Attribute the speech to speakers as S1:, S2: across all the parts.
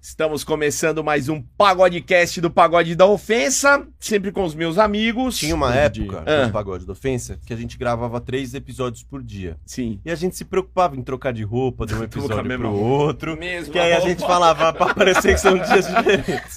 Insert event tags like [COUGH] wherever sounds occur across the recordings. S1: Estamos começando mais um Pagodecast do Pagode da Ofensa, sempre com os meus amigos.
S2: Tinha uma época
S1: Ah.
S2: no Pagode da Ofensa que a gente gravava três episódios por dia.
S1: Sim.
S2: E a gente se preocupava em [LAUGHS] trocar de roupa de um
S1: Trocar
S2: episódio
S1: mesmo.
S2: pro outro.
S1: Mesmo.
S2: Que aí a gente
S1: [LAUGHS]
S2: falava pra parecer que são dias [LAUGHS] diferentes.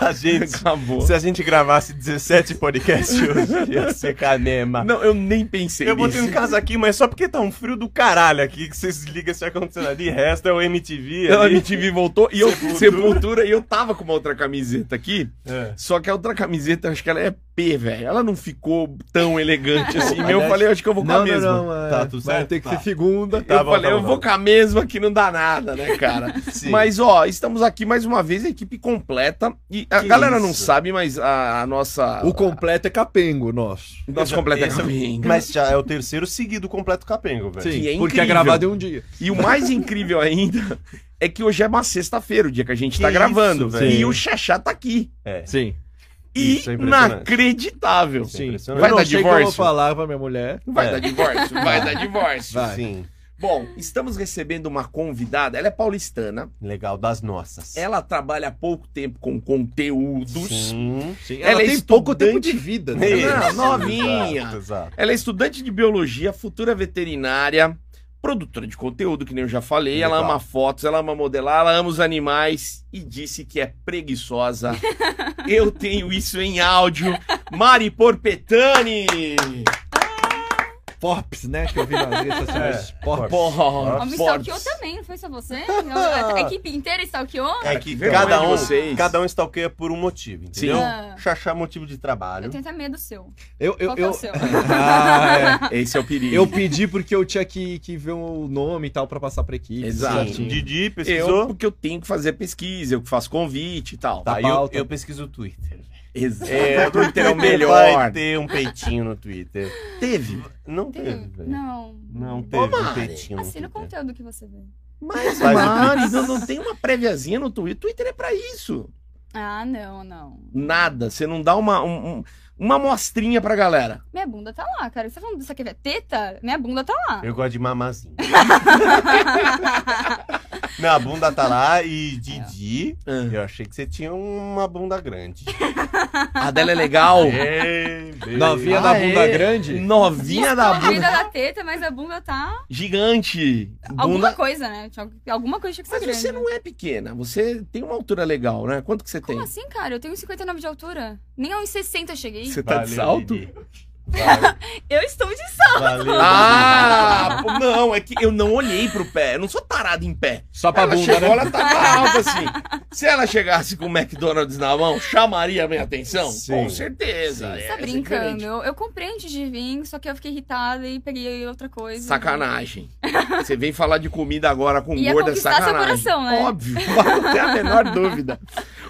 S2: A gente.
S1: Acabou.
S2: Se a gente gravasse 17 podcasts hoje, ia ser canema.
S1: Não, eu nem pensei
S2: Eu botei
S1: nisso.
S2: um casaquinho, mas só porque tá um frio do caralho aqui, que vocês ligam esse ar-condicionado ali, resto é o MTV
S1: Não, a
S2: ali.
S1: MTV voltou e eu
S2: Sepultura.
S1: sepultura e eu tava com uma outra camiseta aqui,
S2: É.
S1: só que a outra camiseta acho que ela é P, velho. Ela não ficou tão elegante
S2: [LAUGHS]
S1: assim.
S3: Aliás,
S1: eu falei, acho que eu vou com a
S3: Não, não,
S1: mesma.
S3: não, é,
S2: Tá, tudo
S3: vai
S2: certo?
S3: ter que
S2: Tá.
S3: ser segunda.
S2: Tá
S1: eu
S2: bom,
S1: falei,
S2: tá bom,
S1: eu
S2: tá
S1: vou
S2: bom.
S1: com a mesma que não dá nada,
S2: [LAUGHS]
S1: né, cara?
S2: Sim.
S1: Mas, ó, estamos aqui mais uma vez, a equipe completa. E a
S2: Que
S1: galera não
S2: isso.
S1: sabe, mas a, a nossa.
S3: O completo é capengo, nosso.
S1: Nosso completo é
S2: Esse-
S1: capenga.
S2: Mas já é o terceiro seguido completo capengo, velho.
S1: Sim. que é
S3: porque é
S1: incrível.
S3: gravado em um dia.
S1: [LAUGHS] E o mais incrível ainda é que hoje é uma sexta-feira, o dia que a gente
S2: Que
S1: tá
S2: isso,
S1: gravando.
S2: velho.
S1: e o Xaxá tá aqui.
S2: É.
S3: Sim.
S1: E
S2: Isso é impressionante.
S1: inacreditável.
S2: Isso é impressionante.
S1: Vai
S3: eu não
S1: dar
S3: sei
S1: divórcio?
S3: como eu falar pra minha mulher.
S1: Vai
S2: É.
S1: dar divórcio, vai
S2: [LAUGHS]
S1: dar divórcio.
S3: Vai.
S2: Sim.
S1: Bom, estamos recebendo uma convidada, ela é paulistana,
S2: Legal, das nossas.
S1: ela trabalha há pouco tempo com conteúdos.
S2: Sim. É
S3: Sim.
S1: Ela
S3: Ela,
S1: é
S3: tem pouco
S1: estudante.
S3: tempo de vida, né?
S1: Isso.
S3: Não,
S1: novinha.
S2: Exato, exato.
S1: Ela é estudante de biologia, futura veterinária, produtora de conteúdo, que nem eu já falei. Ela
S2: Legal.
S1: ama fotos, ela ama modelar, ela ama os animais e disse que é preguiçosa. eu tenho isso em áudio. Mari Porpetani!
S3: Pops, né? Que eu vi nas redes sociais.
S2: É,
S3: Pops.
S1: Porra,
S4: Ó, me stalkeou também, não foi só você? A [LAUGHS] a equipe inteira stalkeou?
S2: É que
S1: vergonha
S2: cada
S1: de
S2: um,
S1: vocês.
S2: cada um stalkeia por um motivo, entendeu?
S1: Sim.
S4: Ah.
S2: Xaxá é motivo de
S4: Eu
S2: trabalho.
S4: tenho até medo seu.
S3: Eu, eu,
S4: Qual que é
S3: eu...
S1: [LAUGHS]
S4: o seu?
S3: Ah,
S2: um.
S1: Esse é o
S3: é.
S1: perigo.
S3: eu pedi porque eu tinha que, que ver o nome e tal pra passar pra equipe.
S1: Exato.
S2: Sim.
S3: certinho.
S2: Didi
S1: Eu,
S2: pesquisou.
S1: porque eu tenho que fazer pesquisa, eu que faço convite e tal.
S3: Tá.
S2: Aí eu-
S3: pauta.
S2: eu, pesquiso o Twitter.
S1: Exato.
S2: É,
S1: o Twitter [LAUGHS] é o
S2: [LAUGHS] Vai
S1: melhor.
S2: ter um peitinho no Twitter.
S1: Teve.
S2: Não teve,
S4: Teve-
S2: velho.
S4: Não.
S2: Não teve um
S1: Mari.
S2: peitinho no
S4: Assina o
S2: Twitter.
S4: conteúdo que você vê.
S1: Mas,
S2: Faz o
S1: Mari, não, não tem uma préviazinha no Twitter. Twitter é pra isso.
S4: Ah, não, não.
S1: Nada. Você não dá uma, um- um- uma amostrinha pra galera.
S4: Minha bunda tá lá, cara. Você tá falando dessa aqui, é teta? Minha bunda tá lá.
S2: Eu gosto de
S4: [LAUGHS]
S2: mamazinho. Não, a bunda tá lá e
S4: É.
S2: Didi... Eu achei que você tinha uma bunda grande.
S1: A dela é
S4: [LAUGHS]
S1: legal.
S2: Ei, beijo.
S3: Novinha da
S1: Ah, é?
S3: bunda grande?
S1: Novinha da
S4: A vida
S1: bunda.
S4: da teta, mas a bunda tá...
S1: Gigante.
S4: Alguma
S1: Bunda.
S4: coisa, né? Tinha Alguma coisa tinha que ser
S1: Mas
S4: grande.
S1: você não é pequena. Você tem uma altura legal, né? Quanto que você
S4: Como
S1: tem?
S4: assim, cara? Eu tenho 59 de altura. Nem aos 60 eu cheguei.
S1: Você tá
S2: Valeu,
S1: de salto?
S2: Didi. Valeu,
S4: [LAUGHS] Eu estou de salto.
S2: valeu.
S1: Ah, pô, não, é que eu não olhei pro pé. Eu não sou tarado em pé.
S3: Só pra
S1: ela
S3: bunda,
S1: chegou,
S3: né?
S1: ela tava alta assim. Se ela chegasse com o McDonald's na mão, chamaria a minha atenção?
S2: Sim.
S1: Com certeza.
S2: Sim.
S4: Você tá
S1: essa é
S4: brincando.
S1: diferente.
S4: eu, eu comprei antes de vir, só que eu fiquei irritada e peguei outra coisa.
S1: Sacanagem. [LAUGHS] Você vem falar de comida agora com
S4: Ia
S1: gorda, é
S4: conquistar seu
S1: sacanagem.
S4: coração, né?
S1: Óbvio, [LAUGHS] não tem a
S4: [LAUGHS]
S1: menor dúvida.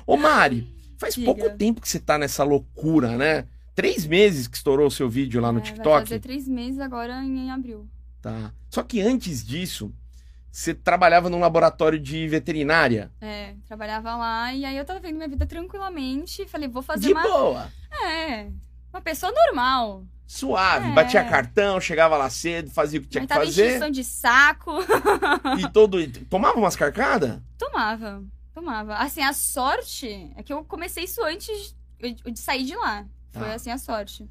S1: Ô Mari, faz
S4: Diga.
S1: pouco tempo que você tá nessa loucura, né? Três meses que estourou o seu vídeo lá no
S4: É, Vai
S1: TikTok.
S4: fazer três meses agora em em abril.
S1: Tá. Só que antes disso, você trabalhava num laboratório de veterinária.
S4: É, trabalhava lá e aí eu tava vendo minha vida tranquilamente. Falei, vou fazer
S1: de
S4: uma.
S1: boa.
S4: É. Uma pessoa normal.
S1: Suave,
S4: É.
S1: batia cartão, chegava lá cedo, fazia o que tinha
S4: Mas
S1: que
S4: tava em
S1: fazer.
S4: extinção de saco. [LAUGHS]
S1: E todo. Tomava umas carcadas?
S4: tomava, tomava. Assim, a sorte é que eu comecei isso antes de, de- de sair de lá. Foi
S1: Tá.
S4: assim a sorte.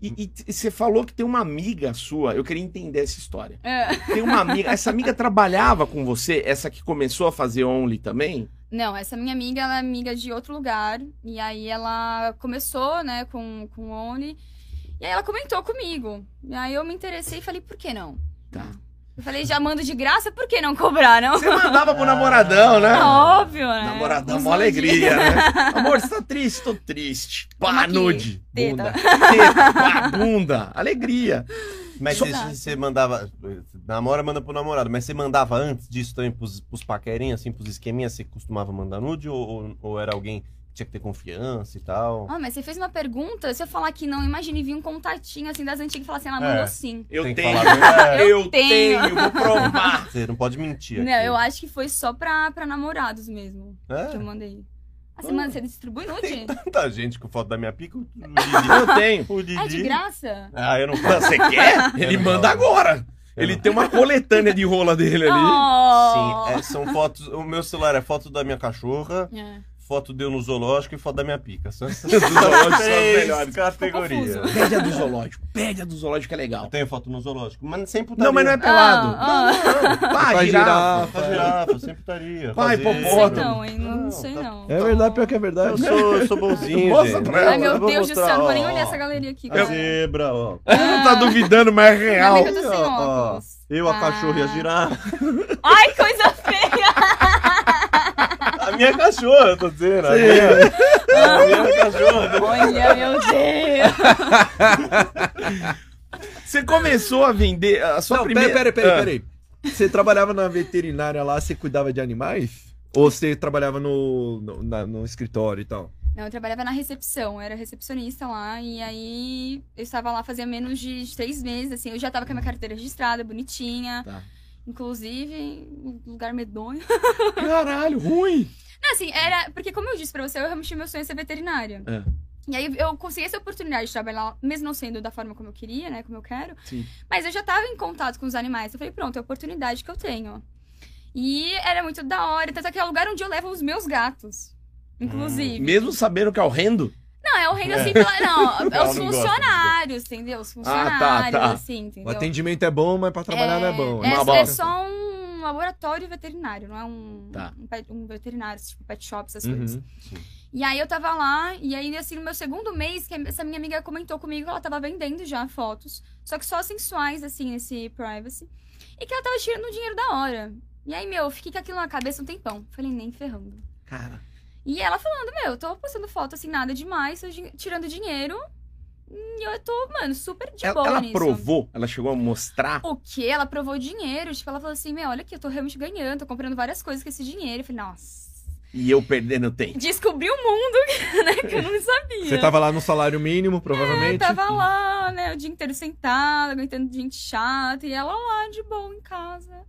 S1: E- E e você falou que tem uma amiga sua. Eu queria entender essa história.
S4: É.
S1: Tem uma amiga, essa amiga trabalhava com você, essa que começou a fazer Only também?
S4: Não, essa minha amiga, ela é amiga de outro lugar. E aí ela começou, né, com, com o Only. E aí ela comentou comigo. E aí eu me interessei e falei, por que não?
S1: Tá.
S4: Eu falei, já mando de graça, por que não
S1: [LAUGHS]
S4: cobrar, não?
S1: Você mandava pro namoradão, né?
S4: Óbvio, né?
S1: Namoradão,
S4: Não
S1: mó
S4: sou de-
S1: alegria, né?
S4: [LAUGHS]
S1: Amor, você tá triste? Tô triste.
S4: Toma
S1: Pá,
S4: aqui,
S1: nude.
S4: É teta.
S1: Bunda. Teta, pá, bunda. Alegria.
S2: Mas
S1: Só-
S2: você, você mandava. Namora, manda pro namorado. Mas você mandava antes disso também pros, pros paquerinhas, assim, pros esqueminhas, você costumava mandar nude? Ou, ou- ou era alguém que tinha que ter confiança e tal?
S4: Ah, mas você fez uma pergunta, se eu falar que não, imagine vir um contatinho assim das antigas e falar assim, ela
S2: É.
S4: mandou sim.
S1: Eu
S2: Tem que
S1: tenho. [LAUGHS]
S2: falar a verdade.
S1: Eu
S4: tenho.
S1: tenho, vou provar.
S2: Você não pode mentir.
S4: Não,
S2: aqui.
S4: Né, eu acho que foi só pra, pra namorados mesmo que eu
S2: É?
S4: mandei. Assim, mano, você
S1: [LAUGHS]
S4: distribui nude?
S2: Tanta gente com foto da minha pica. O Didi.
S4: [LAUGHS]
S1: Eu tenho.
S2: O
S4: Ah, de
S2: Didi.
S4: graça?
S2: Ah, eu não faço.
S1: Você quer? Ele
S2: Eu não
S1: manda
S2: falo.
S1: agora. Ele tem um uma coletânea de rola dele ali.
S4: Oh.
S2: Sim, é, são fotos. O meu celular é foto da minha cachorra,
S4: É.
S2: foto de eu no zoológico e foto da minha
S1: [LAUGHS]
S2: pica. São essas
S1: zoológico são as
S2: três
S1: melhores.
S2: categorias.
S4: Ficou
S1: Pede a do zoológico. Pede a do zoológico que é
S2: Eu
S1: legal.
S2: tenho foto no zoológico, mas sem putaria.
S1: Não, mas não é pelado.
S4: Ah, ah.
S1: Pá,
S3: Faz
S1: girar.
S3: girafa.
S2: Pra girafa, sem putaria.
S1: Vai,
S2: fazer-
S4: Não sei
S1: hipopótamo.
S4: não, hein? Não, sei
S2: tá-
S4: não.
S3: É verdade, pior que é verdade.
S2: Eu sou, eu sou bonzinho,
S1: Mostra
S2: gente.
S1: pra ela.
S4: Ai, meu
S2: É, Eu vou
S4: Deus do céu,
S2: mostrar,
S4: não vou nem
S2: ó, Assim,
S4: olhar essa galeria aqui.
S2: A
S4: cara.
S2: zebra, ó.
S1: Não tá duvidando, mas é
S4: Ainda
S1: real.
S4: bem que eu tô sem
S2: Ó, ó.
S4: óculos.
S2: Eu, a
S4: Ah.
S2: cachorra e a girafa.
S4: Ai, coisa feia!
S2: A minha cachorra, eu tô dizendo. A minha, a minha
S4: Ah.
S2: cachorra.
S4: Olha, meu Deus!
S1: Você começou a vender a sua
S3: Não,
S1: primeira...
S3: peraí, peraí,
S1: Ah.
S3: peraí, peraí. Você trabalhava na veterinária lá, você cuidava de animais? Ou você trabalhava no, no, na- no escritório e tal?
S4: Não, eu trabalhava na recepção, eu era recepcionista lá, e aí eu estava lá fazia menos de, de três meses, assim, eu já tava com a minha carteira registrada, bonitinha.
S1: Tá.
S4: Inclusive, um lugar medonho.
S1: Ah. Caralho, ruim.
S4: Não, assim, era. Porque, como eu disse pra você, eu realmente tinha meu sonho é ser veterinária.
S1: É.
S4: E aí eu consegui essa oportunidade de trabalhar, lá, mesmo não sendo da forma como eu queria, né? Como eu quero.
S1: Sim.
S4: Mas eu já tava em contato com os animais. Eu falei, pronto, é a oportunidade que eu tenho. E era muito da hora. Tanto é que é o lugar onde eu levo os meus gatos. Inclusive.
S1: Mesmo sabendo que é horrendo?
S4: Não, é o reino assim
S2: É.
S4: pela. Não, é
S2: Ela
S4: os
S2: não gosta
S4: funcionários, entendeu? Os funcionários,
S1: tá.
S4: assim,
S3: O
S4: entendeu?
S3: atendimento é bom, mas pra trabalhar não é bom.
S1: é
S3: né?
S1: uma
S4: é,
S1: bosta.
S4: só um laboratório veterinário, não é um,
S1: Tá.
S4: um, pet- um veterinário, tipo pet shop, essas coisas.
S3: Uhum.
S4: E aí eu tava lá, e aí assim, no meu segundo mês, que essa minha amiga comentou comigo que ela tava vendendo já fotos, só que só sensuais, assim, nesse privacy, e que ela tava tirando um dinheiro da hora. E aí, meu, eu fiquei com aquilo na cabeça um tempão. Falei, nem ferrando.
S1: Cara.
S4: E ela falando, meu, eu tô postando foto assim, nada demais, tô din- tirando dinheiro, hum, e eu tô, mano, super de
S1: Ela,
S4: boa
S1: ela
S4: nisso.
S1: provou, ela chegou a mostrar.
S4: O que? Ela provou dinheiro, tipo, ela falou assim, meu, olha aqui, eu tô realmente ganhando, tô comprando várias coisas com esse dinheiro. Eu falei, nossa,
S1: E eu perdendo tempo.
S4: descobri o mundo, [LAUGHS] né, que eu não sabia.
S3: Você tava lá no salário mínimo, provavelmente.
S1: tipo
S4: tava lá, né, o dia inteiro sentada, aguentando gente chata, e ela lá de boa em casa.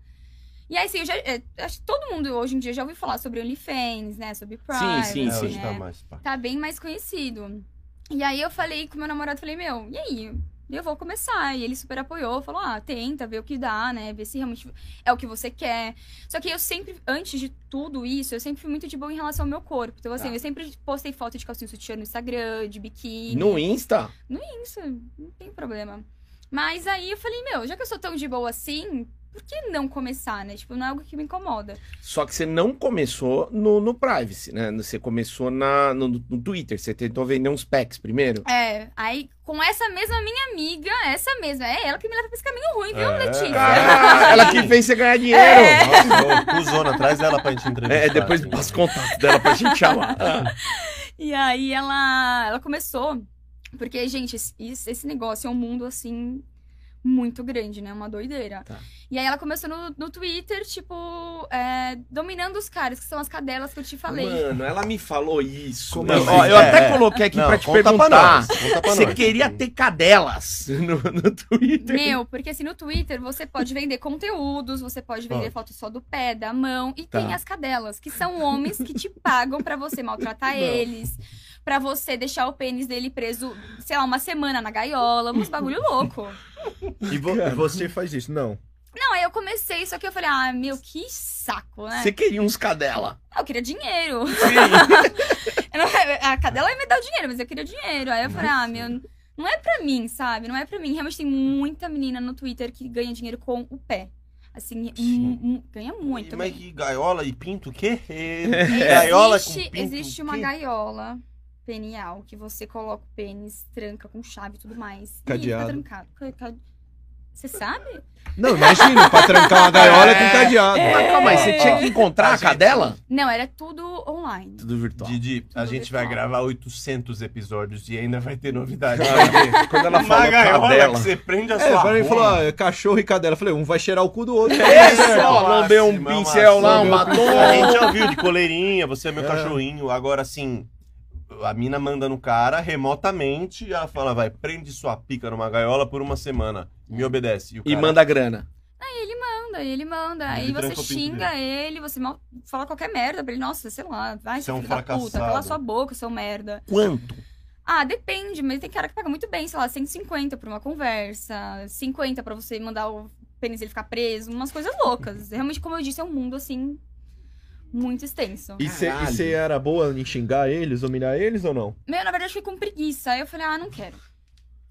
S4: E aí, assim, eu já, é, acho que todo mundo hoje em dia já ouviu falar sobre OnlyFans, né, sobre Prime.
S1: Sim,
S2: É,
S1: sim.
S2: hoje tá mais pá.
S4: Tá bem mais conhecido. E aí eu falei com meu namorado, falei, meu, e aí? Eu vou começar. E ele super apoiou, falou, ah, tenta, vê o que dá, né? Vê se realmente é o que você quer. Só que eu sempre, antes de tudo isso, eu sempre fui muito de boa em relação ao meu corpo. Então, assim,
S1: Tá.
S4: eu sempre postei foto de calcinha sutiã no Instagram, de biquíni.
S1: No Insta?
S4: Isso, não tem problema. Mas aí eu falei, meu, já que eu sou tão de boa assim, por que não começar, né? Tipo, não é algo que me incomoda.
S1: Só que você não começou no, no Privacy, né? Você começou na, no, no Twitter. Você tentou vender uns packs primeiro.
S4: É, aí com essa mesma minha amiga, essa mesma, é ela que me leva pra esse caminho ruim, viu,
S2: É.
S4: Letícia?
S2: Cara.
S1: Caralho, ela que fez você ganhar dinheiro.
S2: Nossa, o cuzona atrás dela pra gente entrevistar.
S1: É, depois
S2: assim.
S1: passa o contato dela pra gente chamar. Ah,
S4: E aí ela, ela começou, porque, gente, esse, esse negócio é um mundo assim. Muito grande, né? Uma doideira.
S1: Tá.
S4: E aí ela começou no, no Twitter, tipo, é, dominando os caras, que são as cadelas que eu te falei.
S1: Mano, ela me falou isso.
S3: Como
S1: Não,
S2: assim?
S1: ó, eu
S2: É,
S1: até
S2: é.
S1: coloquei aqui
S2: Não,
S1: pra te
S2: conta pra
S1: perguntar.
S2: nós, conta pra
S1: Você
S2: nós.
S1: queria ter cadelas [LAUGHS] no, no Twitter.
S4: Meu, porque assim no Twitter você pode vender conteúdos, você pode vender fotos só do pé, da mão e
S1: Tá.
S4: tem as cadelas, que são homens que te pagam pra você maltratar eles, pra você deixar o pênis dele preso, sei lá, uma semana na gaiola, uns bagulho louco.
S3: E, vo- [LAUGHS] e você faz isso? Não.
S4: Não, aí eu comecei, só que eu falei: "Ah, meu, que saco, né?
S1: Você queria uns cadela.
S4: Ah, Eu queria dinheiro.
S1: Sim.
S4: [LAUGHS] Eu não- A cadela ia me dar o dinheiro, mas eu queria dinheiro. Aí eu falei, ah, meu, não é pra mim, sabe? Não é pra mim. Realmente tem muita menina no Twitter que ganha dinheiro com o pé. Assim, mu- mu- ganha muito.
S2: Mas
S4: bem.
S2: que gaiola e pinto o quê? E-
S4: Existe-
S2: Gaiola com pinto,
S4: Existe uma
S2: que-
S4: gaiola penial que você coloca o pênis, tranca com chave e tudo mais.
S3: Cadeado.
S4: E ele fica trancado. Ca- ca- Você sabe?
S3: Não, imagina, pra trancar uma gaiola com cadeado.
S1: Mas calma aí, você
S2: Ó,
S1: tinha que encontrar
S2: a
S1: a
S2: gente-
S1: cadela?
S4: Não, era tudo online.
S1: Tudo virtual.
S2: Didi, a
S4: Tudo
S2: gente vai
S4: virtual.
S2: gravar 800 episódios e ainda vai ter novidade.
S3: [LAUGHS]
S1: Quando ela
S2: Uma
S1: falou
S2: gaiola
S1: cadela.
S2: que você prende a
S3: É,
S2: sua
S3: pra mim
S2: roupa.
S3: falou, ó, cachorro e cadela. Eu falei, um vai cheirar o cu do
S1: [LAUGHS]
S3: outro.
S1: É,
S2: É,
S1: só
S2: máximo,
S1: lambeu um
S2: máximo.
S1: pincel lá, um
S3: Lambeu
S1: batom.
S2: A gente já ouviu de coleirinha, você é meu
S3: É.
S2: cachorrinho. Agora, assim, a mina manda no cara remotamente e ela fala, vai, prende sua pica numa gaiola por uma semana. Me obedece. o
S1: E
S2: cara-
S1: manda grana.
S4: Manda, ele manda.
S2: Ele
S4: Aí você
S2: tranca o pinto
S4: xinga ele, você mal- fala qualquer merda pra ele. Nossa, sei lá, vai,
S2: Você
S4: seu
S2: é um
S4: filho da puta,
S2: fracassado.
S4: cala sua boca, seu merda.
S1: Quanto?
S4: Ah, depende, mas tem cara que paga muito bem, sei lá, 150 por uma conversa, 50 pra você mandar o pênis ele ficar preso, umas coisas
S2: [LAUGHS]
S4: loucas. Realmente, como eu disse, é um mundo assim muito extenso.
S3: E
S2: Caralho.
S3: você era boa em xingar eles, humilhar eles ou não?
S4: Meu, na verdade, eu fiquei com preguiça. Aí eu falei, ah, não quero.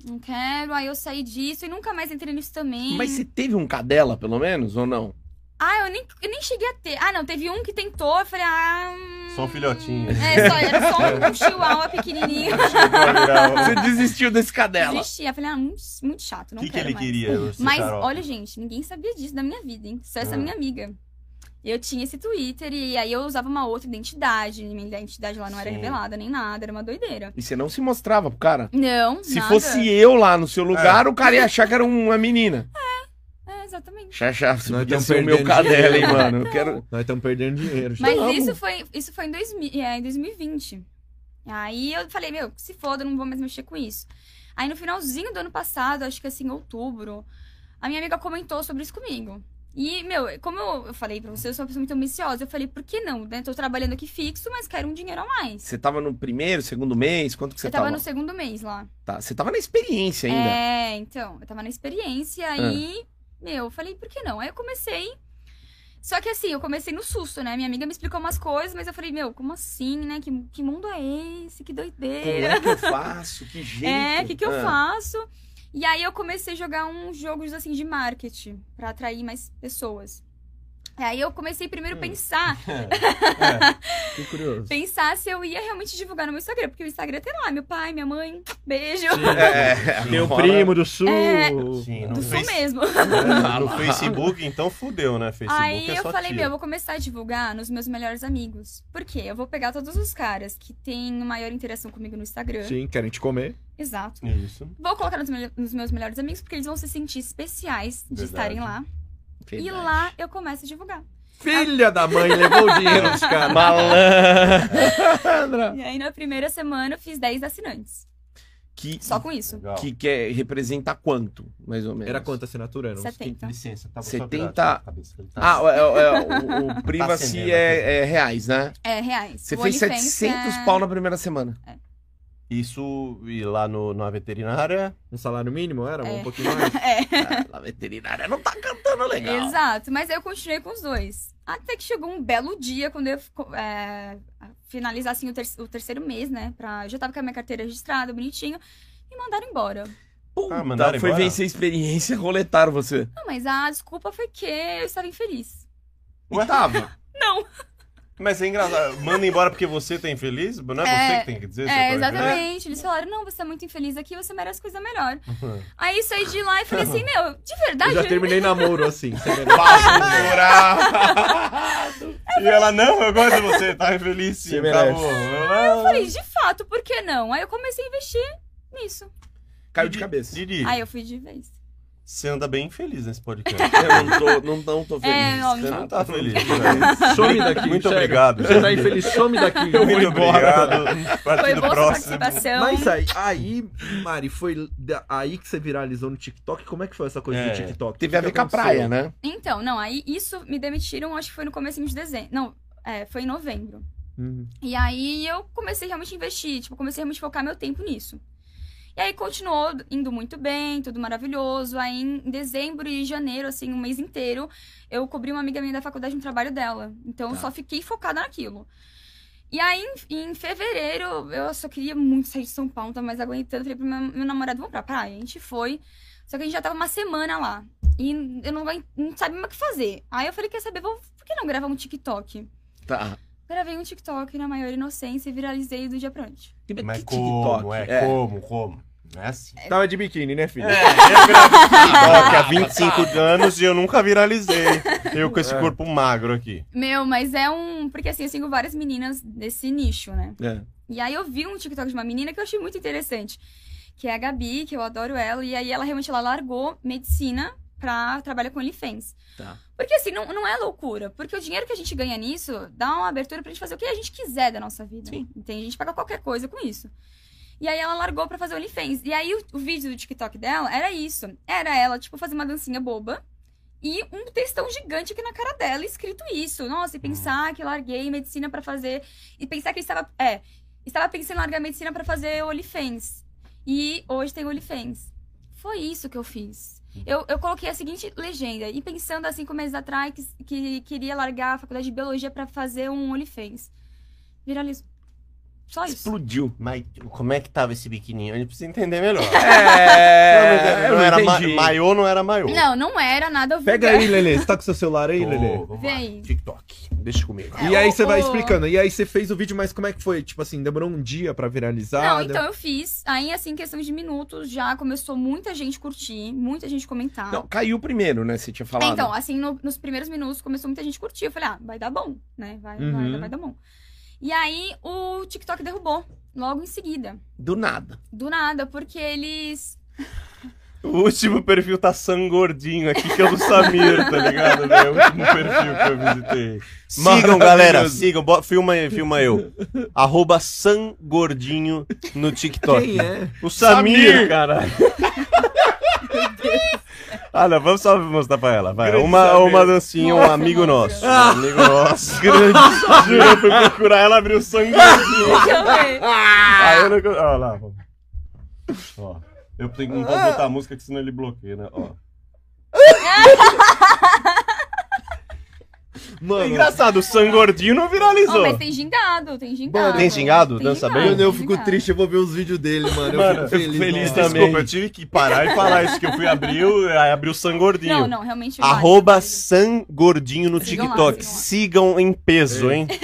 S4: Não quero, aí eu saí disso e nunca mais entrei nisso também.
S1: Mas você teve um cadela, pelo menos, ou
S4: [LAUGHS]
S1: não?
S4: Ah, eu nem, eu nem cheguei a ter. Ah, não, teve um que tentou, eu falei, ah. hum,
S2: Só um filhotinho.
S4: É, só, era só um, um chihuahua pequenininho.
S1: [LAUGHS] Você desistiu desse cadela.
S4: Existia. Eu falei, ah, muito, muito chato,
S2: O
S4: não
S2: que, que
S4: quero
S2: ele
S4: mais.
S2: queria? esse
S4: Mas,
S2: xarope?
S4: olha, gente, ninguém sabia disso da minha vida, hein? Só essa
S2: Ah.
S4: minha amiga. Eu tinha esse Twitter e aí eu usava uma outra identidade. Minha identidade lá não era
S2: Sim.
S4: revelada nem nada, era uma doideira.
S1: E você não se mostrava pro cara.
S4: Não,
S1: Se
S4: nada.
S1: fosse eu lá no seu
S3: É.
S1: lugar, o cara ia achar que era uma menina.
S4: É, exatamente.
S1: Xaxá, você
S3: Nós
S1: podia
S3: tamo
S1: ser o meu
S3: perdendo
S1: cadela, hein,
S3: dinheiro.
S1: mano. Eu quero.
S3: Nós estamos perdendo dinheiro.
S4: Mas
S1: Tamo.
S4: isso foi, isso foi em, 2000, é, em 2020. Aí eu falei, meu, se foda, eu não vou mais mexer com isso. Aí no finalzinho do ano passado, acho que assim, outubro, a minha amiga comentou sobre isso comigo. E, meu, como eu eu falei pra você, eu sou uma pessoa muito ambiciosa. Eu falei, por que não? Né? Tô trabalhando aqui fixo, mas quero um dinheiro a mais.
S1: Você tava no primeiro, segundo mês? Quanto que você
S4: eu tava
S1: tava?
S4: no segundo mês lá.
S1: Tá, Você tava na experiência ainda.
S4: É, então, eu tava na experiência aí, meu, eu falei, por que não? Aí eu comecei. Só que assim, eu comecei no susto, né? Minha amiga me explicou umas coisas, mas eu falei, meu, como assim, né? Que, que mundo é esse? Que
S1: Como
S4: doideira.
S1: é que eu faço? Que jeito?
S4: É, o que, que eu
S1: Ah,
S4: faço? E aí eu comecei a jogar uns jogos assim de marketing pra atrair mais pessoas. Aí eu comecei primeiro a
S2: Hum.
S4: pensar,
S3: Que curioso.
S4: pensar se eu ia realmente divulgar no meu Instagram, porque o Instagram tem lá, meu pai, minha mãe, beijo. [LAUGHS]
S1: É,
S2: Sim.
S3: Tem o
S1: Fora-
S3: primo do sul.
S4: É.
S2: Sim,
S4: Do
S2: no,
S4: sul
S2: face...
S4: mesmo.
S3: Tá
S2: é, no Facebook, então fudeu, né? Facebook
S4: Aí
S2: é
S4: eu
S2: só
S4: falei,
S2: tia.
S4: meu, eu vou começar a divulgar nos meus melhores amigos. Por quê? Eu vou pegar todos os caras que têm maior interação comigo no Instagram.
S3: É. Sim, querem te comer.
S4: Exato.
S2: Isso.
S4: Vou colocar nos, mele- nos meus melhores amigos, porque eles vão se sentir especiais de
S2: Verdade.
S4: estarem lá.
S1: verdade.
S4: E lá eu começo a divulgar.
S3: Filha da mãe, levou o dinheiro dos caras.
S1: Malandra.
S4: E aí na primeira semana eu fiz 10 assinantes.
S1: [LAUGHS] Que,
S4: Só com isso.
S2: Legal.
S1: que quer representar quanto, mais ou menos?
S3: Era quanta assinatura? Era um, uns
S4: 70.
S2: Licença, tá
S1: 70. Ah,
S2: Ah,
S1: é, é,
S2: [LAUGHS]
S1: o, o Privacy
S2: Tá acendendo
S1: é, é reais, né?
S4: É, reais.
S1: Você
S4: O
S1: fez
S4: OnlyFans
S1: 700
S4: é-
S1: pau na primeira semana.
S2: isso e lá no, na veterinária.
S3: Um salário mínimo era?
S4: É.
S3: Um pouquinho
S4: [LAUGHS]
S3: mais?
S4: [LAUGHS] É,
S1: Ah, a veterinária não tá cantando legal.
S4: exato. Mas aí eu continuei com os dois. Até que chegou um belo dia, quando eu co- é, finalizar assim, o, ter- o terceiro mês, né? Pra... Eu já tava com a minha carteira registrada, bonitinho. E mandaram embora.
S1: Puta,
S2: Ah, mandaram
S1: foi
S2: embora?
S1: vencer a experiência, roletaram você.
S4: Não, mas a desculpa foi que eu estava infeliz.
S1: E tava.
S4: Não.
S2: Mas é engraçado. [LAUGHS] Manda embora porque você tá infeliz? Não é,
S4: É,
S2: você que tem que dizer? você
S4: é,
S2: tá [LAUGHS] infeliz?
S4: exatamente. Eles falaram, não, você é muito infeliz aqui, você merece coisa melhor. Aí eu saí de lá e falei assim, meu, de
S3: Eu
S4: verdade,
S3: já terminei namoro assim. você vê?
S1: Basura.
S2: E ela, não, eu gosto de você, tá infeliz sim,
S3: Você merece.
S2: acabou.
S4: eu falei, de fato, por que não? Aí eu comecei a investir nisso.
S1: Caiu de cabeça.
S2: Didi,
S4: Aí eu fui de vez.
S2: você anda bem infeliz nesse
S4: [LAUGHS]
S2: podcast.
S1: Eu não tô, não, não tô feliz.
S4: É, ó,
S2: Você
S1: Eu
S2: não
S1: não
S2: tá
S1: tô
S2: feliz.
S3: Some daqui.
S2: Muito
S3: sério.
S2: obrigado.
S3: Você tá infeliz, some daqui.
S2: Muito obrigado.
S4: Foi
S2: Partindo
S4: boa sua
S2: Tá próximo.
S4: participação.
S3: Mas aí, aí, Mari, foi da- aí que você viralizou no TikTok. Como é que foi essa coisa
S2: É.
S3: do TikTok?
S1: Teve a ver com a praia, né?
S4: Então, não, aí isso me demitiram, acho que foi no comecinho de dezembro. Não, é, foi em novembro.
S3: Uhum.
S4: E aí eu comecei realmente a investir, tipo, comecei a realmente focar meu tempo nisso. E aí continuou indo muito bem, tudo maravilhoso. Aí em dezembro e janeiro, assim, um mês inteiro, eu cobri uma amiga minha da faculdade no trabalho dela. Então eu
S1: Tá.
S4: só fiquei focada naquilo. E aí em, em fevereiro, eu só queria muito sair de São Paulo, não tava mais aguentando. Falei pro meu, meu namorado, vamos pra praia? A gente foi. Só que a gente já tava uma semana lá. E eu não, aguent- não sabia mais o que fazer. Aí eu falei, quer saber, vou, por que não gravar um TikTok?
S1: Tá.
S4: Gravei um TikTok na maior inocência e viralizei do dia pra noite.
S1: Que- que
S2: Mas
S1: TikTok?
S2: como, é,
S1: É.
S2: como, como? Não é assim.
S3: Tava de biquíni, né, filho?
S2: eu gravei TikTok há 25 anos e eu nunca viralizei. Eu com esse
S3: É.
S2: corpo magro aqui.
S4: Meu, mas é um. Porque assim, eu sigo várias meninas desse nicho, né?
S1: É.
S4: E aí eu vi um TikTok de uma menina que eu achei muito interessante, que é a Gabi, que eu adoro ela, e aí ela realmente ela largou medicina pra trabalhar com OnlyFans.
S1: Tá.
S4: Porque assim, não, não é loucura, porque o dinheiro que a gente ganha nisso dá uma abertura pra gente fazer o que a gente quiser da nossa vida.
S1: Sim.
S4: Entende? A gente paga qualquer coisa com isso. E aí ela largou pra fazer OnlyFans. E aí o, o vídeo do TikTok dela era isso. Era ela, tipo, fazer uma dancinha boba e um textão gigante aqui na cara dela escrito isso. Nossa, e pensar que larguei medicina pra fazer... E pensar que eu estava... É, estava pensando em largar medicina pra fazer OnlyFans. E hoje tem OnlyFans. Foi isso que eu fiz. Eu, eu coloquei a seguinte legenda, e pensando há cinco meses atrás que, que queria largar a faculdade de biologia pra fazer um OnlyFans. Viralizou. Só isso.
S1: Explodiu.
S2: Mas como é que tava esse biquininho? A gente precisa entender melhor.
S1: É,
S2: não, não era ma
S1: entendi.
S2: maiô, não era maiô.
S4: Não, não era nada vulgar.
S3: Pega aí, Lelê. Você tá com seu celular aí,
S2: Ô,
S3: Lelê?
S2: vamos lá.
S4: Vem.
S2: TikTok. Deixa comigo.
S4: É,
S3: E aí
S4: o-
S3: você vai
S4: o-
S3: explicando. E aí você fez o vídeo, mas como é que foi? Tipo assim, demorou um dia pra viralizar? né?
S4: Não,
S3: Dem-
S4: então eu fiz. Aí, assim, em questão de minutos, já começou muita gente curtir, muita gente comentar.
S1: Não, caiu primeiro, né? Você tinha falado.
S4: Ah. Então, assim, no- nos primeiros minutos começou muita gente curtir. Eu falei, ah, vai dar bom, né? Vai, vai-
S3: Uhum.
S4: vai, dar bom. E aí o TikTok derrubou, logo em seguida.
S1: Do
S2: [LAUGHS]
S1: nada.
S4: Do nada, porque eles.
S2: O último perfil tá sangordinho aqui, que é o do Samir, tá ligado? velho? o último perfil que eu visitei. Sigam,
S1: Maravilhoso.
S2: galera, sigam. Bo- Filma aí, filma eu. [LAUGHS] Arroba sangordinho no TikTok.
S3: Quem é?
S2: O Samir,
S1: Samir!
S2: cara. ah, não, vamos só mostrar pra ela. Vai.
S1: Grande
S2: Uma,
S1: Samir.
S2: uma dancinha, um
S4: Nossa,
S2: amigo
S4: nossa.
S2: nosso.
S3: Ah!
S2: Um amigo nosso. [LAUGHS] Grande. Ah! Juro, eu fui procurar ela, abriu sangue.
S4: Deixa eu ver.
S2: Aí eu não... con- Ó lá, vamos. Ó. Eu tenho- não posso botar a música, que senão ele bloqueia, né? Ó.
S3: Mano,
S2: É engraçado, o sangordinho não
S4: Ó,
S2: viralizou.
S4: Oh, mas tem gingado, tem gingado.
S2: Tem gingado?
S4: Tem
S2: Dança
S4: gingado,
S2: bem?
S3: quando eu
S4: tem
S3: fico
S4: gingado.
S3: triste, eu vou ver os vídeos dele, mano. Eu
S2: Mano,
S3: fico
S2: eu
S3: feliz,
S1: feliz
S3: mano.
S1: também.
S2: Desculpa, eu tive que parar e falar isso, que eu fui abrir, o- aí abriu o sangordinho.
S4: Não, não, realmente. vai.
S2: Arroba sangordinho no
S4: Sigam lá,
S2: TikTok.
S4: sigam lá.
S2: sigam em peso, hein?
S1: Tem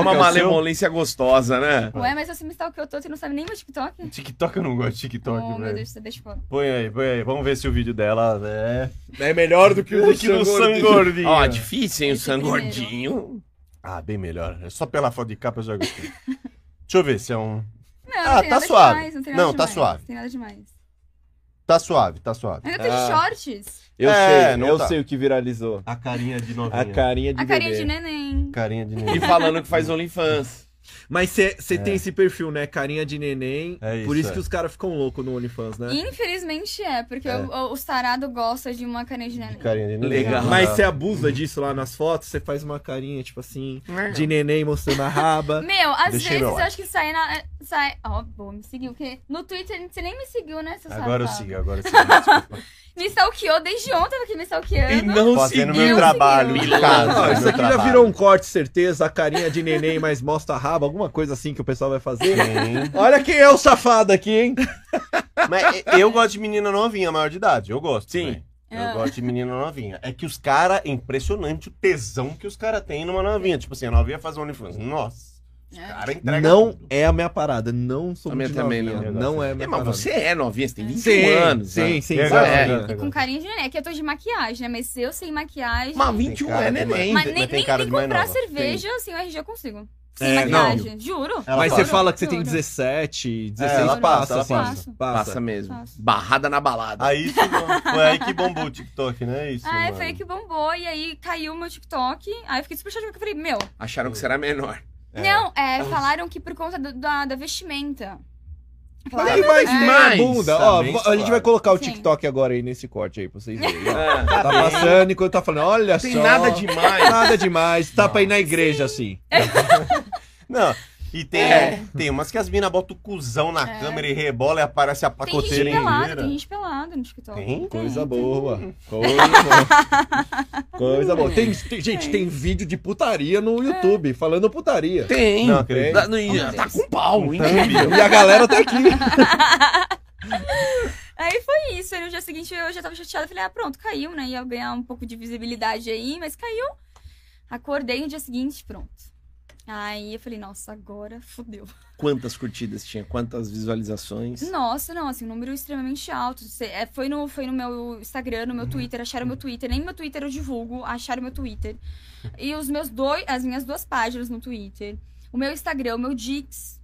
S2: Qual
S1: uma
S2: que é o seu?
S1: malemolência gostosa, né?
S4: Ué, mas você me stalkeou todo, você não sabe nem meu
S2: [LAUGHS]
S4: TikTok?
S2: TikTok eu não gosto de TikTok,
S4: oh, meu
S2: velho.
S4: Deus, deixa eu
S2: Põe aí, põe aí. Vamos ver se o vídeo dela é.
S3: É melhor do que o
S2: Aqui no sangordinho.
S1: Ó, difícil, hein? O
S4: Esse
S1: San
S4: primeiro.
S1: Gordinho.
S2: Ah, bem melhor. É Só pela foto de capa eu já gostei. Deixa eu ver se é um. Ah,
S4: Não, não tem
S2: tá
S4: nada
S2: suave.
S4: Demais, não, tem
S2: Não,
S4: nada
S2: tá
S4: demais,
S2: suave.
S4: Não tem nada demais.
S2: Tá suave, tá suave.
S4: Ainda tô de
S3: Ah.
S4: shorts.
S3: Eu
S2: É,
S3: sei,
S2: não
S3: eu
S2: tá.
S3: sei o que viralizou.
S2: A carinha de novinha.
S3: A carinha de
S4: A carinha
S3: bebê.
S4: de neném.
S2: Carinha de
S1: E
S2: novinha.
S1: falando que faz OnlyFans.
S3: Mas você
S2: É.
S3: tem esse perfil, né? Carinha de neném.
S2: É isso,
S3: por isso
S2: é.
S3: que os caras ficam loucos no OnlyFans, né?
S4: Infelizmente é, porque
S2: É.
S4: O, o, os tarado gosta de uma carinha de neném.
S2: Carinha de novinha.
S1: Legal.
S3: Mas você abusa disso lá nas fotos, você faz uma carinha, tipo assim, de neném mostrando a raba.
S4: Meu, às
S2: Deixei
S4: vezes
S2: meu
S4: eu
S2: like.
S4: acho que sai na. Sai. Ó, boa, me seguiu, porque no Twitter você nem me seguiu, né, seu
S2: Agora eu
S4: safado?
S2: sigo, agora eu sigo. desculpa.
S4: Me stalkeou desde ontem, eu tô aqui me
S1: E
S4: stalkeando.
S1: não
S2: Fazendo
S1: seguiu.
S2: meu
S4: seguiu.
S2: trabalho
S1: Milagre.
S2: em casa.
S3: Ó,
S1: Ah,
S2: né, meu
S3: isso aqui já
S2: trabalho.
S3: virou um corte, certeza. A carinha de neném, mas mostra a raba, alguma coisa assim que o pessoal vai fazer.
S2: Sim.
S3: Olha quem é o safado aqui, hein?
S2: Mas e- eu gosto de menina novinha, maior de idade. Eu gosto.
S1: Sim.
S2: também. Eu
S4: Ah.
S2: gosto de menina novinha. É que os caras, é impressionante o tesão que os caras têm numa novinha. Tipo assim, a novinha faz OnlyFans. Nossa, os
S4: É.
S2: caras entregam.
S3: não
S2: tudo.
S3: é a minha parada. Não sou
S1: A minha
S3: muito
S1: também
S3: novinha,
S2: não.
S3: Não é a
S1: É,
S3: minha
S1: mas
S3: parada.
S1: você é novinha, você tem 21
S3: Sim,
S1: anos.
S3: Sim,
S1: né?
S3: sim,
S2: É,
S3: sim.
S1: galera.
S3: sim.
S4: E com carinha de neném, é que eu tô de maquiagem, né? Mas eu sem maquiagem.
S1: Mas 21
S2: Tem cara
S1: é
S2: de
S1: neném.
S4: mas
S2: tem-
S4: nem,
S2: mas tem
S4: nem,
S2: cara
S4: nem
S2: de mais
S4: comprar
S2: nova.
S4: cerveja sem o RG eu consigo. Sem
S3: É, não.
S4: maquiagem. Juro.
S2: Ela
S3: Mas
S2: passa.
S3: você fala que você tem
S4: Juro.
S3: 17,
S2: É,
S3: 16
S2: ela
S3: passa,
S2: passa, ela
S3: assim.
S4: passa.
S3: Passa.
S1: Passa mesmo.
S4: Passa.
S1: Barrada na balada.
S2: Aí "Ah, que bom- foi aí que bombou o TikTok, né? Isso.
S4: Ah,
S2: mano.
S4: foi aí que bombou, e aí caiu o meu TikTok. Aí eu fiquei super chateada, porque eu falei, meu,
S1: Acharam que você era menor.
S2: É.
S4: não, é, falaram que por conta do- da, da vestimenta.
S3: Mas
S4: Falaram,
S3: aí vai ver a
S1: mais,
S3: bunda.
S2: tá
S3: Ó,
S2: bem
S3: vo- a gente
S2: suave.
S3: vai colocar o
S4: Sim.
S3: TikTok agora aí nesse corte aí pra vocês
S2: Ah,
S3: verem. ó.
S1: É.
S3: Tá passando enquanto tá falando, olha
S1: Tem
S3: só.
S1: nada demais.
S2: [LAUGHS]
S3: Nada demais. Tapa aí na igreja, assim.
S2: Não. E tem,
S1: É.
S2: tem umas que as minas botam o cuzão na
S4: É.
S2: câmera e rebola e aparece a
S4: tem
S2: pacoteira
S4: gente pelada,
S2: inteira.
S4: tem gente pelada no TikTok.
S2: Tem?
S3: Coisa
S4: [LAUGHS]
S3: boa. Coisa boa. Coisa boa. Tem, tem- gente, tem vídeo de putaria no
S4: É.
S3: YouTube, falando putaria.
S1: Tem.
S2: Não, acredito.
S1: Tá- no- tá com pau, hein?
S3: E a galera tá aqui.
S4: Aí foi isso. Aí no dia seguinte eu já tava chateada. Falei, ah, pronto, caiu, né? Ia ganhar um pouco de visibilidade aí, mas caiu. Acordei no dia seguinte, pronto. Aí eu falei, nossa, agora fodeu.
S1: Quantas curtidas tinha? Quantas visualizações?
S4: Nossa, não, assim, um número extremamente alto. Cê- é, foi, no, foi no meu Instagram, no
S1: Uhum.
S4: meu Twitter, acharam meu Twitter. Nem meu Twitter eu divulgo, acharam meu Twitter. E os meus dois, as minhas duas páginas no Twitter. O meu Instagram, o meu Dix.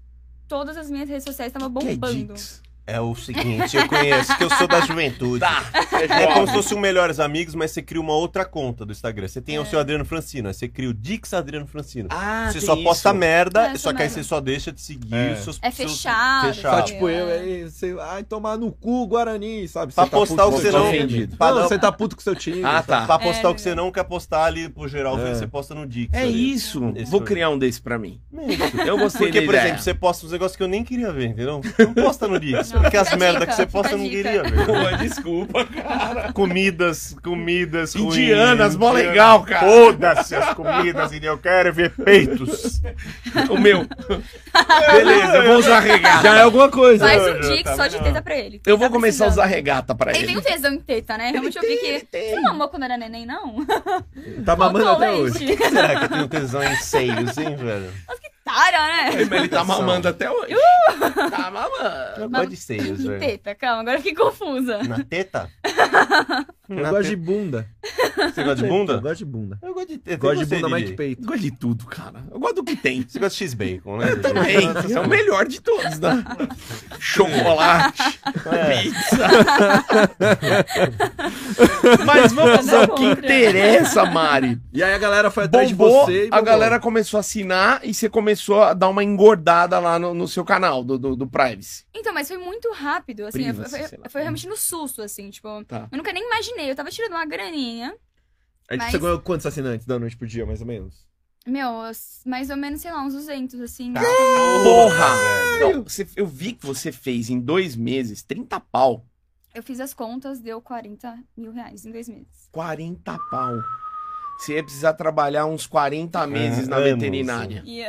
S4: Todas as minhas redes sociais estavam
S1: Que é
S4: bombando.
S1: Dix?
S2: É o seguinte, eu conheço que eu sou da juventude.
S1: [LAUGHS] Tá.
S2: É como se
S1: É
S2: fosse um Melhores Amigos, mas você cria uma outra conta do Instagram. Você
S4: É.
S2: tem o seu Adriano Francino, aí você cria o Dix Adriano Francino.
S1: ah,
S2: você
S1: tem
S2: só
S1: isso.
S2: posta merda,
S4: É,
S2: só
S4: essa
S2: que aí
S4: merda.
S2: você só deixa de seguir
S3: É.
S2: os seus...
S4: É
S2: seus-
S4: fechado,
S2: Fechado.
S3: Só tipo eu, aí você. Ai, tomar no cu, Guarani, sabe?
S2: Pra
S3: Você tá
S2: postar
S3: puto
S2: o que você
S3: com
S1: tô
S2: não...
S1: ofendido.
S2: Pra,
S3: Não,
S2: não-
S3: você tá puto com seu time.
S1: Ah,
S2: pra-
S1: tá.
S2: pra postar
S4: É,
S2: o que você não quer postar ali pro geral,
S3: É.
S2: você posta no Dix.
S1: É
S2: ali.
S1: isso.
S2: Esse
S1: Vou
S2: foi.
S1: criar um desse pra mim.
S2: Isso.
S1: Eu gostei
S2: Porque,
S1: da
S2: por
S1: ideia.
S2: exemplo, você posta uns negócios que eu nem queria ver, entendeu? Não posta no Dix.
S4: Não,
S2: Porque as
S4: Fica a
S2: merda
S4: dica,
S2: que você
S4: fica
S2: posta
S4: a
S2: eu não
S4: dica.
S2: queria ver. [LAUGHS]
S1: Pô, desculpa, cara.
S2: Comidas, comidas ruins.
S1: Indianas, mó
S2: indianas.
S1: legal, cara.
S2: Foda-se as comidas, e eu quero ver peitos.
S1: O
S3: [LAUGHS]
S1: meu. Beleza, eu vou usar regata.
S3: Já é alguma coisa.
S4: Faz
S2: Não,
S4: um
S2: já
S4: dia
S2: tá
S4: só de
S2: bom.
S4: teta pra ele.
S1: Eu vou
S4: Tá
S1: começar a
S4: precisando.
S1: usar regata pra
S4: Ele tem um
S1: ele.
S4: tesão em teta, né? Realmente eu vi que. Você não amou quando era neném, não?
S3: Tá mamando
S4: Faltou
S3: até hoje.
S4: [LAUGHS] leite.
S2: Será que eu tenho tesão em seios, hein, velho? É,
S4: Tara, né?
S1: Mas Ele tá mamando até hoje. Tá mamando.
S2: Eu
S4: Mas-
S2: gosto de seios,
S4: Que
S2: velho.
S4: teta, calma, agora eu fiquei confusa.
S2: Na teta?
S3: [LAUGHS] Eu
S2: Na
S3: gosto de
S2: teta.
S3: bunda.
S2: Você gosta de
S3: Eu
S2: bunda?
S3: gosto de bunda.
S2: Eu gosto de teta.
S3: Gosto
S2: E
S3: de
S2: você,
S3: bunda mais
S2: Didi?
S3: que peito.
S1: Eu gosto de tudo, cara. Eu gosto do que tem.
S2: Você gosta de X-Bacon,
S3: [LAUGHS]
S2: né?
S1: Também. Esse é o melhor de todos, né? Chocolate,
S2: É.
S1: pizza. Mas vamos ao que interessa, Mari.
S3: E aí a galera foi atrás
S1: bombou,
S3: de você e
S1: a
S3: bombou.
S1: galera começou a assinar e você começou a dar uma engordada lá no, no seu canal do, do, do Privacy.
S4: Então, mas foi muito rápido, assim, eu-
S1: Privacy,
S4: foi,
S1: sei lá.
S4: foi realmente no susto, assim, tipo.
S1: Tá.
S4: Eu nunca nem imaginei, eu tava tirando uma graninha.
S3: Aí
S4: Mas-
S3: você ganhou quantos assinantes da noite por dia, mais ou menos?
S4: Meu, mais ou menos, sei lá, uns 200, assim.
S1: Porra! Não, você- eu vi que você fez em dois meses 30 pau.
S4: Eu fiz as contas, deu 40 mil reais em dois meses.
S1: 40 pau. Você ia precisar trabalhar uns 40 meses na
S2: anos.
S1: veterinária.
S4: E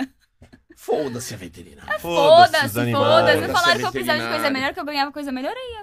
S1: Foda-se a veterinária.
S2: os
S4: [LAUGHS] Foda-se,
S2: animais.
S4: foda-se.
S1: Foda-se,
S4: Me falaram que eu precisava de
S1: veterinário.
S4: coisa melhor, que eu ganhava coisa melhor aí.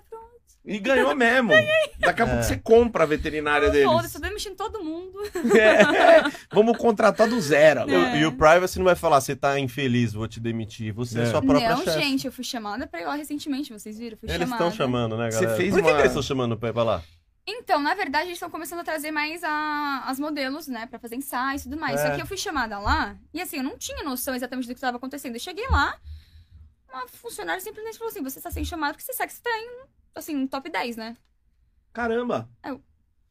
S1: E ganhou mesmo. Daqui a pouco
S2: É.
S1: você compra a veterinária
S4: Foda-se,
S1: deles.
S4: eu tô mexendo em todo mundo.
S1: [LAUGHS] É. Vamos contratar do zero agora.
S4: É.
S2: E o privacy não vai falar, você tá infeliz, vou te demitir. Você é,
S3: É.
S2: sua própria
S4: Não,
S2: chefe.
S4: gente, eu fui chamada pra ir lá recentemente, vocês viram? Eu Fui
S2: Eles
S4: chamada.
S2: estão chamando, né,
S1: Você
S2: galera?
S1: fez
S2: Por que,
S1: uma-
S2: que eles estão chamando pra ir pra lá?
S4: Então, na verdade, eles estão começando a trazer mais a- as modelos, né, pra fazer ensaios e tudo mais.
S2: É.
S4: Só que eu fui chamada lá, e assim, eu não tinha noção exatamente do que estava acontecendo. Eu cheguei lá, uma funcionária simplesmente falou assim: você está sendo chamada porque você sabe que você tá em, assim, um top 10, né?
S1: Caramba.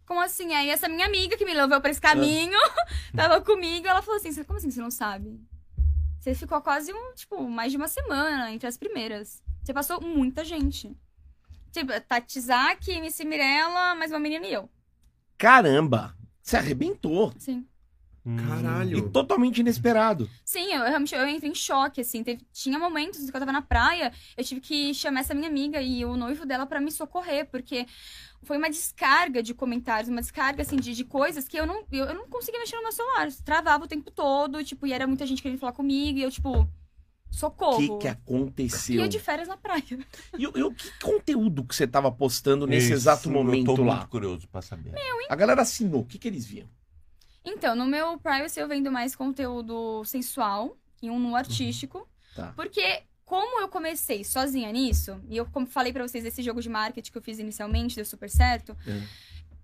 S4: Como assim? Aí essa minha amiga que me levou pra esse caminho, [LAUGHS] tava comigo, ela falou assim: "Cê- como assim você não sabe? Você ficou quase um, tipo, mais de uma semana entre as primeiras. Você passou muita gente. Tipo, Tati Zaki, Missy Mirella, mais uma menina e eu. assim."
S1: Caramba. Você arrebentou.
S4: Sim.
S3: Hum,
S1: E
S3: Caralho.
S1: totalmente inesperado.
S4: Sim, eu realmente eu entrei em choque, assim. Teve- tinha momentos que eu tava na praia, eu tive que chamar essa minha amiga e o noivo dela pra me socorrer, porque foi uma descarga de comentários, uma descarga, assim, de, de coisas que eu não, eu, eu não conseguia mexer no meu celular. Travava o tempo todo, tipo, e era muita gente querendo falar comigo, e eu, tipo,
S1: O
S4: socorro.
S1: que, é que
S4: E
S1: aconteceu?
S4: eu de férias na praia.
S1: E, o- e o que conteúdo que você tava postando nesse
S2: Isso,
S1: exato
S2: eu
S1: momento
S2: tô
S1: lá?
S2: muito curioso pra saber.
S3: É,
S1: A galera assinou. O que, que eles viam?
S4: Então, no meu privacy eu vendo mais conteúdo sensual e um nu artístico.
S1: Uhum. Tá.
S4: Porque como eu comecei sozinha nisso, e eu como falei pra vocês esse jogo de marketing que eu fiz inicialmente, deu super certo,
S1: É.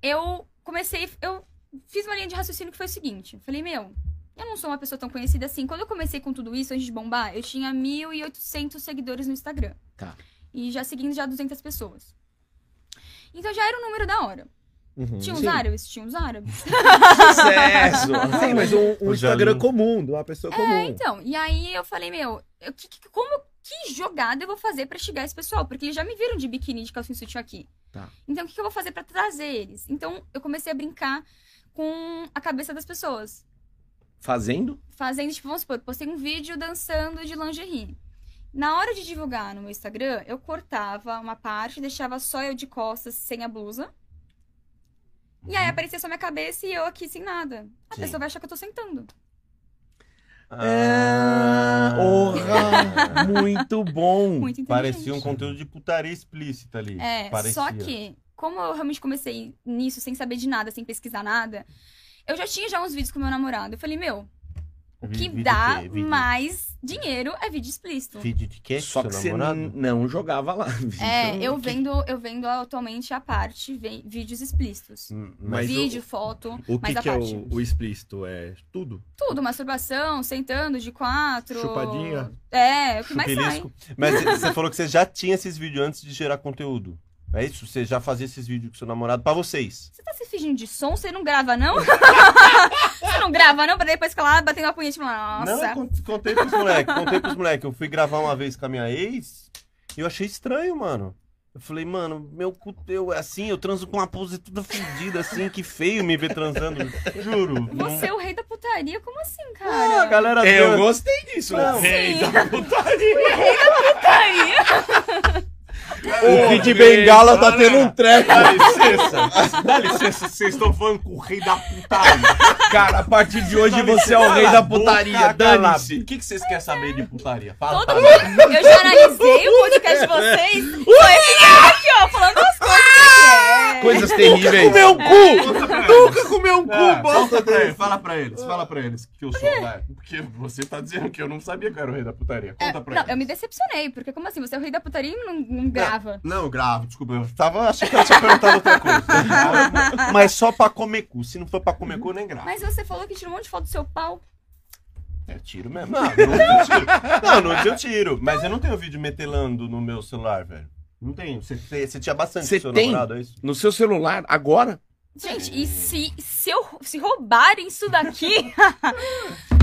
S4: eu comecei, eu fiz uma linha de raciocínio que foi o seguinte, falei, meu, eu não sou uma pessoa tão conhecida assim. Quando eu comecei com tudo isso, antes de bombar, eu tinha 1.800 seguidores no Instagram.
S1: Tá.
S4: E já seguindo já 200 pessoas. Então já era um número da hora.
S3: Uhum.
S4: Tinha um uns
S1: Sim.
S4: árabes? Tinha uns árabes.
S1: Sucesso!
S3: [LAUGHS] Sim, mas um, um
S2: O
S3: Instagram
S2: Jalim.
S3: comum, de uma pessoa comum.
S4: Então, e aí eu falei, meu, eu- que- que- como que jogada eu vou fazer pra chegar esse pessoal? Porque eles já me viram de biquíni de calcinha e sutiã aqui.
S1: Tá.
S4: Então, o que, que eu vou fazer pra trazer eles? Então, eu comecei a brincar com a cabeça das pessoas.
S1: Fazendo?
S4: Fazendo, tipo, vamos supor, eu postei um vídeo dançando de lingerie. Na hora de divulgar no meu Instagram, eu cortava uma parte, deixava só eu de costas, sem a blusa. E aí aparecia só minha cabeça e eu aqui sem nada. A
S2: Uhum. Sim.
S4: pessoa vai achar que eu tô sentando.
S1: Ah, orra! Muito bom!
S4: [LAUGHS] Muito inteligente.
S2: Parecia um conteúdo de putaria explícita ali.
S4: É,
S2: Parecia.
S4: só que, como eu realmente comecei nisso sem saber de nada, sem pesquisar nada, eu já tinha já uns vídeos com meu namorado. Eu falei, meu, o que
S2: Vídeo
S4: dá
S2: de quê? Vídeo-
S4: mais dinheiro é vídeo explícito.
S2: Vídeo de quê?
S1: Só que
S2: Seu
S1: você n-
S2: namorado?
S1: não jogava lá. [LAUGHS] Vitor.
S4: É, eu
S1: Que-
S4: vendo, eu vendo atualmente a parte vi- vídeos explícitos.
S2: Hum,
S3: Mas o-
S4: Vídeo, foto,
S3: O
S4: mas
S3: que,
S4: a
S3: que é
S4: parte.
S3: o, o explícito? É tudo?
S4: Tudo, masturbação, sentando de quatro.
S3: Chupadinha?
S4: É, o que mais sai.
S2: Chupirisco. Mas
S4: [LAUGHS]
S2: você- você falou que você já tinha esses vídeos antes de gerar conteúdo. É isso? Você já fazia esses vídeos com seu namorado pra vocês.
S4: Você tá se fingindo de som? Você não grava, não? [LAUGHS] você não grava, não? Pra depois ficar lá batendo a punheta, tipo,
S2: Não, é eu
S4: nossa.
S2: con- contei pros moleques, contei pros moleques. Eu fui gravar uma vez com a minha ex e eu achei estranho, mano. Eu falei, mano, meu cu, eu, assim, eu transo com uma pose toda fodida, assim, que feio me ver transando, juro.
S4: Você é o rei da putaria? Como assim, cara?
S2: Ah, a galera
S1: É, Eu
S2: dan- né?
S1: gostei disso.
S2: Não.
S1: Rei da putaria.
S4: Putaria.
S3: O Kid Bengala tá tendo
S2: né?
S3: um treco.
S2: Dá licença, dá licença, vocês estão falando com o rei da putaria.
S1: Cara, a partir de hoje
S2: Tá me
S1: você é o
S2: cala
S1: rei
S2: a
S1: da
S2: boca,
S1: putaria,
S2: cala
S1: dane-se.
S2: O que que vocês querem saber de putaria? Fala, fala.
S4: Todo mundo. Eu já analisei o podcast de vocês. Foi esse cara aqui, ó, falando as coisas. que é.
S1: Coisas terríveis.
S3: Comeu um cu!
S2: Conta pra eles.
S3: Nunca comeu um
S2: Ah, conta
S3: cu, bosta
S2: pra eles,
S3: dele.
S2: fala pra eles, fala pra eles que eu
S4: É.
S2: sou, vai. Porque você tá dizendo que eu não sabia que eu era o rei da putaria. Conta pra
S4: É, Não,
S2: eles.
S4: eu me decepcionei, porque como assim? Você é o rei da putaria e não, não grava.
S2: Não, gravo, desculpa. Eu tava achando que ela tinha perguntado outra coisa.
S3: [LAUGHS]
S2: Mas só pra comer cu. Se não for pra comer cu, nem gravo.
S4: Mas você falou que tirou um monte de foto do seu pau.
S2: É tiro mesmo. Não, no dia eu tiro. Não, no dia eu tiro. Mas eu não tenho vídeo metelando no meu celular, velho. Não tenho. Você, te- você tinha bastante
S1: Você
S2: com seu
S1: tem?
S2: namorado, é isso?
S1: No seu celular, agora?
S4: Gente, e se, se, eu, se roubarem isso daqui?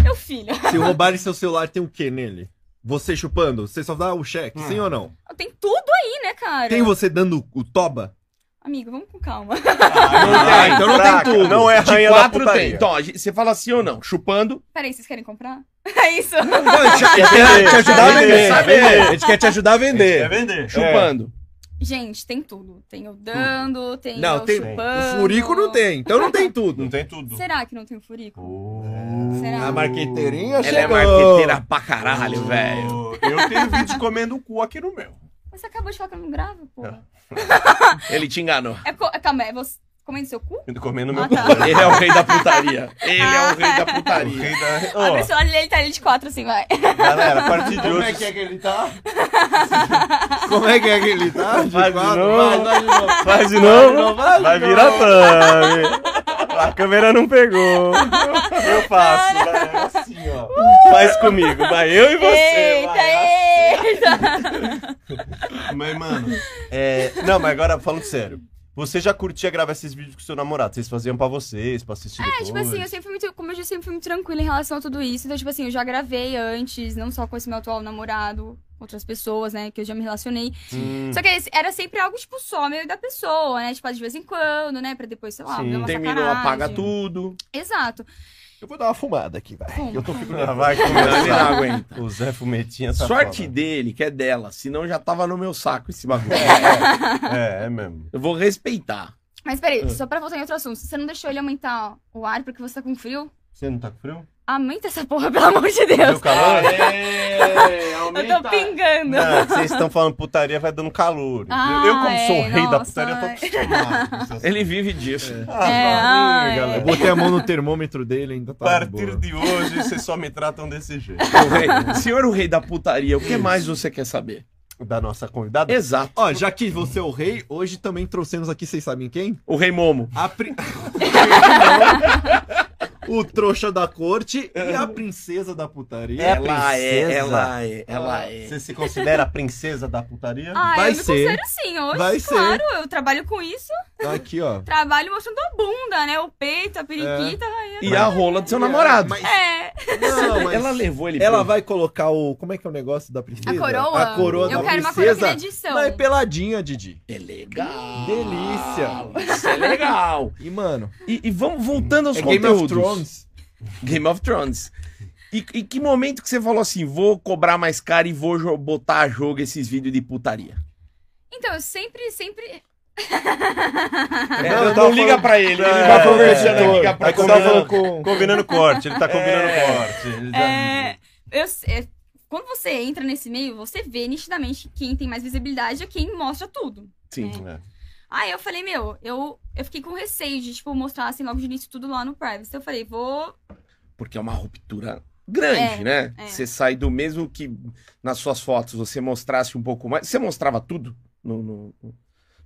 S4: Meu filho,
S3: Se roubarem seu celular, tem o que nele? Você chupando? Você só dá o cheque,
S2: Hum.
S3: sim ou não?
S4: tem tudo aí, né, cara?
S3: Tem um você dando o toba?
S4: Amigo, vamos com calma.
S3: Ah, então não tem tudo.
S2: Não é
S1: De
S2: rainha da
S1: quatro
S2: putaria.
S1: tem. Então, a gente- você fala sim ou não? Chupando.
S4: Peraí, vocês querem comprar? É isso.
S3: Quer te ajudar a
S1: Vender,
S3: vender.
S1: saber.
S3: vender. A gente quer te ajudar a
S2: Quer
S3: vender.
S2: vender.
S1: Chupando.
S4: Gente, tem tudo. Tem eu dando, tem
S3: Não,
S4: eu
S3: tem-
S4: chupando.
S3: O furico não tem, então não tem tudo.
S2: Não tem tudo.
S4: Será que não tem o furico? Será?
S3: A marqueteirinha
S1: Ela é
S3: chegou.
S1: marqueteira pra caralho, velho.
S2: Eu tenho vídeo comendo o cu aqui no meu.
S4: Mas você acabou de falar que eu não gravo,
S2: É.
S4: porra.
S1: Ele te enganou.
S4: É porque. Calma, é você comendo seu cu?
S2: Comendo meu
S4: Ah,
S2: cu.
S4: tá.
S1: Ele é o rei da putaria. Ele é o rei da
S2: O
S1: putaria.
S2: rei da- Ó,
S4: Abre o celular e ele tá ali de quatro, assim, vai.
S2: galera, a partir de hoje.
S3: que ele tá? Como é que é que ele tá? De
S2: Vai de
S3: quatro,
S2: novo.
S3: vai, vai de novo.
S2: Faz de
S3: Não
S2: novo,
S3: vai,
S2: vai
S3: não.
S2: virar thumb. A câmera não pegou. Eu faço, vai, é assim, ó. Faz comigo, vai eu e você.
S4: Eita,
S2: vai. assim.
S4: eita! [LAUGHS]
S2: Mas, mano, é... Não, mas agora falando sério. Você já curtia gravar esses vídeos com seu namorado? Vocês faziam pra vocês, pra assistir
S4: É,
S2: depois?
S4: tipo assim, eu sempre fui muito. Como eu disse, sempre fui muito tranquila em relação a tudo isso. Então, tipo assim, eu já gravei antes, não só com esse meu atual namorado, outras pessoas, né, que eu já me relacionei.
S2: Hum.
S4: Só que esse- era sempre algo, tipo, só meio da pessoa, né? Tipo, de vez em quando, né? Pra depois, sei lá,
S2: Sim.
S4: dar uma
S1: Terminou,
S4: sacanagem.
S1: apaga tudo.
S4: Exato.
S3: Eu vou dar uma fumada aqui, vai.
S4: Fuma,
S3: Eu tô ficando
S2: Ah, vai
S1: Ele não
S2: começar.
S1: aguenta.
S2: O Zé Fumetinha tá
S1: Sorte
S2: foda.
S1: dele, que é dela. Senão já tava no meu saco esse bagulho.
S2: É, é mesmo.
S1: Eu vou respeitar.
S4: Mas peraí,
S2: Ah.
S4: só pra voltar em outro assunto. Você não deixou ele aumentar o ar porque você tá com frio?
S2: Você não tá com frio?
S4: Aumenta essa porra, pelo amor de
S2: Deu
S4: Deus.
S2: calor?
S3: é.
S4: Eu tô pingando.
S2: Não, vocês estão falando putaria, vai dando calor.
S4: Ah,
S2: eu, como sou o
S4: é,
S2: rei da
S4: nossa,
S2: putaria, eu tô
S4: é.
S2: acostumado. com essas-
S1: Ele vive disso.
S2: Ah,
S4: É,
S2: valeu,
S4: ai.
S2: galera.
S3: Eu botei a mão no termômetro dele ainda
S2: A
S3: tá.
S2: partir
S3: boa.
S2: de hoje, vocês só me tratam desse jeito.
S1: O rei- senhor o rei da putaria, o que mais você quer saber?
S2: Da nossa convidada.
S1: Exato.
S3: Ó, já que você é o rei, hoje também trouxemos aqui, vocês sabem quem?
S1: O rei Momo.
S3: A [LAUGHS] pri- o trouxa da corte e a princesa da putaria.
S2: É a
S1: Ela é,
S2: princesa.
S1: ela é, ela é.
S2: Você se considera a princesa da putaria?
S4: Ah,
S3: Vai
S4: eu me
S3: ser.
S4: considero sim. Hoje,
S3: Vai ser.
S4: claro, eu trabalho com isso.
S3: Aqui, ó.
S4: Trabalho mostrando a bunda, né? O peito,
S3: É.
S4: a periquita.
S1: E a rola do seu namorado.
S3: Mas,
S4: É.
S3: não, mas
S1: Ela levou ele
S3: ela
S1: preso.
S3: vai colocar o. Como é que é o negócio da princesa?
S4: A coroa.
S3: A coroa
S4: Eu
S3: da
S4: quero uma
S3: princesa.
S4: coroa de edição.
S3: Mas é peladinha, Didi.
S1: É legal.
S3: Delícia.
S1: Isso é legal.
S3: E, mano,
S1: E, e vamos voltando aos
S3: é Game
S1: conteúdos.
S3: of Thrones.
S1: Game of Thrones. E, e que momento que você falou assim, vou cobrar mais caro e vou jo- botar a jogo esses vídeos de putaria?
S4: Então, eu sempre,
S3: [LAUGHS]
S4: sempre.
S1: É,
S2: eu
S1: não
S2: tava
S1: liga
S2: falando-
S1: pra ele, ele
S2: É,
S1: vai
S2: é,
S1: conversando
S2: é,
S1: aqui
S2: é,
S1: com a
S2: tá
S1: produção.
S2: combinando-
S3: com.
S2: Combinando corte, ele tá combinando
S1: É.
S2: corte. ele tá-
S4: É, eu, é, quando você entra nesse meio, você vê nitidamente quem tem mais visibilidade é quem mostra tudo.
S1: Sim.
S2: É.
S4: Aí eu falei, meu, eu, eu fiquei com receio de, tipo, mostrar assim logo de início tudo lá no Privacy. Então eu falei, vou.
S1: Porque é uma ruptura grande,
S4: É,
S1: né?
S4: é.
S1: Você sai do mesmo que nas suas fotos você mostrasse um pouco mais. Você mostrava tudo no, no-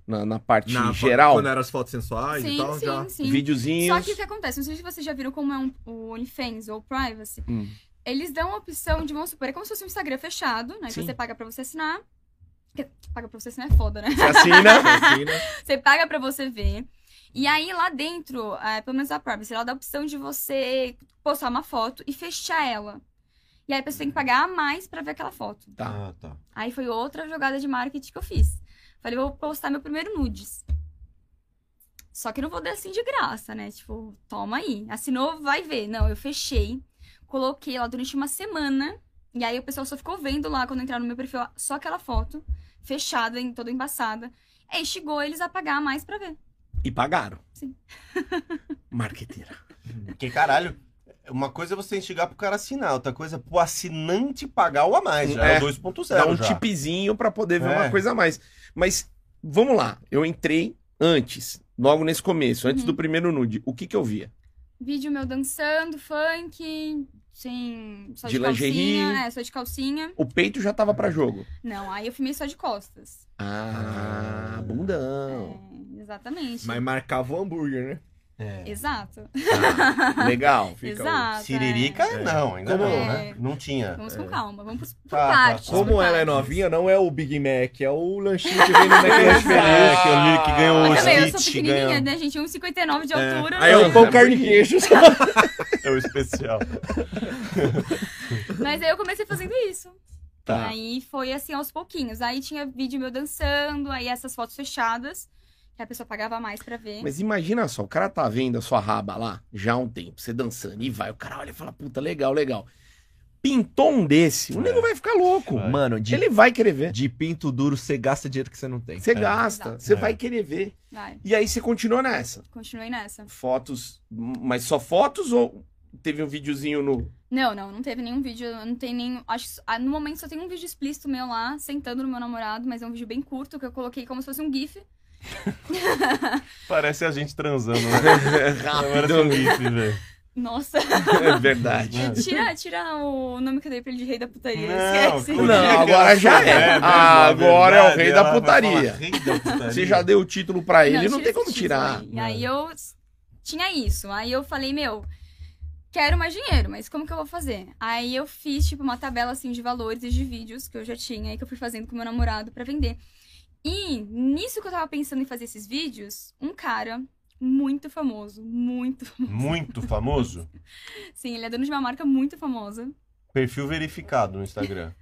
S1: na, na parte é- geral?
S3: Quando eram as fotos sensuais
S4: sim,
S3: e tal,
S4: sim,
S3: então já.
S4: sim. Só
S1: Videozinhos.
S4: que o que acontece? Não sei se vocês já viram como é um, o OnlyFans ou o Privacy.
S1: Hum.
S4: Eles dão a opção de, vamos supor, é como se fosse um Instagram fechado, né? Que
S1: Sim.
S4: você paga pra você assinar. Que- Paga pra você assinar é foda, né? [LAUGHS]
S1: Você assina.
S3: Assim, né?
S4: Você paga pra você ver. E aí lá dentro, é, pelo menos a Privacy, ela dá a opção de você postar uma foto e fechar ela. E aí a pessoa tem que pagar a mais pra ver aquela foto.
S1: tá.
S2: Ah, tá.
S4: Aí foi outra jogada de marketing que eu fiz. Falei, vou postar meu primeiro nudes. Só que eu não vou dar assim de graça, né? Tipo, toma aí. Assinou, vai ver. Não, eu fechei. Coloquei lá durante uma semana. E aí o pessoal só ficou vendo lá quando entraram no meu perfil só aquela foto, fechada, em, toda embaçada. Aí chegou eles a pagar mais pra ver.
S1: E pagaram.
S4: Sim.
S1: [LAUGHS] Marqueteira.
S2: Porque, caralho, uma coisa é você instigar pro cara assinar, outra coisa é pro assinante pagar o a mais. Já é,
S1: É.
S2: o 2.0.
S1: Dá um
S2: já.
S1: tipzinho pra poder ver
S2: É.
S1: uma coisa a mais. Mas vamos lá. Eu entrei antes, logo nesse começo, antes
S4: Uhum.
S1: do primeiro nude. O que que eu via?
S4: Vídeo meu dançando, funk, sem. Só de,
S1: De lingerie.
S4: calcinha. É, só de calcinha.
S1: O peito já tava pra jogo.
S4: Não, aí eu filmei só de costas.
S1: Ah, bundão.
S4: É, exatamente.
S3: Mas marcava o hambúrguer, né?
S2: É.
S4: Exato. É.
S1: Ah, [LAUGHS] legal.
S3: Fica o-
S4: Exato. é.
S2: Siririca,
S3: É.
S2: não, ainda
S3: Como-
S2: não, né?
S4: É.
S2: Não tinha.
S4: Vamos com calma, vamos por, por
S2: Tá, tá.
S4: partes. por
S3: Como ela é
S4: partes.
S3: novinha, não é o Big Mac, é o lanchinho que vem
S2: [LAUGHS]
S3: no McDonald's
S2: É,
S3: diferente.
S2: aquele ali que ganhou
S4: Mas
S2: o
S4: também, eu sou
S2: Stitch,
S4: pequenininha,
S2: ganhou.
S4: né, gente? 1,59 de altura.
S3: Aí eu pão carne e queijo.
S2: É o especial.
S4: Mas aí eu comecei fazendo isso.
S1: Tá.
S4: Aí foi assim aos pouquinhos. Aí tinha vídeo meu dançando, aí essas fotos fechadas, que a pessoa pagava mais pra ver.
S1: Mas imagina só, o cara tá vendo a sua raba lá já há um tempo, você dançando, e vai, o cara olha e fala, puta, legal, legal. Pintou um desse, o
S2: É.
S1: nego vai ficar louco.
S2: Vai.
S3: Mano,
S1: Ele vai querer ver.
S3: de pinto duro, você gasta dinheiro que você não tem.
S1: Você gasta,
S4: Exato.
S1: você
S2: É.
S1: vai querer ver.
S4: Vai,
S1: E aí você continua nessa.
S4: continuei nessa.
S1: Fotos, mas só fotos ou teve um videozinho no.
S4: Não, não, não teve nenhum vídeo, eu não tem nem. Acho que só- ah, no momento só tem um vídeo explícito meu lá, sentando no meu namorado, mas é um vídeo bem curto que eu coloquei como se fosse um GIF.
S2: Parece a gente transando, [LAUGHS] né? Agora é um gif, velho.
S4: Nossa,
S1: É verdade.
S4: tira, tira o nome que eu dei pra ele de rei da putaria.
S2: Não,
S4: esquece.
S1: como Não, agora já é.
S2: mesmo, na
S1: Agora é o rei da
S2: ela vai falar,
S1: putaria.
S2: "Rei da putaria".
S1: Você já deu o título pra ele, não,
S4: tira
S1: tem
S4: esse
S1: como
S4: título
S1: tirar.
S4: aí. E aí eu s- tinha isso. Aí eu falei, meu, quero mais dinheiro, mas como que eu vou fazer? Aí eu fiz, tipo, uma tabela assim de valores e de vídeos que eu já tinha e que eu fui fazendo com meu namorado pra vender. E nisso que eu tava pensando em fazer esses vídeos, um cara muito famoso, muito. [LAUGHS]
S2: Muito famoso.
S4: Sim, ele é dono de uma marca muito famosa.
S2: Perfil verificado no Instagram.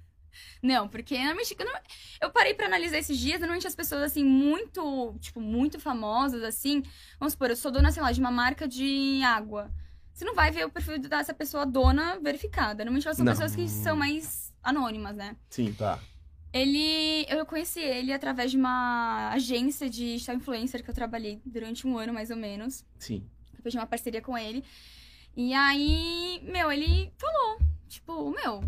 S4: Não, porque normalmente. Eu, não- eu parei pra analisar esses dias, normalmente as pessoas, assim, muito. Tipo, muito famosas, assim. Vamos supor, eu sou dona, sei lá, de uma marca de água. Você não vai ver o perfil dessa pessoa dona verificada. Normalmente elas são
S1: Não.
S4: pessoas que são mais anônimas, né?
S1: Sim.
S2: Tá.
S4: Ele. Eu conheci ele através de uma agência de digital influencer que eu trabalhei durante um ano, mais ou menos.
S1: Sim.
S4: Eu fiz uma parceria com ele. E aí, meu, ele falou, tipo, meu,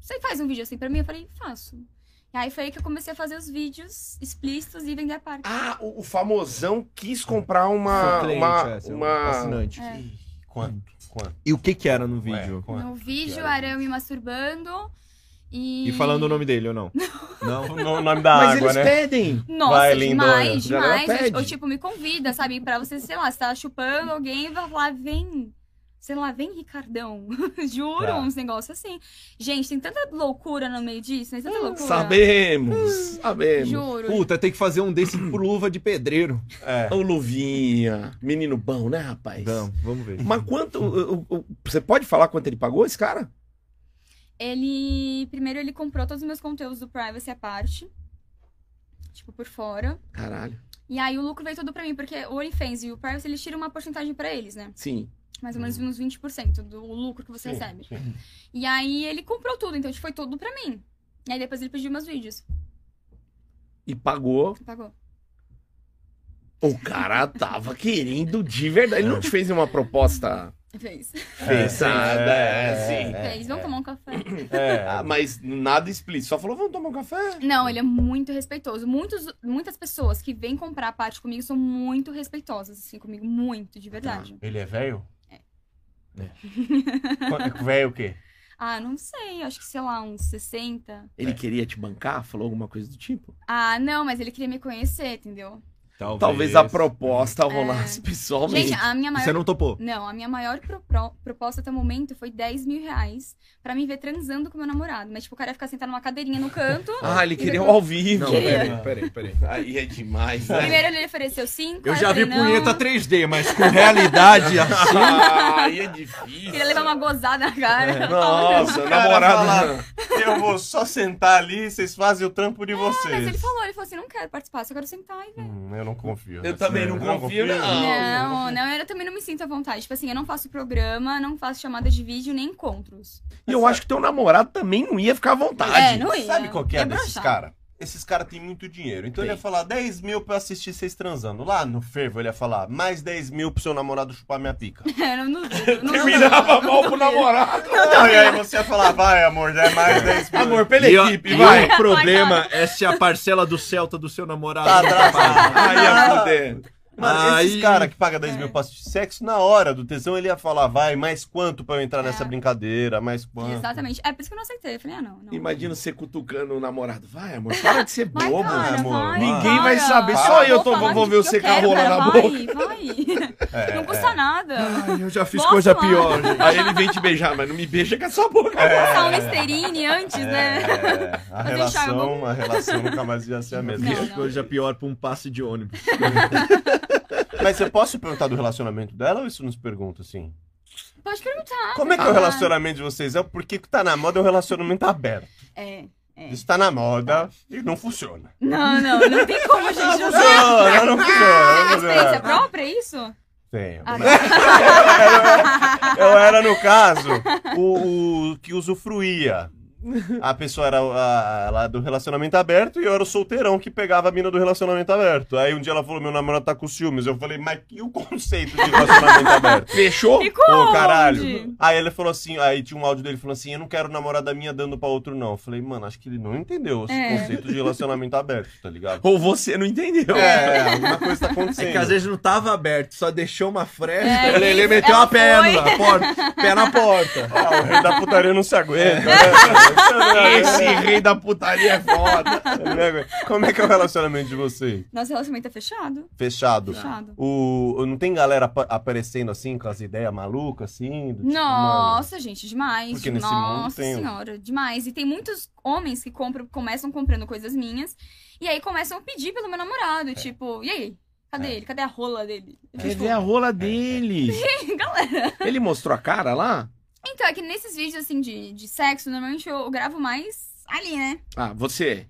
S4: você faz um vídeo assim pra mim? Eu falei, faço. E aí foi aí que eu comecei a fazer os vídeos explícitos e vender a parte.
S1: Ah, o, o famosão quis comprar uma.
S3: Seu cliente,
S1: uma,
S3: é, seu
S1: uma...
S3: assinante.
S4: É.
S2: Ih, Quanto? Quanto?
S3: E o que que era no vídeo?
S2: Ué, quanto?
S4: no vídeo
S3: cara.
S4: era eu me masturbando e...
S3: E falando o nome dele ou não? [LAUGHS] Não.
S2: O nome da
S1: Mas
S2: água,
S1: eles
S2: né?
S1: pedem.
S4: Nossa,
S2: Vai, lindona.
S4: demais,
S1: Galera
S4: demais.
S1: pede.
S4: Ou tipo, me convida, sabe? Pra você, sei lá, você tá chupando alguém vai falar, vem. Sei lá, vem Ricardão. [LAUGHS] Juro,
S2: Tá.
S4: uns negócios assim. Gente, tem tanta loucura no meio disso, mas tanta loucura.
S1: Sabemos, sabemos.
S4: Juro.
S3: Puta, tem que fazer um desse por luva de pedreiro.
S2: É.
S1: Ô, Luvinha. Menino bom, né, rapaz?
S3: Não, vamos ver.
S1: Mas quanto. o- o- o- você pode falar quanto ele pagou, esse cara?
S4: Ele. Primeiro, ele comprou todos os meus conteúdos do Privacy à parte. Tipo, por fora.
S1: Caralho.
S4: E aí o lucro veio todo pra mim, porque o OnlyFans e o Privacy, eles tiram uma porcentagem pra eles, né?
S1: Sim.
S4: Mais ou menos uns 20% do lucro que você
S2: Sim,
S4: recebe.
S2: sim.
S4: E aí ele comprou tudo, então tipo, foi tudo pra mim. E aí depois ele pediu meus vídeos.
S1: E pagou.
S4: Pagou.
S1: O cara tava querendo de verdade. Ele não te fez uma proposta
S4: Fez.
S1: pensada, é, assim.
S4: [LAUGHS] Fez. Vamos tomar um café.
S2: É,
S1: Ah, mas nada explícito. Só falou, vamos tomar um café?
S4: Não, ele é muito respeitoso. Muitos, muitas pessoas que vêm comprar a parte comigo são muito respeitosas, assim, comigo. Muito, de verdade.
S2: Ele é velho? É. Velho o quê?
S4: Ah, não sei. Acho que, sei lá, uns 60.
S1: Ele
S2: É.
S1: queria te bancar? Falou alguma coisa do tipo?
S4: Ah, não, mas ele queria me conhecer, entendeu?
S3: Talvez,
S1: Talvez a proposta rolasse pessoalmente.
S4: Gente, a minha
S3: Você
S4: maior.
S3: não topou.
S4: Não, a minha maior pro- pro- proposta até o momento foi 10 mil reais pra me ver transando com meu namorado. Mas, tipo, o cara ia ficar sentado numa cadeirinha no canto.
S1: Ah, ele queria o ao vivo.
S3: Não,
S4: Queria.
S3: peraí, peraí, peraí.
S1: Aí é demais, né?
S4: Primeiro ele ofereceu 5.
S3: Eu já vi
S4: falei, não.
S3: punheta 3D, mas com realidade assim.
S1: [LAUGHS] Aí é difícil.
S4: Queria levar uma gozada na [LAUGHS] cara.
S1: É, Nossa,
S2: O cara
S1: namorado.
S2: Eu vou só sentar ali, vocês fazem o trampo de vocês.
S4: Mas ele falou, ele falou assim: não quero participar, só quero sentar e ver.
S2: Hum, eu Eu não confio.
S1: Eu também não confio, não.
S4: Não, não, eu também não me sinto à vontade. Tipo assim, eu não faço programa, não faço chamada de vídeo, nem encontros. [LAUGHS]
S1: E eu acho que teu namorado também não ia ficar à vontade.
S4: É, não ia.
S2: Sabe qual que é,
S4: Ia
S2: desses
S4: broxar.
S2: caras? Esses caras têm muito dinheiro. Então ele
S1: Tem.
S2: ia falar 10 mil pra eu assistir vocês transando. Lá no fervo ele ia falar mais 10 mil pro seu namorado chupar minha pica.
S4: É, não, não, não, não,
S1: Terminava
S4: não,
S1: mal
S4: não,
S1: pro
S4: [LAUGHS] não.
S1: namorado.
S2: Não, e aí você ia falar, vai amor, é
S1: [LAUGHS]
S2: mais 10 mil.
S1: Amor, pela
S3: [LAUGHS] E, o-
S1: equipe,
S3: e
S1: vai.
S3: o [LAUGHS] problema é se a parcela do Celta do seu namorado.
S2: Tá
S3: não
S1: [LAUGHS]
S2: atrasado.
S1: Aí ia fuder.
S2: Mano, esses
S3: Aí-
S2: caras que pagam 10
S4: É.
S2: mil pra assistir sexo, na hora do tesão ele ia falar, vai, mais quanto pra eu entrar nessa
S4: É.
S2: brincadeira, mais quanto.
S4: Exatamente. É por isso que eu não aceitei. Eu falei, ah, não, não.
S1: Imagina você cutucando o namorado. Vai, amor, para de ser
S4: Vai,
S1: bobo.
S4: cara,
S2: amor.
S4: vai,
S1: Ninguém
S4: para.
S1: vai saber,
S2: só
S4: Para.
S1: eu tô-
S4: Vou falar
S1: vou
S4: do
S1: ver
S4: que
S1: você
S4: eu
S1: com a
S4: quero,
S1: rola
S4: cara.
S1: na
S4: Vai,
S1: boca. [LAUGHS]
S4: Vai,
S2: É,
S4: Não
S2: é.
S4: custa nada.
S3: Ai, eu já fiz coisa
S4: Mostra lá.
S3: pior. gente.
S1: Aí ele vem te beijar, mas não me beija com a sua boca.
S4: Passar um Listerine antes, né?
S2: É, a
S4: Vou deixar,
S2: relação, a relação nunca mais ia ser a mesma.
S4: Não, não.
S3: Coisa pior pra um passe de ônibus.
S2: Mas eu posso perguntar do relacionamento dela ou isso nos pergunta, assim?
S4: Pode perguntar.
S2: Como é que é
S4: Ah.
S2: o relacionamento de vocês? É o porquê que tá na moda é o relacionamento aberto.
S4: É. É.
S2: Isso tá na moda e não funciona.
S4: Não, não, não tem como a gente usar.
S2: Funciona, [LAUGHS] não funciona.
S4: A
S2: Não
S4: experiência
S2: funciona.
S4: própria, é isso?
S2: Tenho.
S4: Ah,
S2: Eu era, no caso, o, o que usufruía. A pessoa era a- a- lá do relacionamento aberto e eu era o solteirão que pegava a mina do relacionamento aberto. Aí um dia ela falou: meu namorado tá com ciúmes. Eu falei, mas e o conceito de [LAUGHS] relacionamento aberto?
S1: Fechou?
S4: Ficou
S2: Ô,
S4: onde?
S2: caralho. Aí ele falou assim, aí tinha um áudio dele falando assim, eu não quero namorada minha dando pra outro, não. Eu falei, mano, acho que ele não entendeu esse
S4: É.
S2: conceito de relacionamento aberto, tá ligado?
S1: Ou você não entendeu.
S2: É, alguma coisa tá acontecendo.
S3: É que às vezes não tava aberto, só deixou uma fresta.
S4: É,
S3: ele, ele
S4: isso,
S3: meteu
S4: ela
S3: a perna, a porta, pé na
S4: [LAUGHS]
S3: porta.
S2: Ah, o rei da putaria não se aguenta. né?
S1: Esse rei da putaria é foda.
S2: Ele não aguenta. Como é que é o relacionamento de vocês?
S4: Nosso relacionamento é fechado.
S2: Fechado.
S4: Fechado.
S2: O, não tem galera apa- aparecendo assim, com as ideias malucas, assim? do tipo, mano,
S4: Nossa, gente, demais.
S2: Porque nesse mundo
S4: Nossa
S2: tem- um
S4: senhora, demais. E tem muitos homens que compram, começam comprando coisas minhas e aí começam a pedir pelo meu namorado. Tipo, e aí? Cadê
S2: É.
S4: ele? Cadê a rola dele? Eu
S1: Quer
S4: fico,
S1: ver a rola dele?
S2: É
S4: [LAUGHS] Galera.
S1: Ele mostrou a cara lá?
S4: Então, é que nesses vídeos assim de, de sexo, normalmente eu, eu gravo mais ali, né?
S1: Ah, você.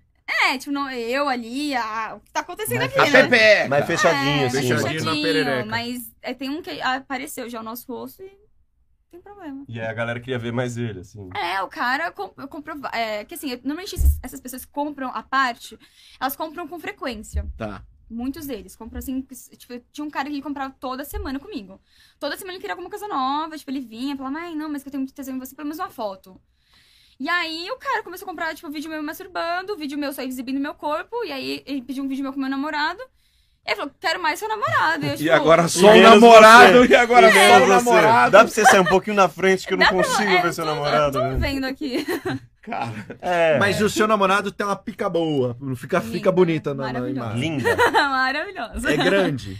S4: É, tipo, não, eu ali, a- o que tá acontecendo
S2: Mas
S4: aqui,
S1: A
S2: tá
S4: né?
S2: Pepe.
S1: Pepe.
S2: mas fechadinho,
S4: É,
S2: assim.
S4: mas
S3: Fechadinho na
S4: fechadinho,
S3: perereca.
S4: Mas é, tem um que apareceu já o nosso rosto e tem problema.
S2: E aí a galera queria ver mais ele, assim.
S4: É, o cara comp- comprou. É, que assim, normalmente esses- essas pessoas que compram a parte, elas compram com frequência.
S1: Tá.
S4: Muitos deles. Compram assim. Tipo, tinha um cara que comprava toda semana comigo. Toda semana ele queria alguma coisa nova. Tipo, ele vinha, falava, ai, não, mas que eu tenho muito tesão em você, pelo menos uma foto. E aí o cara começou a comprar, tipo, vídeo meu me masturbando, vídeo meu só exibindo meu corpo. E aí ele pediu um vídeo meu com meu namorado. E ele falou, quero mais seu namorado. E, eu,
S1: [LAUGHS] E
S4: tipo,
S1: agora só o
S2: menos
S1: namorado. E agora
S2: Só
S1: só o
S2: você.
S1: namorado.
S2: Dá pra você sair um pouquinho na frente que eu não
S4: Dá pra-
S2: consigo
S4: é,
S2: ver seu
S4: tô-
S2: namorado.
S4: Eu tô
S2: né?
S4: vendo aqui. [LAUGHS]
S1: Cara,
S2: É.
S3: Mas o seu namorado tem uma pica boa, não fica,
S4: Linda,
S3: fica bonita na, na
S4: maravilhosa.
S3: imagem.
S2: Linda.
S4: Maravilhosa.
S3: É
S4: [LAUGHS]
S3: grande.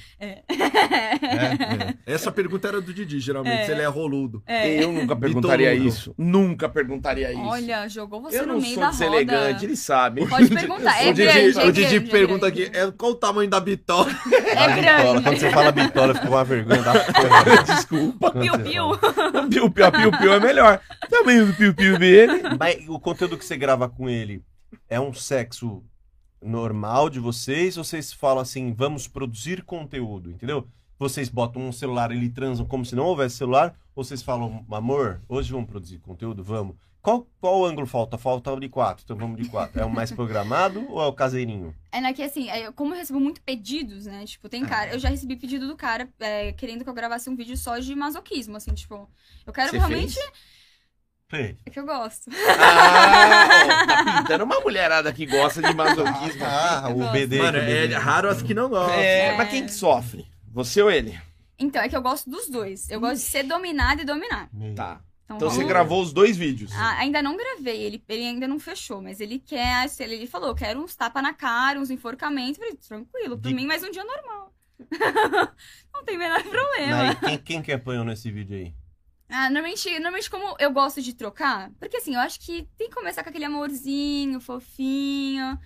S2: né?
S3: Essa pergunta era do Didi, geralmente, se ele é roludo.
S4: É.
S1: eu nunca perguntaria
S3: Bitoludo.
S1: isso. Nunca perguntaria É isso.
S4: Olha, jogou você
S1: eu
S4: no
S1: não
S4: meio
S1: sou
S4: da
S1: deselegante,
S4: roda.
S1: eles sabem. [LAUGHS]
S4: Pode perguntar. É
S3: o Didi,
S4: grande, é
S3: o Didi
S4: grande, é
S3: pergunta
S4: grande.
S3: aqui, é, qual o tamanho da bitola?
S4: É
S2: Bitola. Quando [LAUGHS]
S4: grande.
S2: você fala bitola, fica uma vergonha da porra. Desculpa.
S4: Piu, piu.
S1: Piu, piu, piu, piu é melhor. Também o piu, piu dele.
S2: Mas o conteúdo que você grava com ele é um sexo normal de vocês? Ou vocês falam assim, vamos produzir conteúdo, entendeu? Vocês botam um celular, ele transam como se não houvesse celular? Ou vocês falam, amor, hoje vamos produzir conteúdo? Vamos. Qual, qual ângulo falta? Falta o de quatro, então vamos de quatro. É o mais programado ou é o caseirinho?
S4: É na que assim, é, como eu recebo muito pedidos, né? Tipo, tem cara. Eu já recebi pedido do cara é, querendo que eu gravasse um vídeo só de masoquismo, assim, tipo. Eu quero
S1: Você
S4: realmente.
S1: fez?
S2: Play.
S4: É que eu gosto.
S1: Ah, ó, tá pintando uma mulherada que gosta de masoquismo.
S2: Ah, o BD. que
S3: Mano,
S2: o
S3: é
S2: BD.
S3: raro as que não gostam.
S1: É,
S4: É.
S1: mas quem que sofre? Você ou ele?
S4: Então, é que eu gosto dos dois. Eu gosto de ser dominada e dominar.
S2: Meio.
S1: Tá.
S4: Então,
S1: Então
S4: vamos-
S1: você gravou os dois vídeos.
S4: Ah, ainda não gravei, ele, ele ainda não fechou, mas ele quer, se ele, ele falou, eu quero uns tapa na cara, uns enforcamentos, eu falei, tranquilo, pra
S2: De-
S4: mim mais um dia normal. [LAUGHS] não tem o menor problema.
S2: Mas quem, quem que apanhou nesse vídeo aí?
S4: Ah, normalmente, normalmente como eu gosto de trocar, porque assim, eu acho que tem que começar com aquele amorzinho, fofinho,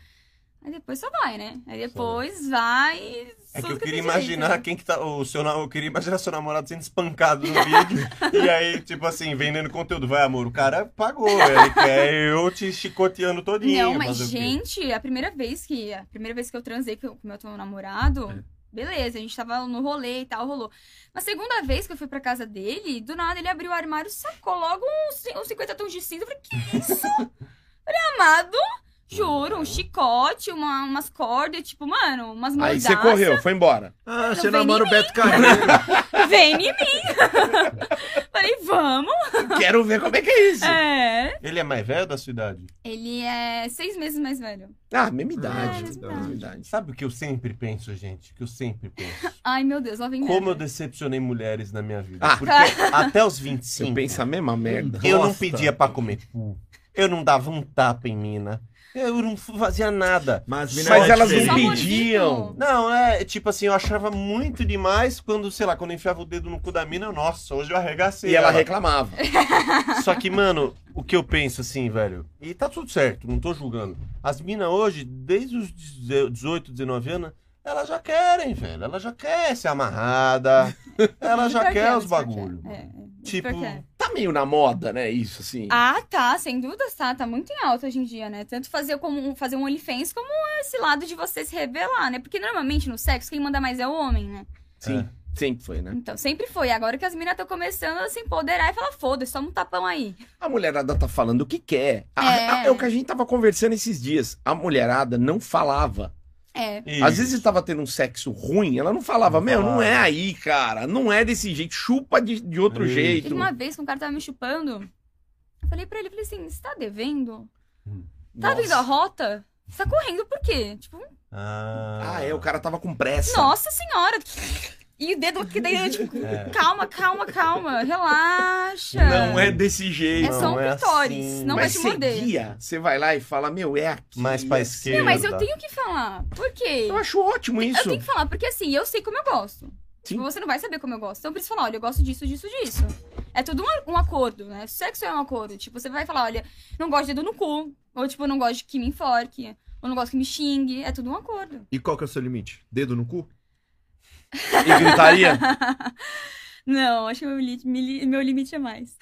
S4: Aí depois só vai, né? Aí depois vai. e
S2: É que
S4: tudo
S2: eu queria
S4: tem direito.
S2: imaginar quem que tá. O seu, na- eu queria imaginar seu namorado sendo espancado no
S4: [LAUGHS]
S2: vídeo. e aí, tipo assim, vendendo conteúdo. Vai, amor, o cara pagou. Ele quer eu te chicoteando todinho.
S4: Não, mas
S2: fazer o quê?
S4: gente, a primeira vez que a primeira vez que eu transei com com meu atual namorado,
S2: É.
S4: beleza, a gente tava no rolê e tal, rolou. Na segunda vez que eu fui pra casa dele, do nada ele abriu o armário, sacou logo uns, cin- uns 50 tons de cinza. Eu falei, que
S2: [LAUGHS]
S4: isso? Falei, amado, juro, um chicote, uma- umas cordas, tipo, mano, umas
S1: Aí
S4: moldaças.
S1: você correu, foi embora.
S3: Ah, você
S4: Não vem
S3: namora o
S1: [LAUGHS]
S3: Beto Carreiro.
S4: [LAUGHS] Vem em mim. [LAUGHS] falei, vamos.
S1: Quero ver como é que é isso.
S4: É.
S2: Ele é mais velho da sua idade?
S4: Ele é seis meses mais velho.
S1: Ah, mesma idade.
S4: É,
S1: mesma
S3: verdade.
S1: idade.
S2: Sabe o que eu sempre penso, gente? O Que eu sempre
S4: [LAUGHS]
S2: penso.
S4: Ai, meu Deus, lá vem
S2: Como eu
S4: merda.
S2: decepcionei mulheres na minha vida.
S1: Ah.
S2: Porque
S4: [LAUGHS]
S2: até os 25.
S1: Eu penso a mesma merda.
S2: Eu não
S3: Bosta.
S2: pedia pra comer cu. Eu não dava um tapa em mina. Eu não fazia nada.
S3: Mas,
S2: Mas
S1: Mas
S2: Só
S1: elas
S4: Só
S1: não
S3: diferente.
S4: mordisco.
S1: pediam.
S2: Não, é tipo assim, eu achava muito demais quando, sei lá, quando eu enfiava o dedo no cu da mina, eu, nossa, hoje eu arregacei.
S1: E ela reclamava.
S2: Só que, mano, o que eu penso assim, velho, e tá tudo certo, não tô julgando. As minas hoje, desde os 18, 19 anos, elas já querem, velho. Elas já querem ser amarrada. Ela já
S4: Pior que é,
S2: quer os
S4: pior que é.
S2: bagulho.
S4: É,
S2: mano.
S4: é, pior
S2: Tipo,
S4: que é.
S1: Tá meio na moda, né? Isso, assim.
S4: Ah, tá, sem dúvida tá, tá muito em alta hoje em dia, né? Tanto fazer como fazer um OnlyFans como esse lado de você se revelar, né? Porque normalmente no sexo quem manda mais é o homem, né?
S1: Sim. Sempre foi,
S2: É.
S1: né?
S4: Então, sempre foi. Agora que as minas estão começando a se empoderar e falar, foda-se, toma um tapão aí.
S1: A mulherada tá falando o que quer. A-
S4: É.
S1: a- é o que a gente tava conversando esses dias. A mulherada não falava.
S4: É.
S2: Isso.
S1: Às vezes
S3: tá-
S1: tava tendo um sexo ruim, ela não falava,
S2: Não
S1: meu, não
S2: falava.
S1: é aí, cara. Não é desse jeito. Chupa de, de outro
S2: Isso.
S1: jeito.
S4: Teve uma vez que um cara tava me chupando, eu falei pra ele, falei assim, você tá devendo? Tá vindo a
S1: Nossa.
S4: rota? Você tá correndo por quê? Tipo,
S2: Ah,
S1: Ah, é, o cara tava com pressa.
S4: nossa senhora! E o dedo aqui daí, tipo,
S2: [LAUGHS] É.
S4: calma, calma, calma, relaxa.
S1: Não é desse jeito.
S4: É só um
S2: Não é
S4: clitóris,
S2: assim.
S4: não
S1: mas
S4: vai te
S1: você
S4: morder.
S1: guia, você vai lá e fala, meu, é aqui.
S2: Mais
S1: é
S2: pra
S1: assim.
S2: esquerda.
S4: Não, mas eu tenho que falar. Por quê?
S1: Eu acho ótimo
S4: Eu
S1: isso.
S4: tenho que falar, porque assim, eu sei como eu gosto. Tipo, você não vai saber como eu gosto. Então, por isso falar, olha, eu gosto disso, disso, disso. É tudo um, um acordo, né? Sexo é um acordo. Tipo, você vai falar, olha, não gosto de dedo no cu. Ou, tipo, não gosto que me enforque. Ou não gosto que me xingue. É tudo um acordo.
S3: E qual que é o seu limite? Dedo no cu?
S1: E gritaria.
S4: não, acho que meu, li- mi- li- meu limite é mais.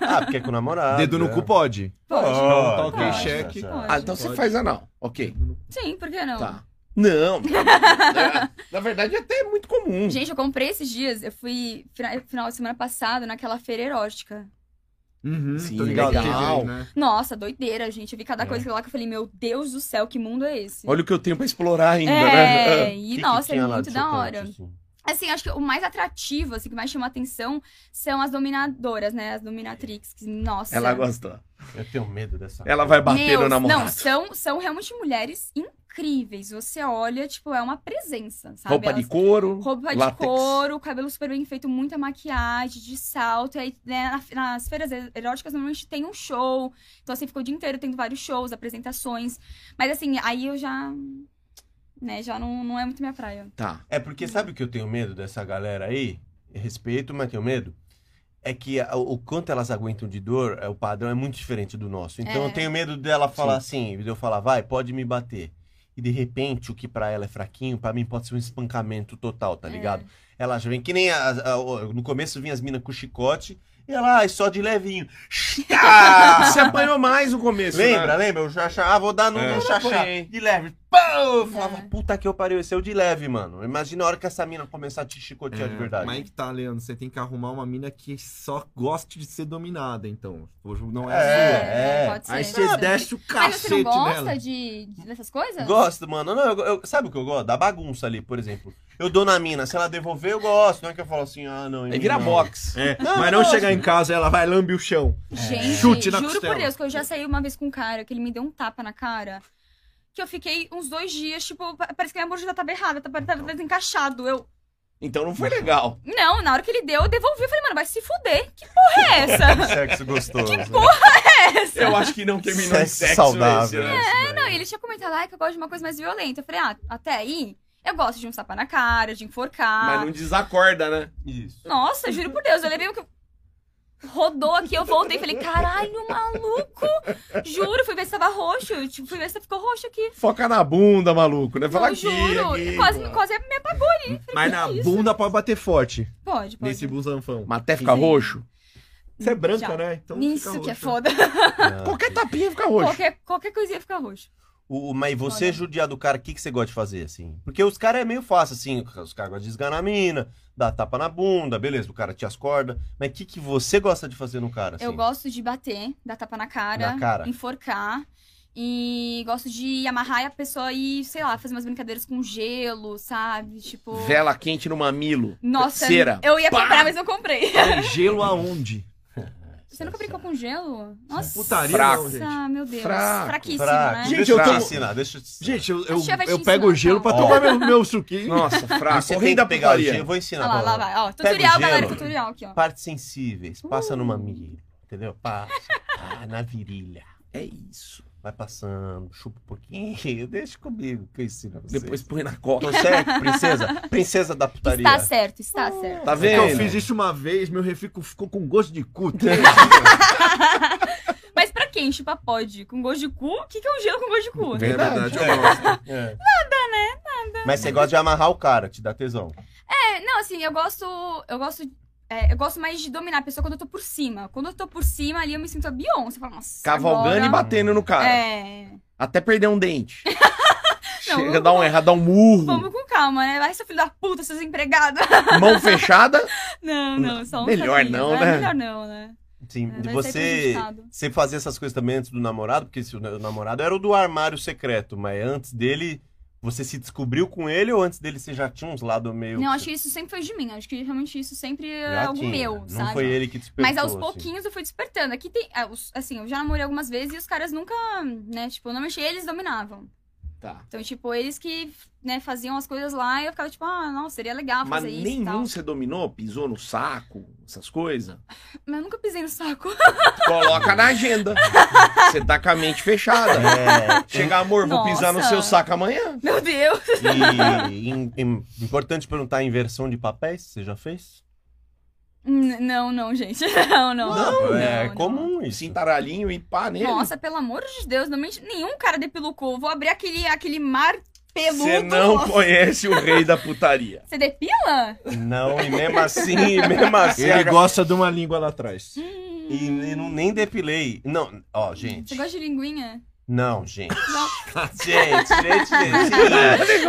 S2: Ah, porque é com o namorado.
S3: Dedo no
S2: é.
S3: cu pode.
S4: Pode.
S2: Pode,
S3: Tá ok,
S2: pode,
S3: cheque.
S2: pode.
S4: Pode.
S1: Ah, então você
S3: Pode.
S1: faz anal. Ok.
S4: Sim, por que não?
S1: Tá.
S4: [LAUGHS]
S1: Não. É, Na verdade, até é muito comum.
S4: Gente, eu comprei esses dias. Eu fui fina- final de semana passado naquela feira erótica.
S3: Uhum,
S1: Sim,
S3: tô ligado.
S1: legal.
S3: né?
S4: Nossa, doideira, gente. Eu vi cada
S2: É.
S4: coisa lá que eu falei, meu Deus do céu, que mundo é esse?
S1: Olha o que eu tenho pra explorar ainda, né? [LAUGHS]
S4: é,
S2: Que
S4: e
S2: que
S4: nossa,
S2: tinha
S4: é
S2: lá
S4: muito
S2: de
S4: da
S2: chocante,
S4: hora.
S2: assim?
S4: Assim, acho que o mais atrativo, assim, que mais chama atenção são as dominadoras, né? As dominatrix. que, Nossa.
S1: Ela tá gostou.
S2: Eu tenho medo dessa
S1: Ela vai bater
S4: Meu,
S1: no
S4: Não,
S1: namorado.
S4: são, são realmente mulheres incríveis. Você olha, tipo, é uma presença, sabe?
S1: Roupa
S4: Elas-
S1: de couro.
S4: Roupa de
S1: látex.
S4: couro, cabelo super bem feito, muita maquiagem, de salto. E aí, né, na- nas feiras eróticas, normalmente tem um show. Então, assim, ficou o dia inteiro tendo vários shows, apresentações. Mas, assim, aí eu já. Né, já não, não é muito minha praia.
S1: Tá.
S2: É porque sabe o que eu tenho medo dessa galera aí? Eu Respeito, mas tenho medo. É que a- o quanto elas aguentam de dor, é, o padrão é muito diferente do nosso. Então
S4: É.
S2: eu tenho medo dela falar assim, de eu falar, vai, pode me bater. E de repente, o que pra ela é fraquinho, pra mim pode ser um espancamento total, tá
S4: É.
S2: ligado? Ela já vem que nem. as- a- o- no começo vinha as minas com chicote, e ela, ai, só de levinho. [LAUGHS]
S1: [LAUGHS] Ah, Você apanhou mais no começo,
S2: Ah. Lembra,
S1: né?
S2: lembra? Eu já achava, ah, vou dar no
S1: É.
S2: no chachá.
S1: Apanhei.
S2: De leve. Pau! Eu falava,
S4: É.
S2: puta que eu pariu, esse é o de leve, mano. Imagina a hora que essa mina começar a te chicotear de verdade.
S3: É, Mas aí que tá, Leandro. Você tem que arrumar uma mina que só goste de ser dominada, então. Hoje não é, a sua.
S2: É, é.
S4: Pode ser.
S3: Aí
S4: pode
S3: você
S4: ser.
S3: desce o
S4: Mas você
S3: cacete
S4: não gosta
S3: nela.
S4: de, de- dessas coisas?
S2: Gosto, mano. Não, eu- eu- sabe o que eu gosto? Da bagunça ali, por exemplo. Eu dou na mina, se ela devolver, eu gosto. Não é que eu falo assim, ah, não. em
S1: Aí
S2: mim
S1: vira
S2: não.
S1: box.
S3: É,
S2: Não,
S3: mas
S2: eu
S3: não
S2: gosto.
S3: chegar em casa, ela vai lambe o chão.
S4: Gente,
S3: É. Chute na
S4: juro
S3: costela.
S4: por Deus que eu já saí uma vez com um cara que ele me deu um tapa na cara. Que eu fiquei uns dois dias, tipo, pa- parece que minha mordida tava errada, tava, tava desencaixado. Eu.
S1: Então não foi legal.
S4: Não, na hora que ele deu, eu devolvi. Eu falei, mano, vai se fuder. Que porra é
S3: [LAUGHS]
S4: essa?
S2: Sexo gostoso.
S4: Tipo,
S2: Que
S4: essa?
S1: Eu acho que não terminou em
S2: Sexo
S3: é
S1: sexo
S2: saudável,
S1: esse, né?
S2: né?
S4: É, Não, e ele tinha comentado, ai, que eu gosto de uma coisa mais violenta. Eu falei, ah, até aí, eu gosto de um tapa na cara, de enforcar.
S1: Mas não desacorda, né?
S2: Isso.
S4: Nossa, juro por Deus, eu levei o que. rodou aqui, eu voltei e falei, caralho, maluco! Juro, fui ver se tava roxo. Tipo, fui ver se ficou roxo aqui.
S1: Foca na bunda, maluco, né?
S4: Não,
S1: Fala aqui,
S4: juro.
S1: aqui,
S4: quase,
S1: pô.
S4: quase é me apagou ali. Falei,
S3: Mas
S4: "Que
S3: na
S4: isso?"
S3: bunda pode bater forte
S4: Pode, pode.
S3: nesse busanfão.
S1: Mas até ficar
S4: Sim.
S1: roxo?
S3: Você é branca,
S4: Já.
S3: né? Então
S4: Isso
S3: fica
S4: que é
S3: roxo.
S4: foda.
S1: Qualquer tapinha fica roxo.
S4: Ah. Qualquer, qualquer coisinha fica roxo.
S2: né. O, o- mas você
S4: Olha.
S2: judiar do cara, o que, que você gosta de fazer, assim? Porque os caras é meio fácil, assim. Os caras gostam de esganar a mina, dar tapa na bunda, beleza, o cara te ascorda. Mas o que, que você gosta de fazer no cara, assim?
S4: Eu gosto de bater, dar tapa na cara,
S2: Na cara.
S4: enforcar. E gosto de amarrar a pessoa e, sei lá, fazer umas brincadeiras com gelo, sabe? Tipo.
S1: Vela quente no mamilo.
S4: Nossa,
S1: Cera.
S4: eu ia
S1: Pá!
S4: comprar, mas não comprei.
S3: Tem gelo aonde?
S4: Você nunca brincou com gelo? Nossa.
S3: Putaria
S1: Fraco.
S3: não, gente.
S4: Nossa, meu Deus.
S1: Fraco.
S4: Fraquíssimo,
S2: Fraco.
S4: né?
S3: Gente,
S2: deixa
S3: eu
S2: eu
S3: tô-
S2: te ensinar, deixa eu te ensinar.
S3: Gente, eu, eu,
S4: Tia vai te
S3: eu pego o
S4: ensinar,
S3: gelo pra
S2: calma.
S3: tomar meu, meu suquinho.
S4: [LAUGHS]
S1: Nossa, fraco.
S2: Você
S1: Correndo
S2: tem
S1: da
S2: que pegar o
S1: putaria.
S2: gelo. Eu vou ensinar
S4: Olha lá,
S2: pra
S4: lá
S2: ela.
S4: vai. Ó,
S2: Pega o
S4: tutorial, galera.
S2: gelo.
S4: Tutorial aqui, ó.
S2: Partes sensíveis. Passa
S4: Uh.
S2: no mamilo, entendeu? Passa. Ah, na virilha.
S1: É isso.
S2: Vai passando, chupa um pouquinho. [LAUGHS] Deixa comigo que eu ensino a vocês.
S1: Depois põe na coca.
S2: Tô certo, princesa? Princesa da putaria.
S4: Está certo, está certo.
S1: Tá
S3: Porque
S1: vendo?
S3: É eu fiz isso uma vez, meu refico ficou com gosto de cu.
S4: Mas pra quem chupa pode? Com gosto de cu? O que, que é um gelo com gosto de cu? né?
S1: Verdade.
S3: eu gosto.
S2: Nada, né? Nada. Mas você gosta de amarrar o cara, te dá tesão.
S4: É, não, assim, eu gosto. Eu gosto. é, eu gosto mais de dominar a pessoa quando eu tô por cima. Quando eu tô por cima ali, eu me sinto a Beyoncé. Eu falo, nossa.
S1: Cavalgando
S4: agora...
S1: e batendo no cara.
S4: É.
S1: Até perder um dente. Chega,
S4: [LAUGHS] Não,
S1: dá um errado, dá um murro.
S4: Vamos com calma, né? Vai, seu filho da puta, seus empregados. [LAUGHS]
S1: Mão fechada.
S4: Não, não, só um
S1: Melhor
S4: tapinha,
S1: não,
S4: é
S1: né?
S4: Melhor não, né?
S2: Sim,
S4: É,
S2: de
S4: vai sair
S2: você.
S4: prejudicado.
S2: Você fazia essas coisas também antes do namorado, porque se o na- o namorado era o do armário secreto, mas antes dele, você se descobriu com ele ou antes dele você já tinha uns lados meio.
S4: Não, acho que isso sempre foi de mim. Acho que realmente isso sempre é
S2: Já
S4: algo
S2: tinha,
S4: meu,
S2: Não
S4: sabe?
S2: foi ele que despertou.
S4: Mas aos
S2: assim.
S4: pouquinhos eu fui despertando. Aqui tem. ah, os- Assim, eu já namorei algumas vezes e os caras nunca, né? Tipo, eu não mexia, eles dominavam.
S1: Tá.
S4: Então, tipo, eles que, né, faziam as coisas lá e eu ficava, tipo, ah, não, seria legal
S1: Mas
S4: fazer isso e tal.
S1: nenhum você dominou? Pisou no saco? Essas coisas?
S4: Mas eu nunca pisei no saco. [LAUGHS]
S1: Coloca na agenda. Você tá com a mente fechada.
S2: É,
S1: Chega, amor, vou pisar no
S4: Nossa.
S1: seu saco amanhã.
S4: Meu Deus!
S2: É, e, em- em- importante perguntar: inversão de papéis, você já fez?
S4: N- Não, não, gente. [LAUGHS] Não, não. Não,
S2: é
S4: não.
S2: comum isso.
S1: Cintaralhinho e pá nele.
S4: Nossa, pelo amor de Deus, não mente. Nenhum cara depilucou. Vou abrir aquele, aquele mar peludo.
S1: Você não
S4: é Nossa.
S1: conhece o rei da
S4: [LAUGHS]
S1: putaria.
S4: Você depila?
S2: Não, e mesmo assim, e mesmo assim.
S4: é
S3: Ele
S2: agora-
S3: gosta de uma língua lá atrás.
S2: E, e não, nem depilei. Não, ó, gente.
S4: Você gosta de linguinha?
S2: Não, gente.
S4: Não.
S2: Gente, gente,
S4: [LAUGHS] É.
S2: gente.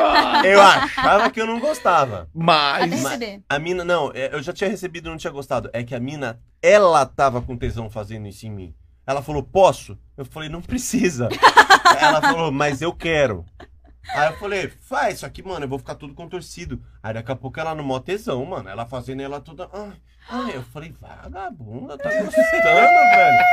S2: Eu achava que eu não gostava.
S4: Até
S1: Mas.
S4: receber.
S2: A mina, não, é, eu já tinha recebido e não tinha gostado. É que a mina, ela tava com tesão fazendo isso em mim. Ela falou, posso? Eu falei, não precisa. ela falou, mas eu quero. Aí eu falei, faz isso aqui, mano, eu vou ficar tudo contorcido. Aí daqui a pouco ela no mó tesão, mano. Ela fazendo ela toda. Ai, ai, eu falei, vagabunda, tá gostando, velho.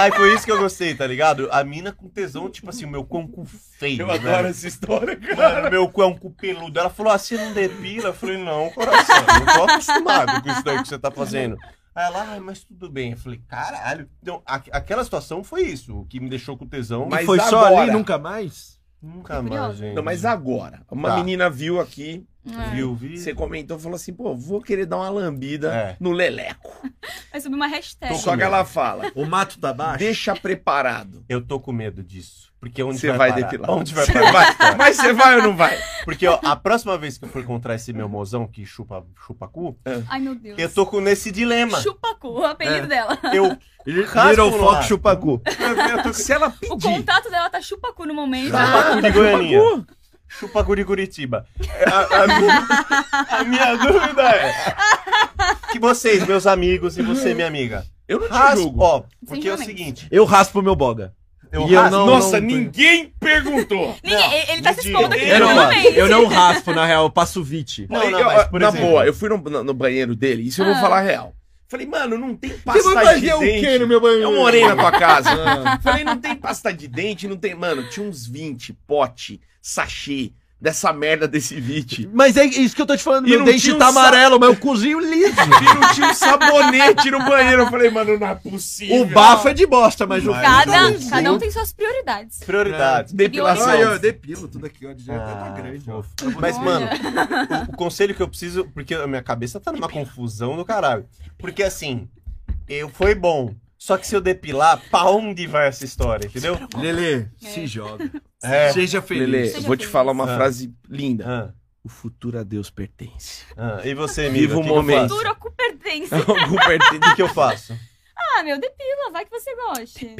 S2: Aí foi isso que eu gostei, tá ligado? A mina com tesão, tipo assim, o meu com cu feio.
S1: Eu
S2: velho.
S1: adoro essa história, cara.
S2: Mano, meu cu é um cu peludo. Ela falou, ah, você não depila? Eu falei, não, coração, eu tô acostumado com isso daí que você tá fazendo. Aí ela, ai, mas tudo bem. Eu falei, caralho. Então, a- aquela situação foi isso, o que me deixou com tesão.
S1: Mas
S3: e foi só
S1: agora-
S3: ali, nunca mais?
S2: Nunca
S4: Fiquei
S2: mais,
S4: curiosa.
S2: gente.
S1: Não, mas agora. Uma
S2: Tá.
S1: menina viu aqui,
S4: É.
S2: Viu, vi?
S1: você comentou, falou assim, pô, vou querer dar uma lambida
S2: É.
S1: no leleco.
S4: Vai subir uma hashtag.
S2: Tô
S1: Só que
S2: medo.
S1: ela fala,
S3: O mato tá baixo?
S1: deixa
S3: [LAUGHS]
S1: preparado.
S2: Eu tô com medo disso. Porque onde
S1: Você
S2: vai,
S1: vai
S2: parar?
S1: depilar.
S2: Onde vai
S1: Você
S2: parar?
S1: vai- Mas você vai ou não vai?
S2: Porque ó, a próxima vez que eu for encontrar esse meu mozão que chupa, chupa cu,
S4: Ai, meu Deus.
S2: eu tô com esse dilema.
S4: Chupa cu, o apelido
S3: É.
S4: dela.
S2: Eu,
S3: Ele
S2: Raspa
S3: Little
S2: o
S3: Fox
S2: lado.
S3: chupacu.
S2: eu tô
S1: Se ela
S4: O
S1: pedir.
S4: contato dela tá chupa cu no momento.
S2: Chupa cu de Goianinha. Chupa cu de Curitiba. É, A, a minha, a minha dúvida é. Que vocês, meus amigos, e você, minha amiga.
S1: Eu não te
S2: Raspa,
S1: julgo.
S2: ó, porque é o
S4: Simplesmente.
S2: seguinte.
S3: Eu raspo meu boga.
S2: Eu
S3: E eu
S2: raspo-
S3: não-
S1: Nossa,
S3: não-
S1: ninguém perguntou.
S4: Ninguém,
S2: Não,
S4: ele- ele tá
S2: me
S4: se
S2: diga.
S4: expondo aqui
S1: Eu
S3: Eu não,
S1: não
S4: no
S3: raspo,
S4: momento.
S3: eu não raspo, na real, eu passo vite.
S2: Não,
S1: E,
S2: não,
S1: ó,
S2: mas, por
S1: na
S2: exemplo-
S1: boa, eu fui no, no- no banheiro dele, isso eu vou
S4: Ah.
S1: falar a real. Falei, mano, não tem pasta de É dente.
S3: meu banheiro?
S1: Eu morei na tua casa.
S2: Ah.
S1: Falei, não tem pasta de dente, não tem. Mano, tinha uns 20 pote, sachê dessa merda desse vite.
S3: Mas é isso que eu tô te falando,
S1: E
S3: meu
S1: não
S3: dente
S1: tinha um
S3: tá
S1: sa-
S3: amarelo, mas o cozinho liso.
S1: [LAUGHS] E não tinha um sabonete no banheiro. Eu falei, mano, não é possível.
S3: o bafo é de bosta, mas o
S4: Cada, cada um tem suas prioridades.
S2: Prioridades.
S1: Depilação.
S4: Ai,
S3: depilo tudo aqui, ó, de
S2: Ah, fofo. Mas,
S4: um
S2: mano, o, o conselho que eu preciso. Porque a minha cabeça tá numa confusão do caralho. Porque assim. eu foi bom. Só que se eu depilar, pra onde vai essa história, entendeu?
S3: Lele,
S4: É.
S3: se joga.
S2: É.
S3: Seja
S1: Lele,
S3: feliz.
S1: eu
S4: Seja
S1: vou te
S4: feliz.
S1: falar uma
S2: Ah.
S1: frase linda.
S2: Ah,
S1: O futuro a Deus [LAUGHS] pertence.
S2: ah, E você, amiga?
S1: Viva o
S2: que que eu
S1: momento.
S2: faço?
S4: Duro com pertence.
S1: Algum pertence.
S2: O que eu faço?
S4: Ah, meu, depila, vai que você goste.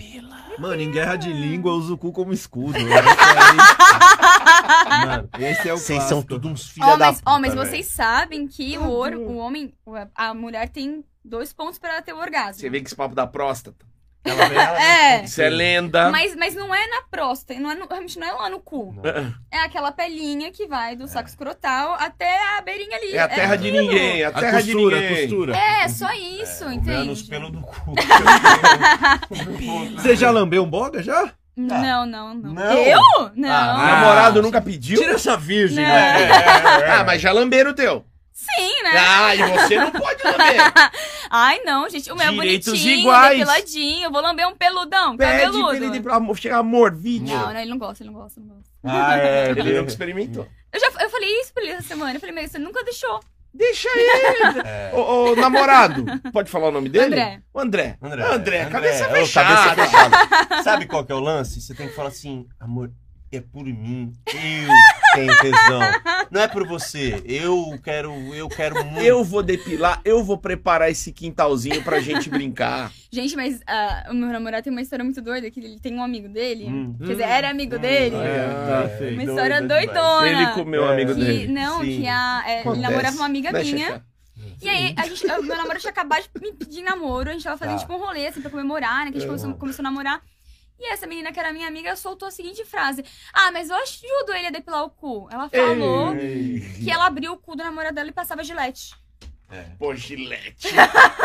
S3: Mano, em guerra de língua, eu uso o cu
S1: [LAUGHS]
S3: como escudo.
S2: Mano,
S3: Esse é o
S2: vocês
S3: clássico.
S2: são tudo uns filha
S4: Ó,
S2: da
S4: mas, ó, mas
S2: puta, velho.
S4: vocês sabem que o, or, o homem, a mulher tem dois pontos pra ter o orgasmo.
S1: Você vê que esse papo da próstata.
S2: Ela vem, ela-
S4: [LAUGHS] É.
S1: Isso é lenda.
S4: Mas, mas não é na próstata, não é no, realmente não é lá no cu. É aquela pelinha que vai do saco escrotal até a beirinha ali.
S1: É a terra de
S4: aquilo.
S1: ninguém, é a
S3: A
S1: terra de
S3: costura, a
S1: ninguém.
S3: costura.
S4: É, só isso,
S2: Comendo os
S4: entende?
S2: pelos do cu. [LAUGHS]
S3: Você já lambeu um boga, já?
S4: Não, não, não,
S2: Não?
S4: Eu? Não.
S1: Ah,
S3: Ah.
S1: namorado nunca pediu?
S3: Tira essa virgem.
S4: Não.
S2: É,
S3: né?
S1: Ah, mas já lamberam o teu.
S4: Sim, né?
S1: Ah, e você não pode lamber.
S4: Ai, não, gente. O meu é
S1: Direitos
S4: bonitinho,
S1: iguais.
S4: depiladinho. Eu vou lamber um peludão,
S1: Pede pra
S4: cabeludo.
S1: ele de pra amor, chega amor, vídeo.
S4: Não, não, ele não gosta, ele não gosta, ele não gosta.
S2: Ah, é.
S1: Ele nunca experimentou.
S4: Eu já eu falei isso pra ele essa semana. Eu falei, mas você nunca deixou.
S1: Deixa ele. Ô, ô, namorado, pode falar o nome dele?
S4: André.
S1: O André.
S2: André,
S1: André, É, cabeça
S2: ô,
S1: fechada.
S2: cabeça fechada. [LAUGHS] Sabe qual que é o lance? Você tem que falar assim, amor, é por mim, eu tenho tesão. Não é por você, eu quero, eu quero muito.
S4: [LAUGHS]
S1: Eu vou depilar, eu vou preparar esse quintalzinho pra gente brincar.
S4: Gente, mas ah, o meu namorado tem uma história muito doida, que ele tem um amigo dele.
S2: Hum.
S4: Quer dizer, era amigo dele.
S3: É, tá,
S4: Uma
S3: sei.
S4: história
S2: doida demais.
S4: doidona.
S1: Ele comeu o
S2: É.
S1: amigo
S4: Que-
S1: dele.
S4: não,
S2: Sim.
S4: que a, é, ele
S1: Acontece.
S4: namorava uma amiga
S1: Né,
S4: minha.
S1: Xaxá?
S4: E aí, a gente, o meu namorado tinha acabado de me pedir namoro, a gente tava fazendo
S2: Tá.
S4: tipo um rolê, assim, pra comemorar, né? Que a gente começou,
S2: Uhum.
S4: começou a namorar. E essa menina, que era minha amiga, soltou a seguinte frase: Ah, mas eu ajudo ele a depilar o cu. Ela falou
S2: Ei.
S4: que ela abriu o cu do namorado dela e passava gilete.
S1: Pô, gilete.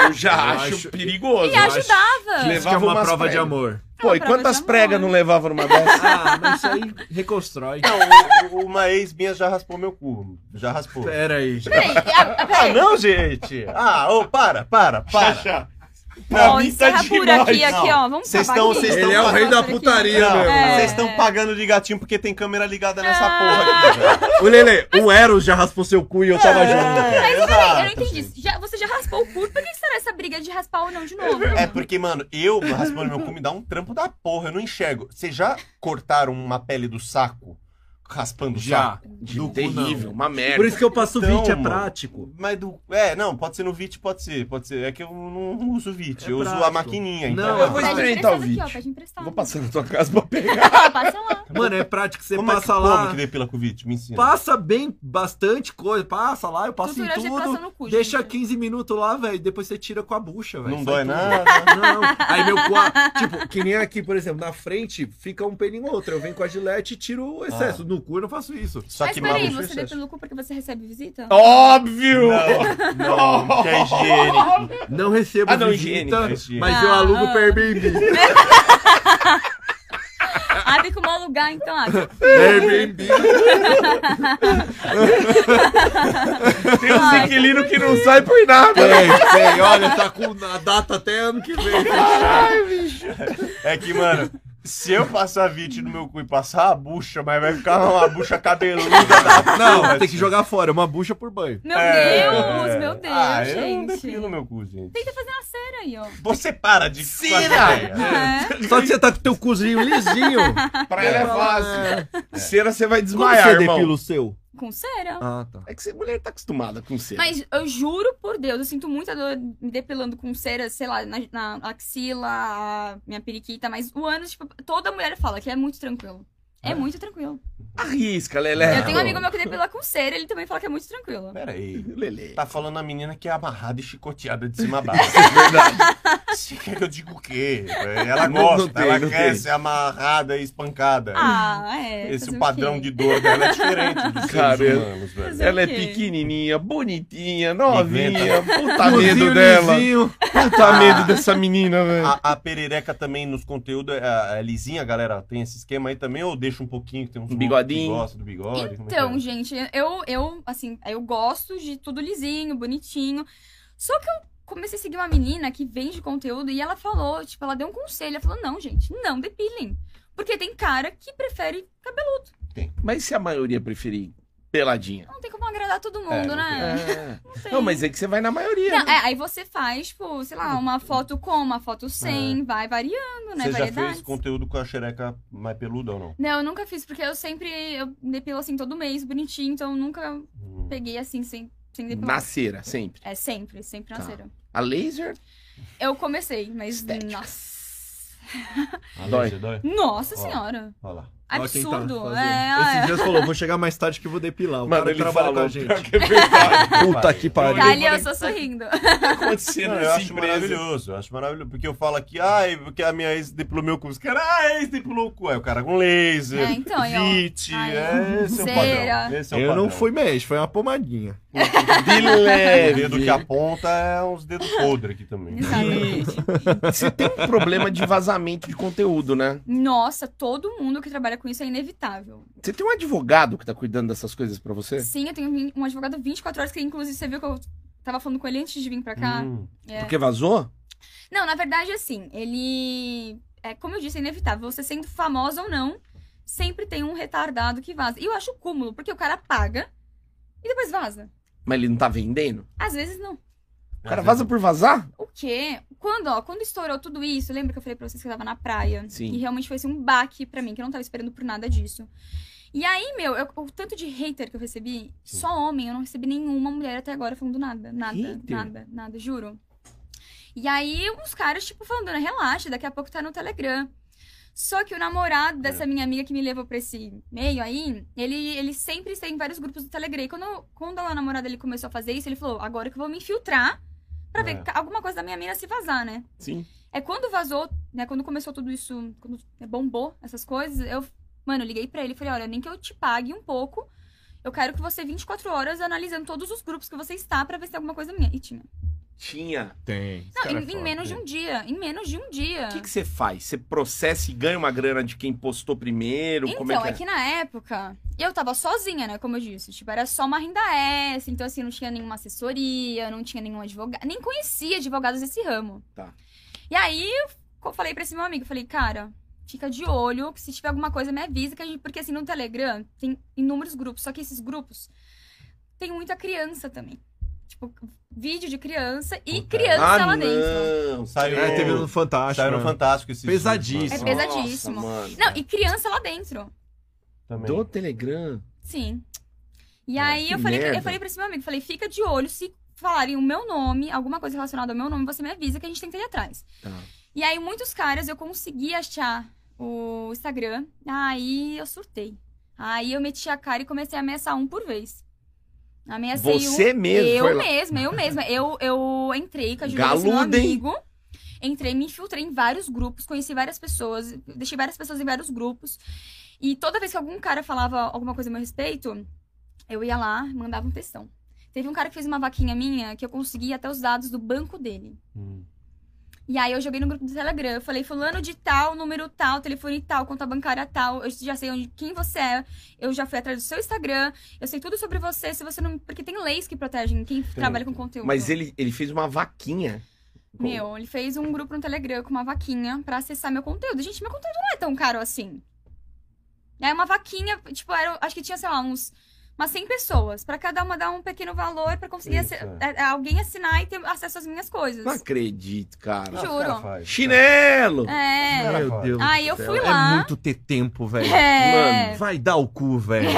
S1: Eu já
S3: Eu
S1: acho,
S3: acho-
S1: perigoso.
S4: E ajudava!
S1: Le-
S3: Isso que é uma
S1: umas
S3: prova de
S1: pregas.
S3: amor.
S1: Pô, e
S4: Não, pra
S1: quantas
S4: nós é
S1: pregas
S4: amor.
S1: não levavam numa dessa?
S3: Ah, mas isso aí reconstrói.
S2: Não, o- o- uma ex minha já raspou meu cu. Já raspou.
S3: Pera aí.
S4: Peraí, é a- a-
S2: Ah,
S4: peraí.
S2: não, gente! Ah, ô, para, para, para.
S1: Xaxá.
S4: Ó, encerra por aqui, aqui, ó. Vamos
S2: tá Vocês
S4: acabar
S2: estão-
S4: aqui.
S2: vocês
S3: Ele é o rei da putaria,
S2: Não,
S3: meu.
S4: É. Ah.
S2: Vocês estão pagando de gatinho porque tem câmera ligada nessa porra aqui, velho.
S3: O Lele, o Eros já raspou seu cu e eu tava junto.
S4: Mas eu, peraí, eu não
S2: Exato,
S4: entendi.
S2: gente.
S4: isso. Já, você já raspou o cu, por que que será essa briga de raspar ou não de novo?
S2: É porque, mano, eu raspando meu cu me dá um trampo da porra, eu não enxergo. Vocês já cortaram uma pele do saco? Raspando o
S3: Já.
S2: saco?
S1: De- [LAUGHS] Terrível, uma merda.
S3: Por isso que eu passo
S2: Então,
S3: 20, é
S2: mano.
S3: prático.
S2: Mas do. É, não, pode ser no VIT, pode ser. Pode ser. É que eu não uso VIT,
S3: É
S2: eu uso a
S3: prático.
S2: maquininha.
S3: Não,
S2: então.
S3: eu vou
S4: Pede
S1: experimentar o
S4: emprestado aqui, ó,
S1: vídeo.
S4: pede emprestado.
S1: Vou passar na tua casa pra pegar.
S4: Passa lá.
S3: Mano, é prático. Você
S2: Como é que-
S3: passa
S2: Como
S3: lá,
S2: que depila com VIT? Me ensina.
S3: passa bem, bastante coisa. Passa lá, eu passo em
S4: Cultural de
S3: tudo.
S4: depilação no cu,
S3: Deixa
S4: gente.
S3: 15 minutos lá, velho. Depois você tira com a bucha, velho.
S2: não dói
S3: sai tudo.
S2: nada.
S3: Não. Aí meu cu, tipo, que nem aqui, por exemplo, na frente fica um pelinho ou outro. Eu venho com a gilete e tiro o excesso. No cu eu não faço isso.
S2: Só
S4: Mas
S2: que
S4: peraí,
S2: maluco.
S4: você depila o cu porque você recebe visita?
S1: [LAUGHS] Óbvio!
S2: Não, não, que é higiênico.
S3: Não recebo
S1: Ah, não,
S3: visita,
S1: higiênico,
S2: higiênico.
S3: mas eu
S4: Ah,
S3: alugo
S4: ah.
S3: per Airbnb.
S4: Ah, tem como alugar então.
S2: [LAUGHS]
S4: Ah,
S3: Airbnb.
S1: Tem uns
S4: Ai,
S1: inquilinos que não saem por nada.
S3: [LAUGHS] Tem, tem. Olha, tá com a data até ano que vem.
S2: É que, mano, se eu passar VIT no meu cu e passar a bucha, mas vai ficar uma bucha cabeluda da
S3: Não,
S2: porra,
S3: tem que
S2: tio.
S3: jogar fora. Uma bucha por banho.
S4: meu
S2: É.
S4: Deus, meu Deus,
S2: ah, Eu não É.
S4: gente.
S2: depilo meu cu, gente.
S4: Tenta fazer uma cera aí, ó.
S2: Você para de
S1: Cera!
S2: fazer.
S4: É.
S3: Só que você tá com teu cozinho lisinho.
S1: Pra ela é fácil. Cera você vai
S3: Como
S1: desmaiar,
S3: você
S1: irmão.
S3: depila o seu?
S4: Com cera.
S3: Ah, tá.
S1: É que você, mulher tá acostumada com cera.
S4: Mas eu juro por Deus, eu sinto muita dor me depilando com cera, sei lá, na, na axila, a minha periquita, mas o ânus, tipo, toda mulher fala que é muito tranquilo. É, muito tranquilo.
S1: Arrisca, Lelé.
S2: É.
S4: eu tenho um
S1: Pô.
S4: amigo meu que depila com cera, ele também fala que é muito tranquilo.
S2: Pera aí.
S1: Lelé.
S2: Tá falando a menina que é amarrada e chicoteada de cima
S1: [LAUGHS]
S2: a baixo.
S1: É
S2: Verdade. Se quer que eu diga o quê? Ela
S1: Não-
S2: gosta,
S1: não tem,
S2: ela
S1: não
S2: quer
S1: tem.
S2: ser amarrada e espancada.
S4: Ah, é.
S2: Esse
S4: fazer o
S2: padrão
S4: quê?
S2: de dor dela é diferente dos
S1: Cara,
S2: seres
S1: eu-
S2: humanos, velho.
S4: Fazer
S1: Ela é
S4: o quê?
S1: pequenininha, bonitinha, novinha.
S2: Inventa.
S1: Puta
S3: Cozinho
S1: medo dela.
S3: lisinho. Tá
S1: Puta medo dessa menina,
S4: [LAUGHS]
S1: velho.
S2: A, a perereca também nos conteúdos é, é lisinha, galera. Tem esse esquema aí também, ou deixa um pouquinho, que tem uns
S1: Um bigodinho.
S2: que gosta do bigode. como é que
S4: Então,
S2: é?
S4: gente, eu, eu, assim, eu gosto de tudo lisinho, bonitinho. Só que eu comecei a seguir uma menina que vende conteúdo e ela falou, tipo, ela deu um conselho. Ela falou, não, gente, não depilem. Porque tem cara que prefere cabelo.
S1: Mas se a maioria preferir peladinha.
S4: Não tem como agradar todo mundo,
S3: É, não
S4: né?
S1: É. Não, mas é que você vai na maioria.
S4: Não,
S1: né?
S4: é, aí você faz, tipo, sei lá, uma foto com, uma foto sem, vai variando,
S2: É.
S4: né?
S2: Você já
S4: Variedades.
S2: fez conteúdo com a xereca mais peluda ou não?
S4: Não, eu nunca fiz, porque eu sempre eu depilo assim todo mês, bonitinho, então eu nunca
S2: Hum.
S4: peguei assim sem, sem depilar.
S1: Na cera, sempre.
S4: É sempre, sempre
S1: Tá.
S4: nasceram.
S1: A laser,
S4: Eu comecei, mas
S1: Estética.
S4: nossa.
S2: Ah,
S1: Dói.
S2: você dói?
S4: Nossa
S2: Ó.
S4: senhora.
S2: Olha lá.
S5: Ó, quem tá
S4: Absurdo.
S5: fazendo.
S4: é,
S5: Esses
S4: é.
S5: dias falou, vou chegar mais tarde que eu vou depilar. O cara trabalha com a gente.
S1: pior que é
S5: [LAUGHS]
S1: verdade.
S3: [LAUGHS] Puta que pariu.
S4: Tá ali, eu só sorrindo.
S1: tá acontecendo
S2: Não, eu
S1: nessa
S2: acho
S1: empresa.
S2: maravilhoso, eu acho maravilhoso. Porque eu falo aqui, ai, porque a minha ex depilou meu cu. Os caras, ah, ex depilou o cu. Aí o cara com laser,
S4: É, então, aí, ó.
S2: fit,
S4: Ai,
S2: é, esse é o padrão.
S4: cera.
S2: Esse é o
S3: Eu não
S2: padrão.
S3: fui mesmo, foi uma pomadinha.
S1: De
S2: [LAUGHS] O
S1: leve.
S2: dedo que aponta é uns dedos podres aqui também.
S4: Exatamente.
S1: Você tem um problema de vazamento de conteúdo, né?
S4: Nossa, todo mundo que trabalha com isso é inevitável.
S1: Você tem um advogado que tá cuidando dessas coisas pra você?
S4: Sim, eu tenho vin- um advogado 24 horas, que inclusive você viu que eu tava falando com ele antes de vir pra cá.
S2: Hum,
S4: É.
S1: Porque vazou?
S4: Não, na verdade, assim, ele. É, como eu disse, é inevitável. Você sendo famosa ou não, sempre tem um retardado que vaza. E eu acho cúmulo, porque o cara paga e depois vaza.
S1: Mas ele não tá vendendo?
S4: Às vezes não.
S1: O
S2: é
S1: cara
S2: assim.
S5: é.
S1: vaza por vazar?
S4: O quê? Quando, ó, quando estourou tudo isso, lembra que eu falei pra vocês que eu tava na praia?
S1: Sim.
S4: E realmente foi assim, um baque pra mim, que eu não tava esperando por nada disso. E aí, meu, eu- o tanto de hater que eu recebi, só homem, eu não recebi nenhuma mulher até agora falando nada, nada,
S1: Hater?
S4: nada, nada, juro. E aí, os caras, tipo, falando, "Dona, relaxa, daqui a pouco tá no Telegram. Só que o namorado
S1: É.
S4: dessa minha amiga que me levou pra esse meio aí, ele, ele sempre está em vários grupos do Telegram. E quando, quando a namorada dele começou a fazer isso, ele falou, agora que eu vou me infiltrar
S2: É.
S4: pra ver ca- alguma coisa da minha mina se vazar, né?
S1: Sim.
S4: É quando vazou, né? Quando começou tudo isso, quando né, bombou essas coisas, eu, mano, eu liguei pra ele e falei, olha, nem que eu te pague um pouco, eu quero que você 24 horas analisando todos os grupos que você está pra ver se tem alguma coisa minha. E tinha.
S1: Tinha.
S3: Tem. é
S4: Não, em, em menos de um dia. Em menos de um dia.
S1: O é né? que que você faz? Você processa e ganha uma grana de quem postou primeiro? Como é
S4: Então,
S1: que é?
S4: é que na época, eu tava sozinha, né? Como eu disse. Tipo, era só uma renda extra. Então, assim, não tinha nenhuma assessoria, não tinha nenhum advogado. Nem conhecia advogados desse ramo.
S1: Tá.
S4: E aí, eu co- falei pra esse meu amigo, falei, cara, fica de olho, que se tiver alguma coisa, me avisa. Que a gente... Porque, assim, no Telegram tem inúmeros grupos. Só que esses grupos tem muita criança também. Tipo, vídeo de criança e
S2: Puta.
S4: criança lá dentro.
S1: Ah, não.
S2: Saiu,
S5: É,
S3: teve um- no
S2: no
S3: Fantástico.
S2: saiu no
S3: né?
S2: Fantástico esse
S5: Pesadíssimo.
S4: É
S2: filme, mano.
S4: pesadíssimo.
S1: Nossa, mano.
S4: Não, e criança lá dentro.
S2: Também.
S1: Do Telegram.
S4: Sim. E aí
S1: que
S4: eu falei, pra,
S1: merda.
S4: eu falei pra esse meu amigo, falei, fica de olho, se falarem o meu nome, alguma coisa relacionada ao meu nome, você me avisa que a gente tem que ir atrás.
S1: Tá.
S4: E aí, muitos caras, eu consegui achar o Instagram, aí eu surtei. Aí eu meti a cara e comecei a ameaçar um por vez. Ameacei um.
S1: Você mesmo foi
S4: Eu
S1: lá.
S4: mesma, eu mesma. Eu, eu entrei com a ajuda desse meu
S1: Galuda, hein?
S4: amigo. Entrei, me infiltrei em vários grupos, conheci várias pessoas, deixei várias pessoas em vários grupos. E toda vez que algum cara falava alguma coisa a meu respeito, eu ia lá, mandava um textão. Teve um cara que fez uma vaquinha minha que eu consegui até os dados do banco dele.
S2: Hum.
S4: E aí eu joguei no grupo do Telegram. Eu falei, fulano de tal, número tal, telefone tal, conta bancária tal. Eu já sei onde, quem você é. Eu já fui atrás do seu Instagram. Eu sei tudo sobre você. Se você não. Porque tem leis que protegem quem trabalha com conteúdo.
S1: Mas ele, ele fez uma vaquinha.
S4: Meu, ele fez um grupo no Telegram com uma vaquinha pra acessar meu conteúdo. Gente, meu conteúdo não é tão caro assim. É uma vaquinha, tipo, era, acho que tinha, sei lá, uns. Umas 100 pessoas. Pra cada uma dar um pequeno valor pra conseguir
S2: Isso,
S4: acess- é, é, alguém assinar e ter acesso às minhas coisas.
S1: Não acredito, cara.
S2: Ah,
S4: Juro.
S2: o cara faz.
S1: Chinelo!
S4: É.
S2: Não,
S3: Meu Deus.
S4: Aí
S3: do
S4: eu
S3: céu.
S4: fui lá.
S3: É muito ter tempo, velho.
S4: É.
S1: Mano,
S3: Vai dar o cu, velho.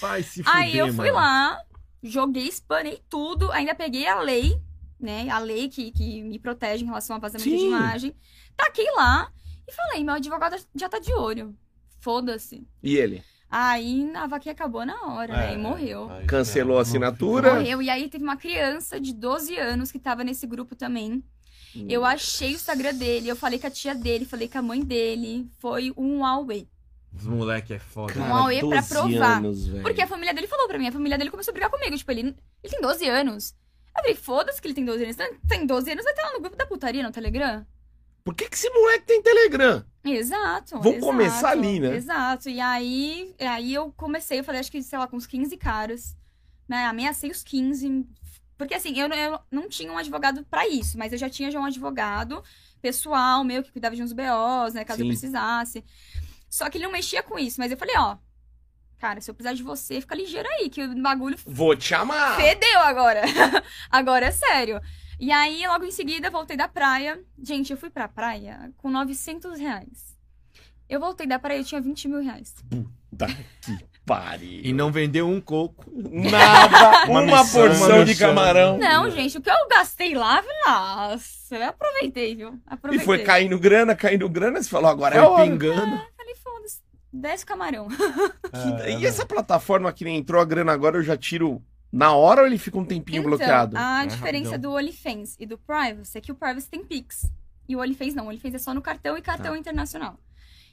S3: Vai se fuder,
S4: Aí eu fui
S3: mano.
S4: lá, joguei, spanei tudo, ainda peguei a lei, né? A lei que, que me protege em relação a vazamento de
S1: Sim.
S4: imagem. Taquei lá e falei, meu advogado já tá de olho. Foda-se.
S1: E ele?
S4: Aí a vaquinha acabou na hora, né?
S2: É,
S4: E morreu.
S2: aí,
S1: Cancelou a
S2: não
S1: assinatura?
S2: fica-
S4: Morreu. E aí teve uma criança de 12 anos que tava nesse grupo também. Eu achei o Instagram dele, eu falei com a tia dele, falei com a mãe dele. Foi um auê.
S3: Os moleque é foda.
S4: Cara, um auê pra
S1: 12
S4: provar.
S1: anos, velho.
S4: Porque a família dele falou pra mim, a família dele começou a brigar comigo. Tipo, ele, ele tem 12 anos. Eu falei, foda-se que ele tem 12 anos. Tem- Tem 12 anos, vai estar lá no grupo da putaria no Telegram?
S1: Por que, que esse moleque tem Telegram?
S4: Exato.
S1: Vou
S4: exato,
S1: começar ali, né?
S4: Exato. E aí, e aí eu comecei, eu falei, acho que, sei lá, com uns 15 caras. Né? Ameacei os 15. Porque assim, eu, não- eu não tinha um advogado pra isso, mas eu já tinha já um advogado pessoal meu que cuidava de uns BOs, né? Caso eu
S1: Sim.
S4: precisasse. Só que ele não mexia com isso, mas eu falei, ó, Cara, se eu precisar de você, fica ligeiro aí, que o bagulho
S1: Vou te amar.
S4: fedeu agora. [LAUGHS] agora é sério. E aí, logo em seguida, voltei da praia. Gente, eu fui pra praia com 900 reais. Eu voltei da praia e tinha 20 mil reais.
S1: Puta que pariu.
S3: E não vendeu um coco.
S1: Nada, uma,
S2: Uma missão,
S1: porção
S2: uma
S1: de
S2: missão.
S1: camarão.
S4: Não, gente, o que eu gastei lá, nossa, eu aproveitei, viu?
S1: E
S4: Aproveitei.
S1: foi caindo grana, caindo grana, você falou, agora é
S3: Foi
S1: hora.
S3: pingando.
S4: Falei, foda-se, 10 camarão.
S3: Ah, é
S1: E essa plataforma que nem entrou a grana agora, eu já tiro na hora ou ele fica um tempinho bloqueado?
S4: Então, A
S2: É
S4: diferença
S1: então.
S2: rapidão.
S4: do OnlyFans e do Privacy é que o Privacy tem Pix. E o OnlyFans não. O OnlyFans é só no cartão e cartão
S1: Tá.
S4: internacional.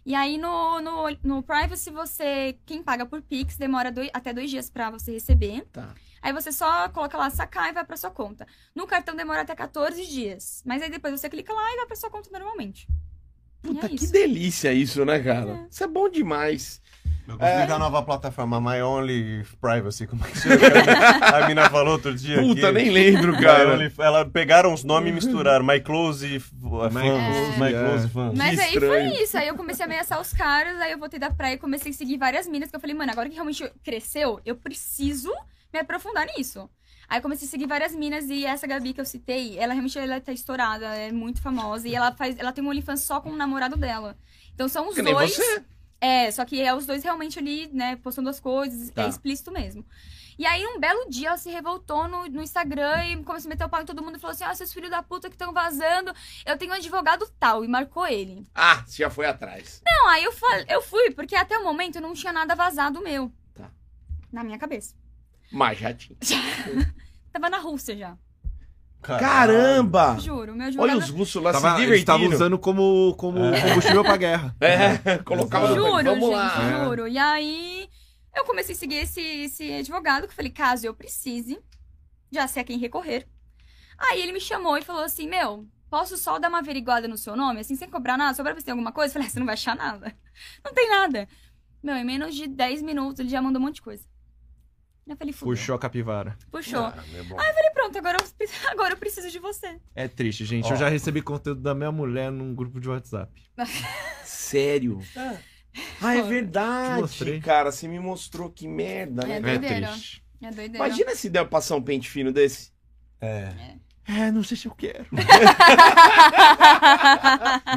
S4: E aí no, no, no Privacy, você. Quem paga por Pix demora doi- até dois dias pra você receber.
S1: Tá.
S4: Aí você só coloca lá sacar e vai pra sua conta. No cartão demora até 14 dias. Mas aí depois você clica lá e vai pra sua conta normalmente.
S1: Puta,
S4: E é
S1: que
S4: isso.
S1: delícia isso, né, cara? Isso é bom demais.
S2: Eu gostei
S1: É.
S2: da nova plataforma, My Only Privacy, como é que chama? A mina falou outro dia
S1: Puta,
S2: que...
S1: nem
S3: [LAUGHS]
S1: lembro,
S2: Cara,
S1: cara.
S2: ela pegaram os nomes e misturaram. My Close F- Fans.
S3: Close,
S2: My
S3: é.
S2: Close Fans.
S4: Mas aí
S1: estranho.
S4: foi isso. Aí eu comecei a ameaçar os caras, aí eu voltei da praia e comecei a seguir várias minas, que eu falei, mano, agora que realmente cresceu, eu preciso me aprofundar nisso. Aí eu comecei a seguir várias minas e essa Gabi que eu citei, ela realmente ela tá estourada, é muito famosa. E ela faz. Ela tem um OnlyFans só com o namorado dela. Então são os
S1: Que nem
S4: dois.
S1: você.
S4: É, só que é os dois realmente ali, né, postando as coisas,
S1: Tá.
S4: é explícito mesmo. E aí, um belo dia, ela se revoltou no, no Instagram e começou a meter o pau em todo mundo e falou assim: Ah, seus filhos da puta que estão vazando, eu tenho um advogado tal, e marcou ele.
S1: Ah, você já foi atrás.
S4: Não, aí eu, fal- eu fui, porque até o momento não tinha nada vazado meu.
S1: Tá.
S4: Na minha cabeça.
S1: Mas já tinha.
S4: Tava na Rússia já.
S1: Caramba!
S4: Juro, meu
S1: Olha
S4: advogado.
S1: os russos lá
S3: Tava,
S1: se
S3: eles estavam
S1: divertindo.
S3: usando como, como
S2: É.
S3: combustível
S1: [LAUGHS]
S3: pra guerra.
S1: É, colocava no...
S4: Juro,
S1: Vamos
S4: gente,
S1: lá.
S3: É.
S4: juro. E aí eu comecei a seguir esse, esse advogado, que eu falei, caso eu precise, já sei a quem recorrer. Aí ele me chamou e falou assim: Meu, posso só dar uma averiguada no seu nome, assim, sem cobrar nada, só pra ver se tem alguma coisa? Eu falei, ah, você não vai achar nada. [LAUGHS] Não tem nada. Meu, em menos de 10 minutos ele já mandou um monte de coisa. Eu falei, fudeu.
S3: Puxou Ah. a capivara.
S4: Puxou.
S2: Caramba, Ah, bom.
S4: E pronto, agora eu, [LAUGHS] pre- agora eu preciso de você.
S3: É triste, gente.
S2: Ó.
S3: Eu já recebi conteúdo da minha mulher num grupo de WhatsApp.
S1: Sério? Ah, é verdade,
S3: mostrei.
S1: cara. Você me mostrou que merda, né?
S4: É doideira. É doideira.
S1: Imagina se der pra passar um pente fino desse.
S2: É.
S3: É, não sei se eu quero.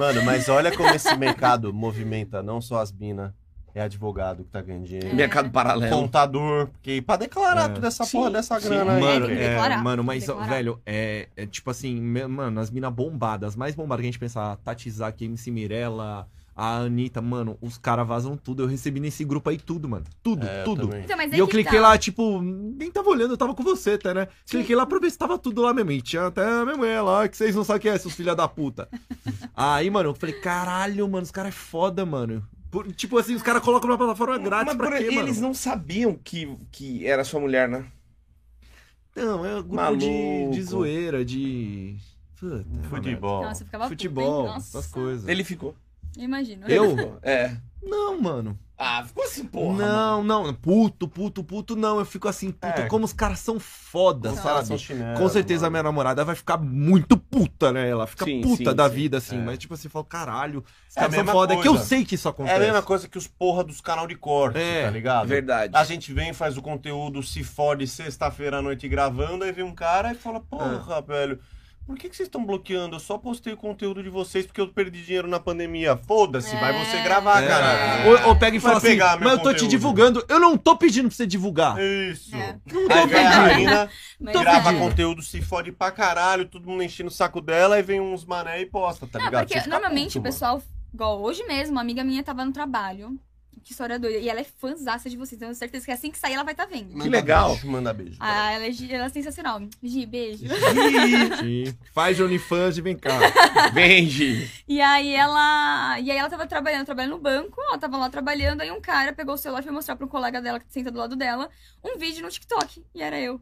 S2: Mano, mas olha como esse mercado movimenta não só as minas, é advogado que tá ganhando
S4: É.
S2: dinheiro.
S1: Mercado paralelo.
S2: Contador, porque pra declarar
S3: É.
S2: toda essa
S1: É. Sim,
S2: porra dessa
S1: sim.
S2: grana
S3: Mano,
S2: aí. né?
S4: tem que
S2: velho.
S3: é,
S4: declarar,
S3: mano,
S4: tem que
S3: mas, ó,
S4: declarar.
S3: velho, é, é tipo assim, me- mano, as minas bombadas, as mais bombadas que a gente pensa, a Tati Zaki, MC Mirella, a Anitta, mano, os caras vazam tudo. Eu recebi nesse grupo aí tudo, mano. Tudo,
S2: É, eu
S3: tudo.
S2: também.
S4: [LAUGHS] Então, mas
S3: E
S4: aí
S3: eu
S4: que
S3: cliquei
S4: tá.
S3: lá, tipo, nem tava olhando, eu tava com você até, né? Cliquei lá pra ver se tava tudo lá mesmo. E tinha até a minha mulher lá, que vocês não sabem quem é, seus filha da
S4: [LAUGHS]
S3: puta. Aí, mano, eu falei, caralho, mano, os caras é foda, mano. Por- tipo assim, os caras colocam uma plataforma grátis
S1: Mas
S3: pra
S1: por-
S3: quê,
S1: eles
S3: mano?
S1: não sabiam que, que era sua mulher, né?
S3: Não, é um grupo de,
S1: Maluco.
S3: de zoeira, de... Puta, é
S2: Futebol.
S4: Nossa, eu ficava puta,
S3: Futebol,
S4: hein? Nossa,
S3: essas coisas.
S1: Ele ficou.
S4: eu imagino.
S3: Eu?
S1: Ficou. [LAUGHS] É.
S3: Não, mano.
S1: Ah, ficou assim, porra.
S3: não, não. Puto, puto, puto, não. Eu fico assim, puta,
S2: É.
S3: como os caras são foda,
S2: Os caras
S3: sabe?
S2: são chinelo,
S3: Com certeza
S2: mano.
S3: a minha namorada vai ficar muito puta, né? Ela fica
S1: Sim,
S3: puta
S1: sim,
S3: da
S1: sim.
S3: vida, assim.
S2: É.
S3: Mas, tipo assim, fala, caralho, os
S2: É a
S3: caras são
S2: mesma
S3: foda. É que eu
S2: coisa.
S3: sei que isso
S2: É
S3: acontece.
S2: a mesma coisa que os porra dos canal de corte,
S3: É,
S2: tá ligado?
S1: Verdade.
S2: A gente vem, faz o conteúdo, se fode sexta-feira à noite gravando, aí vem um cara e fala,
S3: É.
S2: porra, velho, por que, que vocês estão bloqueando? Eu só postei o conteúdo de vocês porque eu perdi dinheiro na pandemia. Foda-se,
S4: É.
S2: vai você gravar,
S3: É.
S2: caralho.
S3: Ou, ou pega e
S2: Vai
S3: fala assim, mas
S2: pegar
S3: eu
S2: meu
S3: tô te
S2: conteúdo."
S3: divulgando. Eu não tô pedindo pra você divulgar.
S2: Isso.
S4: É.
S3: Não
S2: Aí
S3: tô
S2: vem a Marina,
S4: Mas-
S3: Tô
S2: grava
S3: pedindo.
S2: conteúdo, se fode pra caralho, todo mundo enchendo o saco dela, aí vem uns mané e posta, tá
S4: Não,
S2: ligado? Você
S4: porque
S2: fica
S4: normalmente
S2: puto,
S4: o pessoal, igual hoje mesmo, uma amiga minha tava no trabalho. Que história doida. E ela é fãzaça de vocês, então eu tenho certeza que assim que sair ela vai estar vendo.
S1: Que
S2: mano. Manda
S1: legal.
S2: beijo, manda beijo.
S4: Ah, ela é, gi- ela é sensacional. Gi, beijo.
S3: Sim. Faz de OnlyFans e vem cá.
S1: Vende.
S4: E aí ela. E aí ela tava trabalhando, trabalhando no banco, ela tava lá trabalhando, aí um cara pegou o celular e foi mostrar pra um colega dela que senta do lado dela um vídeo no TikTok. E era eu.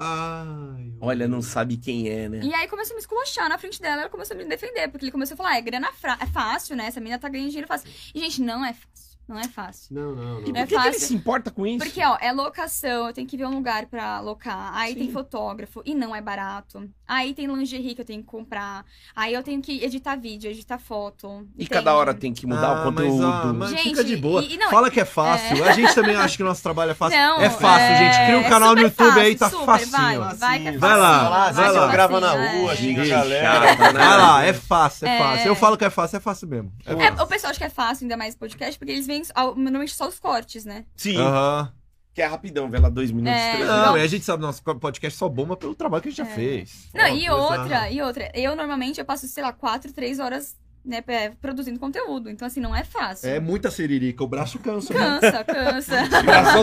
S2: Ai,
S1: Olha, não sabe quem é, né?
S4: E aí começou a me esculachar na frente dela, ela começou a me defender, porque ele começou a falar, "Ah, é grana fra- é fácil, né? Essa menina tá ganhando dinheiro fácil. E, gente, não é fácil. Não é fácil.
S5: Não, não,
S1: E por
S4: É
S1: que, que ele
S4: fácil.
S1: se importa com isso?
S4: Porque, ó, é locação, eu tenho que ver um lugar pra alocar. Aí tem fotógrafo, e não é barato. Aí tem lingerie que eu tenho que comprar. Aí eu tenho que editar vídeo, editar foto.
S1: E cada hora tem que mudar o
S3: Ah, mas,
S1: conteúdo.
S3: ah, mas
S4: Gente,
S3: fica de boa.
S4: e- e não-
S3: Fala que é fácil. A gente também acha que o nosso trabalho é fácil.
S4: Não,
S3: é fácil,
S4: é-
S3: gente. Cria um
S4: é
S3: canal no
S4: super
S3: YouTube
S4: fácil,
S3: aí, tá
S4: super,
S3: facinho.
S4: Vai,
S3: Vai,
S4: vai, que é
S5: Facinho.
S3: Vai lá,
S4: facinho,
S3: vai
S4: que é
S3: lá.
S2: Grava na
S4: facinho,
S2: rua,
S4: é.
S2: gente.
S1: Ninguém
S2: galera.
S1: chata, né?
S3: lá, é fácil, é,
S4: É.
S3: fácil. Eu falo que é fácil, é fácil mesmo. É
S4: É,
S3: fácil.
S4: o pessoal acha que é fácil, ainda mais podcast, porque eles veem ao- normalmente só os cortes, né?
S1: Sim,
S3: Aham.
S1: que é rapidão, vê lá dois minutos,
S4: É.
S1: três
S3: Não,
S1: minutos.
S3: e a gente sabe, nosso podcast só bomba pelo trabalho que a gente já fez.
S4: Não, e
S3: Pô,
S4: outra,
S2: ah.
S4: e outra. Eu normalmente eu passo, sei lá, quatro, três horas, né, pe- produzindo conteúdo. Então, assim, não é fácil.
S5: É muita siririca, o braço cansa. né?
S4: Cansa, cansa.
S2: [LAUGHS]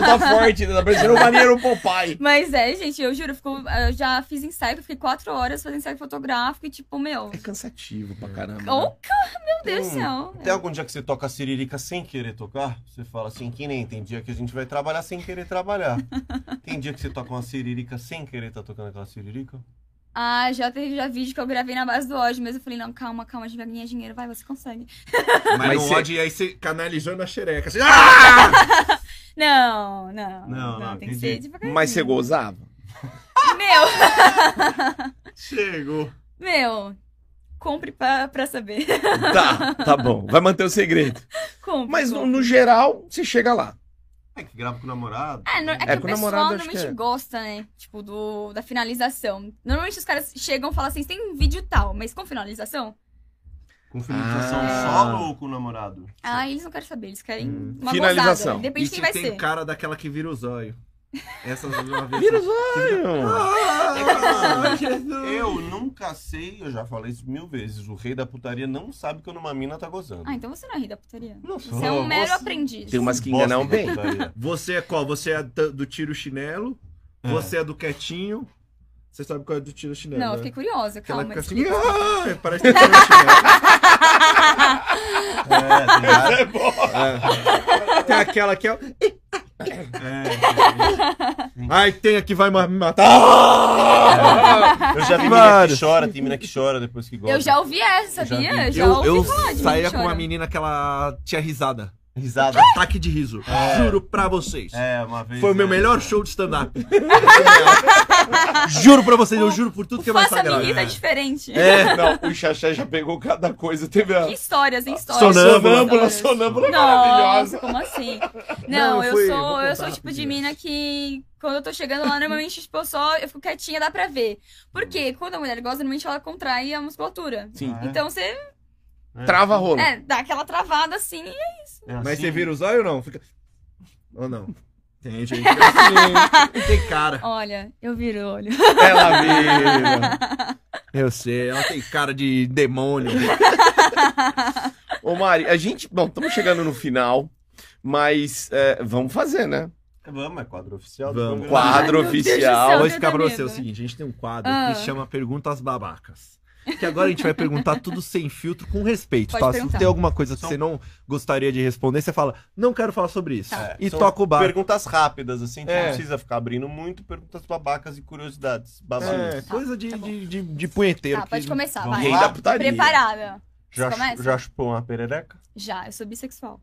S1: O coração tá forte, né? tá parecendo o maneiro Popeye.
S4: Mas é, gente, eu juro, eu fico- eu já fiz ensaio, que eu fiquei quatro horas fazendo ensaio fotográfico e, tipo, meu.
S1: É cansativo pra caramba.
S4: Oh,
S1: né?
S4: ca- meu Deus do
S2: Hum,
S4: céu.
S2: Tem algum dia que você toca siririca sem querer tocar? Você fala assim, que nem tem dia que a gente vai trabalhar sem querer
S4: [LAUGHS]
S2: trabalhar. tem dia que você toca uma siririca sem querer tá tocando aquela siririca?
S4: Ah, já teve já vídeo que eu gravei na base do ódio, mas eu falei, não, calma, calma, a gente vai ganhar dinheiro, vai, você consegue.
S5: Mas,
S1: Mas
S5: não
S1: cê-
S5: pode, aí você canalizando a xereca. assim, "Ah!"
S4: Não, não.
S2: Não, não,
S4: tem que
S2: entendi.
S4: ser devagarzinho.
S1: Mas você gozava?
S4: Meu,
S5: Ah! Chegou.
S4: meu. Compre pra, pra saber. [LAUGHS]
S1: Tá, tá bom. Vai manter o segredo.
S4: Compre.
S1: Mas no,
S4: compre.
S1: no geral, você chega lá.
S2: É que grava com o namorado.
S4: É, no- é que
S1: É,
S4: o
S1: com o
S4: pessoal
S1: namorado, acho que
S4: normalmente
S1: é.
S4: gosta, né? Tipo, do, da finalização. Normalmente os caras chegam e falam assim, tem um vídeo tal, mas com finalização?
S2: Com um finalização
S1: Ah.
S2: solo ou com o namorado?
S4: Ah, eles não querem saber, eles querem
S3: Hum.
S4: uma
S1: Finalização.
S4: gozada. Depende
S5: E
S4: de quem
S5: se
S4: vai
S5: tem
S4: ser.
S5: cara daquela que vira os olhos. Essas [LAUGHS] uma vez.
S1: Vira os olhos.
S5: Ah, Jesus.
S2: Eu nunca sei, eu já falei isso mil vezes. O rei da putaria não sabe quando uma mina tá gozando.
S4: Ah, então você não é rei da putaria.
S2: Não sou.
S4: Você é um mero
S2: Nossa,
S4: aprendiz.
S1: Tem umas que
S2: bosta
S1: enganam
S2: da
S1: bem.
S2: putaria.
S5: Você é qual? Você é da- do tiro chinelo?
S2: É.
S5: Você é do quietinho? Você sabe qual é do tiro chinelo?
S4: Não,
S5: né?
S4: eu fiquei curiosa,
S5: Que ela
S4: calma.
S5: fica assim.
S4: explica.
S5: "Ah", Parece que é tiro chinelo.
S2: É, tem
S5: [LAUGHS]
S2: várias-
S5: Tem aquela que é.
S2: é,
S5: Ai, tem a que vai ma- me matar.
S2: é. Eu já vi mina
S3: Várias.
S2: que chora, tem mina que chora depois que gosta.
S4: [LAUGHS] Eu já ouvi essa,
S2: Eu já
S4: sabia?
S2: vi.
S4: Eu já
S3: Eu,
S4: ouvi
S3: eu
S4: falar de
S3: saía
S4: gente
S3: com uma
S4: chorando.
S3: menina que ela tinha risada.
S2: Risada.
S3: Ataque de riso.
S2: É.
S3: Juro pra vocês.
S2: É, uma vez.
S3: Foi o meu
S2: é.
S3: melhor show de stand-up. [LAUGHS] juro pra vocês, eu juro por tudo que é mais
S4: Faça
S3: sagrado.
S4: me rir, tá diferente.
S1: É, não, o Xaxé já pegou cada coisa. Teve a
S4: Que [LAUGHS] histórias, hein? Histórias.
S1: sonâmbula,
S4: Sonâmbulas.
S1: sonâmbula
S4: Nossa,
S1: é maravilhosa.
S4: como assim?
S5: Não,
S4: Não,
S5: eu
S4: eu,
S5: fui- vou
S4: sou,
S5: contar
S4: eu sou o tipo de
S5: rapidinho.
S4: mina que quando eu tô chegando lá, normalmente, tipo, eu só eu fico quietinha, dá pra ver. Por quê? Quando a mulher gosta, normalmente ela contrai a musculatura.
S1: Sim,
S2: Ah, é?
S4: Então você,
S2: É.
S1: trava rolo.
S4: é, dá aquela travada assim.
S2: É
S5: Mas
S2: assim?
S5: você vira os olhos ou não? Fica. Ou não? Tem gente. que é
S4: [LAUGHS]
S5: assim. Tem cara.
S4: Olha, eu viro o olho.
S1: Ela vira.
S3: Eu sei, ela tem cara de demônio.
S1: Ô, Mari, a gente. Bom, estamos chegando no final, mas é, vamos fazer, né?
S2: Vamos, é quadro oficial
S5: Vamos.
S2: do programa.
S1: Quadro
S4: Ai, meu Deus do
S1: oficial.
S4: céu.
S3: Vou
S4: eu
S3: explicar pra
S4: tenho
S3: você o
S4: medo.
S3: seguinte: a gente tem um quadro
S4: Ah.
S3: que se chama Perguntas Babacas. Que agora a gente vai perguntar tudo sem filtro, com respeito,
S4: Pode
S3: tá? Se
S4: perguntar.
S3: tem alguma coisa que
S2: São-
S3: você não gostaria de responder, você fala, não quero falar sobre isso.
S4: Tá.
S3: E
S2: São
S3: toca o bar.
S2: Perguntas rápidas, assim, que
S3: É.
S2: não precisa ficar abrindo muito. Perguntas babacas e curiosidades.
S3: É,
S2: Babacas.
S3: coisa de,
S4: tá bom.
S3: de, de, de punheteiro.
S4: Tá, pode
S3: que-
S4: começar,
S2: Vamos
S4: vai.
S1: Rei
S2: lá.
S1: da
S4: Tô
S1: putaria.
S4: preparada.
S2: já,
S4: começa?
S2: já chupou uma perereca?
S4: Já, eu sou bissexual.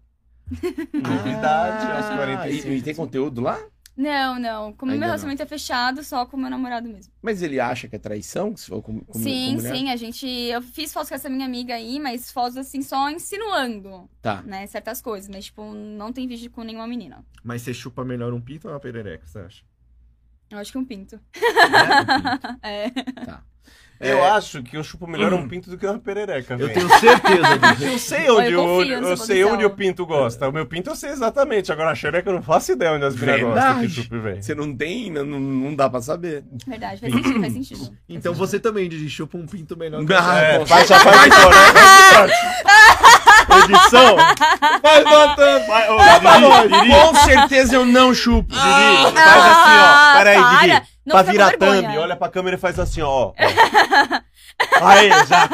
S2: Novidade aos
S1: E,
S2: 45.
S1: e tem conteúdo lá?
S4: Não, não. Como
S1: Ainda
S4: meu
S1: não.
S4: relacionamento é fechado, só com meu namorado mesmo.
S1: Mas ele acha que é traição? Se for com, com,
S4: sim,
S1: com mulher?
S4: sim, a gente. Eu fiz fotos com essa minha amiga aí, mas fotos assim, só insinuando,
S1: Tá.
S4: né? Certas coisas. Mas, tipo, não tem vídeo com nenhuma menina.
S5: Mas você chupa melhor um pinto ou uma perereca, você acha?
S4: Eu acho que um pinto. [LAUGHS] É.
S1: tá.
S2: Eu acho que eu chupo melhor um pinto do que uma perereca,
S5: Eu
S2: velho.
S5: tenho certeza disso.
S2: [LAUGHS] Eu sei
S4: Olha,
S2: onde,
S4: eu
S2: o-
S4: confio
S2: eu,
S4: nessa
S2: sei
S4: posição.
S2: onde o pinto gosta. O meu pinto eu sei exatamente. Agora a xereca eu não faço ideia onde as minas gostam
S1: Verdade.
S2: que chupa, velho.
S1: Você não tem, não, não- não dá pra saber.
S4: Verdade, faz sentido, faz sentido.
S5: Então você também, Didi, chupa um pinto melhor que
S1: Ah,
S2: É,
S1: bom,
S2: faz, já faz um embora.
S3: [LAUGHS]
S2: Edição. Vai botando. Vai, ô, Didi, Didi,
S1: Tá Com certeza eu não chupo.
S4: Ah.
S2: Didi, faz assim, ó. Pera aí,
S4: para.
S2: Didi.
S4: Não
S2: Pra
S4: fica com
S2: virar
S4: vergonha.
S2: thumb, olha pra câmera e faz assim,
S4: [LAUGHS]
S2: ó. ó. Aí, já.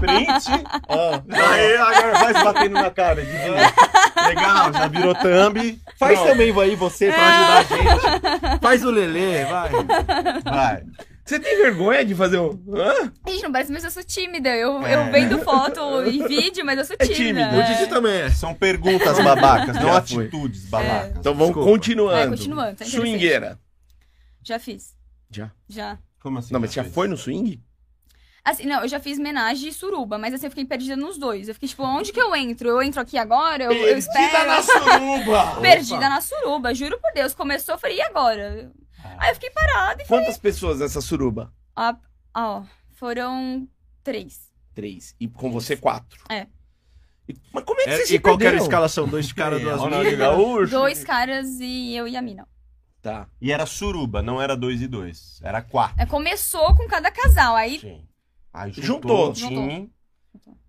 S2: Print. Ó. Aí, agora vai se batendo na cara, Didi. Legal, já virou thumb.
S3: Faz
S2: Pronto.
S4: É.
S3: também aí você pra ajudar a gente. Faz o Lelê, vai.
S2: Vai.
S1: Você tem vergonha de fazer um. Hã?
S4: Gente, não parece, mas eu sou tímida. Eu, eu vendo foto e vídeo, mas eu sou tímida.
S1: tímido.
S4: é.
S1: O Didi
S3: também é.
S2: São perguntas babacas, não
S1: Já foi.
S2: atitudes babacas.
S4: É.
S1: Então vamos
S3: Desculpa.
S4: Vai,
S1: continuando.
S4: continuando. Tá interessante.
S1: Swingueira.
S4: Já fiz.
S1: Já?
S4: Já.
S2: Como assim?
S1: Não, mas já
S2: fez?
S1: foi no swing?
S4: Assim, não, eu já fiz homenagem e suruba, mas assim, eu fiquei perdida nos dois. Eu fiquei tipo, onde que eu entro? Eu entro aqui agora? Eu, eu espero.
S2: suruba!
S4: [LAUGHS] Perdida na suruba, juro por Deus. Começou, eu falei, e agora? Aí eu fiquei parada e.
S1: Quantas pessoas nessa suruba?
S4: Ah, ó, foram três.
S1: Três. E com você, quatro.
S4: É.
S1: E- mas como é que
S3: É,
S1: vocês
S3: e
S1: se
S3: qual que era a
S1: perderam?
S3: escalação? Dois caras, duas
S2: É, Ronaldinho
S3: minas?
S2: Gaúcho.
S4: Dois caras e eu e a mina.
S1: Tá.
S2: E era suruba, não era dois e dois. Era quatro.
S4: É, começou com cada casal. Aí.
S2: Sim. Aí
S1: Juntou.
S2: juntou, o time.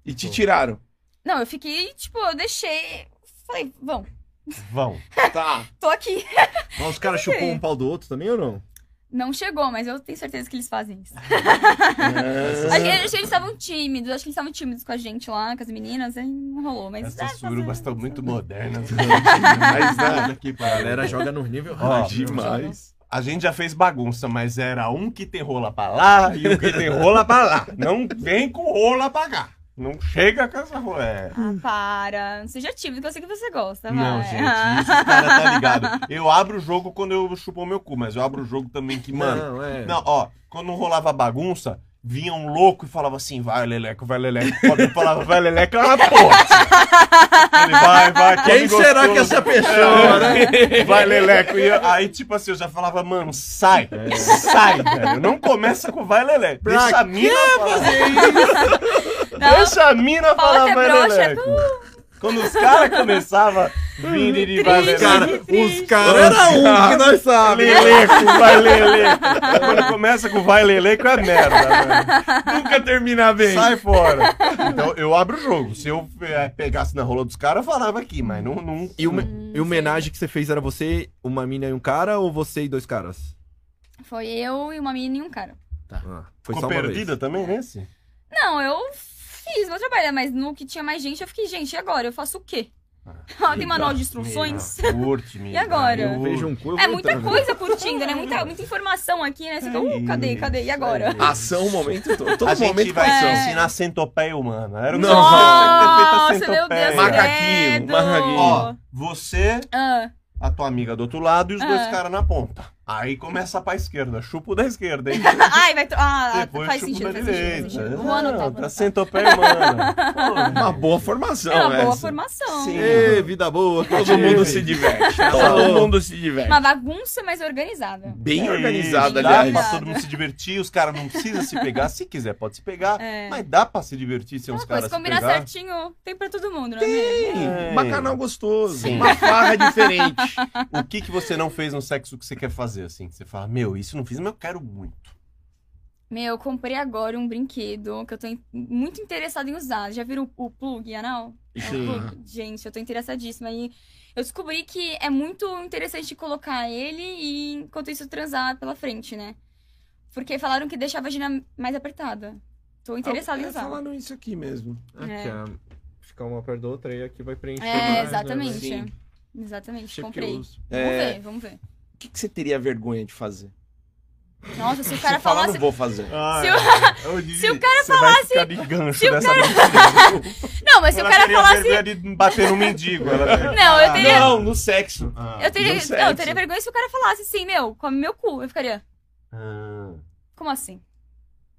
S1: E te tiraram.
S4: Não, eu fiquei, tipo, eu deixei. Falei, vão,
S2: Vão.
S4: É.
S1: Tá.
S4: tô aqui.
S3: Mas os caras chupou um pau do outro também ou não?
S4: Não chegou, mas eu tenho certeza que eles fazem
S2: [LAUGHS]
S4: isso.
S1: Ah,
S4: Acho que, acho que eles estavam tímidos, acho que eles estavam tímidos com a gente lá, com as meninas, aí não rolou, mas. é,
S2: Essas
S4: tá
S2: surubas
S4: certo.
S2: estão muito modernas.
S1: Mas, né?
S2: Aqui,
S3: A galera joga no nível
S2: Ó,
S3: hard. né? viu?
S1: demais.
S2: A gente já fez bagunça, mas era um que tem rola pra lá e um que tem rola pra lá. Não vem com rola pra cá. Não chega com essa rola. É.
S4: Ah, para. Não seja tímido, que eu sei que você gosta, vai.
S2: Não, gente,
S4: Ah.
S2: isso o cara tá ligado. Eu abro o jogo quando eu chupo o meu cu, mas eu abro o jogo também que, mano.
S3: Não, é.
S2: Não, ó, quando rolava bagunça, vinha um louco e falava assim: vai, Leleco, vai, Leleco. Quando eu falava, vai, Leleco, era
S4: [LAUGHS]
S2: porra. Ele vai, vai, come
S3: Quem será
S2: Tá gostoso.
S3: que é
S2: [LAUGHS]
S3: essa pessoa, né?
S2: Vai, Leleco. E eu- aí, tipo assim, eu já falava, mano, sai, sai, velho. Não começa com vai, Leleco.
S3: Pra
S2: Deixa a mina falar. [LAUGHS]
S4: Não,
S2: Deixa a mina
S4: Fala que
S2: falar,
S4: é
S2: vai,
S4: broxa.
S2: Leleco. Quando os caras começavam, vindo de vai,
S4: é Triste.
S2: Leleco.
S3: Os caras era
S2: [LAUGHS]
S3: um que nós sabemos.
S2: Leleco, vai Leleco. Quando começa com vai Leleco é merda, mano. Nunca termina bem. Sai fora. Então eu abro o jogo. Se eu eh, pegasse na rola dos caras, eu falava aqui, mas não. não...
S3: E o, me-
S4: Hum,
S3: e o homenagem que você fez era você, uma mina e um cara ou você e dois caras?
S4: [LAUGHS] Foi eu e uma menina e um cara.
S3: Ah, foi
S2: Ficou
S3: só uma vez.
S2: perdida também nesse?
S4: Não, eu fiz meu trabalho, mas no que tinha mais gente, eu fiquei, gente, e agora? Eu faço o quê?
S2: Ah,
S4: [LAUGHS] Tem manual de instruções?
S2: Mina, curte, mina,
S4: [LAUGHS] E agora?
S2: eu-
S3: Eu vejo um cu, eu
S4: É
S3: vou
S4: muita
S3: entrar, né?
S4: coisa curtindo, né? Muita, muita informação aqui, né? Você fica,
S2: É
S4: uh, cadê, cadê? E agora?
S1: Ação, momento todo. Todo
S2: a
S1: momento é
S2: gente vai
S1: ação.
S2: te ensinar centopeia humana. Era o que
S1: Não,
S2: eu falava,
S4: Nossa,
S2: tem que ter feito a
S4: meu Deus,
S2: centopeia.
S1: Macaquinho,
S4: credo!
S1: macaquinho.
S2: Ó, você,
S4: Ah,
S2: a tua amiga do outro lado e os dois
S4: Ah.
S2: caras na ponta. Aí começa pra esquerda. Chupa o da esquerda, hein?
S4: ai, vai. tro- Ah,
S2: Depois
S4: [LAUGHS] faz
S2: chupa da
S4: sentido, faz sentido.
S2: direita.
S4: faz sentido. Um Vou anotar, vou
S2: Não,
S4: anotar.
S2: tá centopeia, mano.
S4: [LAUGHS]
S1: Uma boa formação,
S4: É uma boa
S1: essa.
S4: formação.
S2: Sim.
S3: Ê, vida boa.
S1: Todo mundo se diverte. Todo mundo se diverte.
S4: Uma bagunça, mas organizada.
S1: Bem
S2: É
S1: organizado,
S2: isso, Dá pra
S1: aliás.
S2: todo mundo se divertir, os caras não precisam se pegar. Se quiser, pode se pegar.
S4: É.
S2: Mas dá pra se divertir sem os
S4: Uma coisa,
S2: caras se
S4: combinar
S2: pegar.
S4: certinho, tem pra todo mundo, não é mesmo?
S1: Sim,
S2: É.
S1: Bacanal gostoso.
S2: Sim.
S1: Uma farra
S4: [LAUGHS]
S1: diferente.
S2: O que, que você não fez no sexo que você quer fazer, assim? Que você fala, meu, isso eu não fiz, mas eu quero muito.
S4: Meu, eu comprei agora um brinquedo que eu tô in- muito interessada em usar. Já viram o, o plug anal? É o
S1: Sim.
S4: plug. Gente, eu tô interessadíssima. E eu descobri que é muito interessante colocar ele e, enquanto isso, transar pela frente, né? Porque falaram que deixa a vagina mais apertada. Tô
S2: Ah,
S4: interessada em
S1: É,
S4: usar.
S1: Falando isso aqui mesmo.
S3: Aqui, ó, Ficar uma perto da outra e aqui vai preencher.
S4: É,
S3: mais, né?
S4: exatamente.
S1: Sim.
S4: Exatamente,
S3: Achei que
S4: comprei.
S3: eu
S4: Vamos
S3: uso.
S1: É.
S4: ver, vamos ver.
S1: O que, que você teria vergonha de fazer?
S4: Nossa, se o cara
S1: Se falar, né?
S4: falasse.
S1: não vou fazer.
S4: Se se o
S2: cara falasse. Vai ficar de gancho dessa cara...
S4: [LAUGHS] Não, mas [LAUGHS] se o cara falasse.
S2: de bater no mendigo. Ela...
S4: Não, eu teria.
S1: Não, no sexo.
S2: Ah.
S4: Eu teria,
S1: Deu
S4: não,
S1: certo.
S4: eu teria vergonha se o cara falasse assim, meu, come meu cu. Eu ficaria,
S2: Ah.
S4: como assim?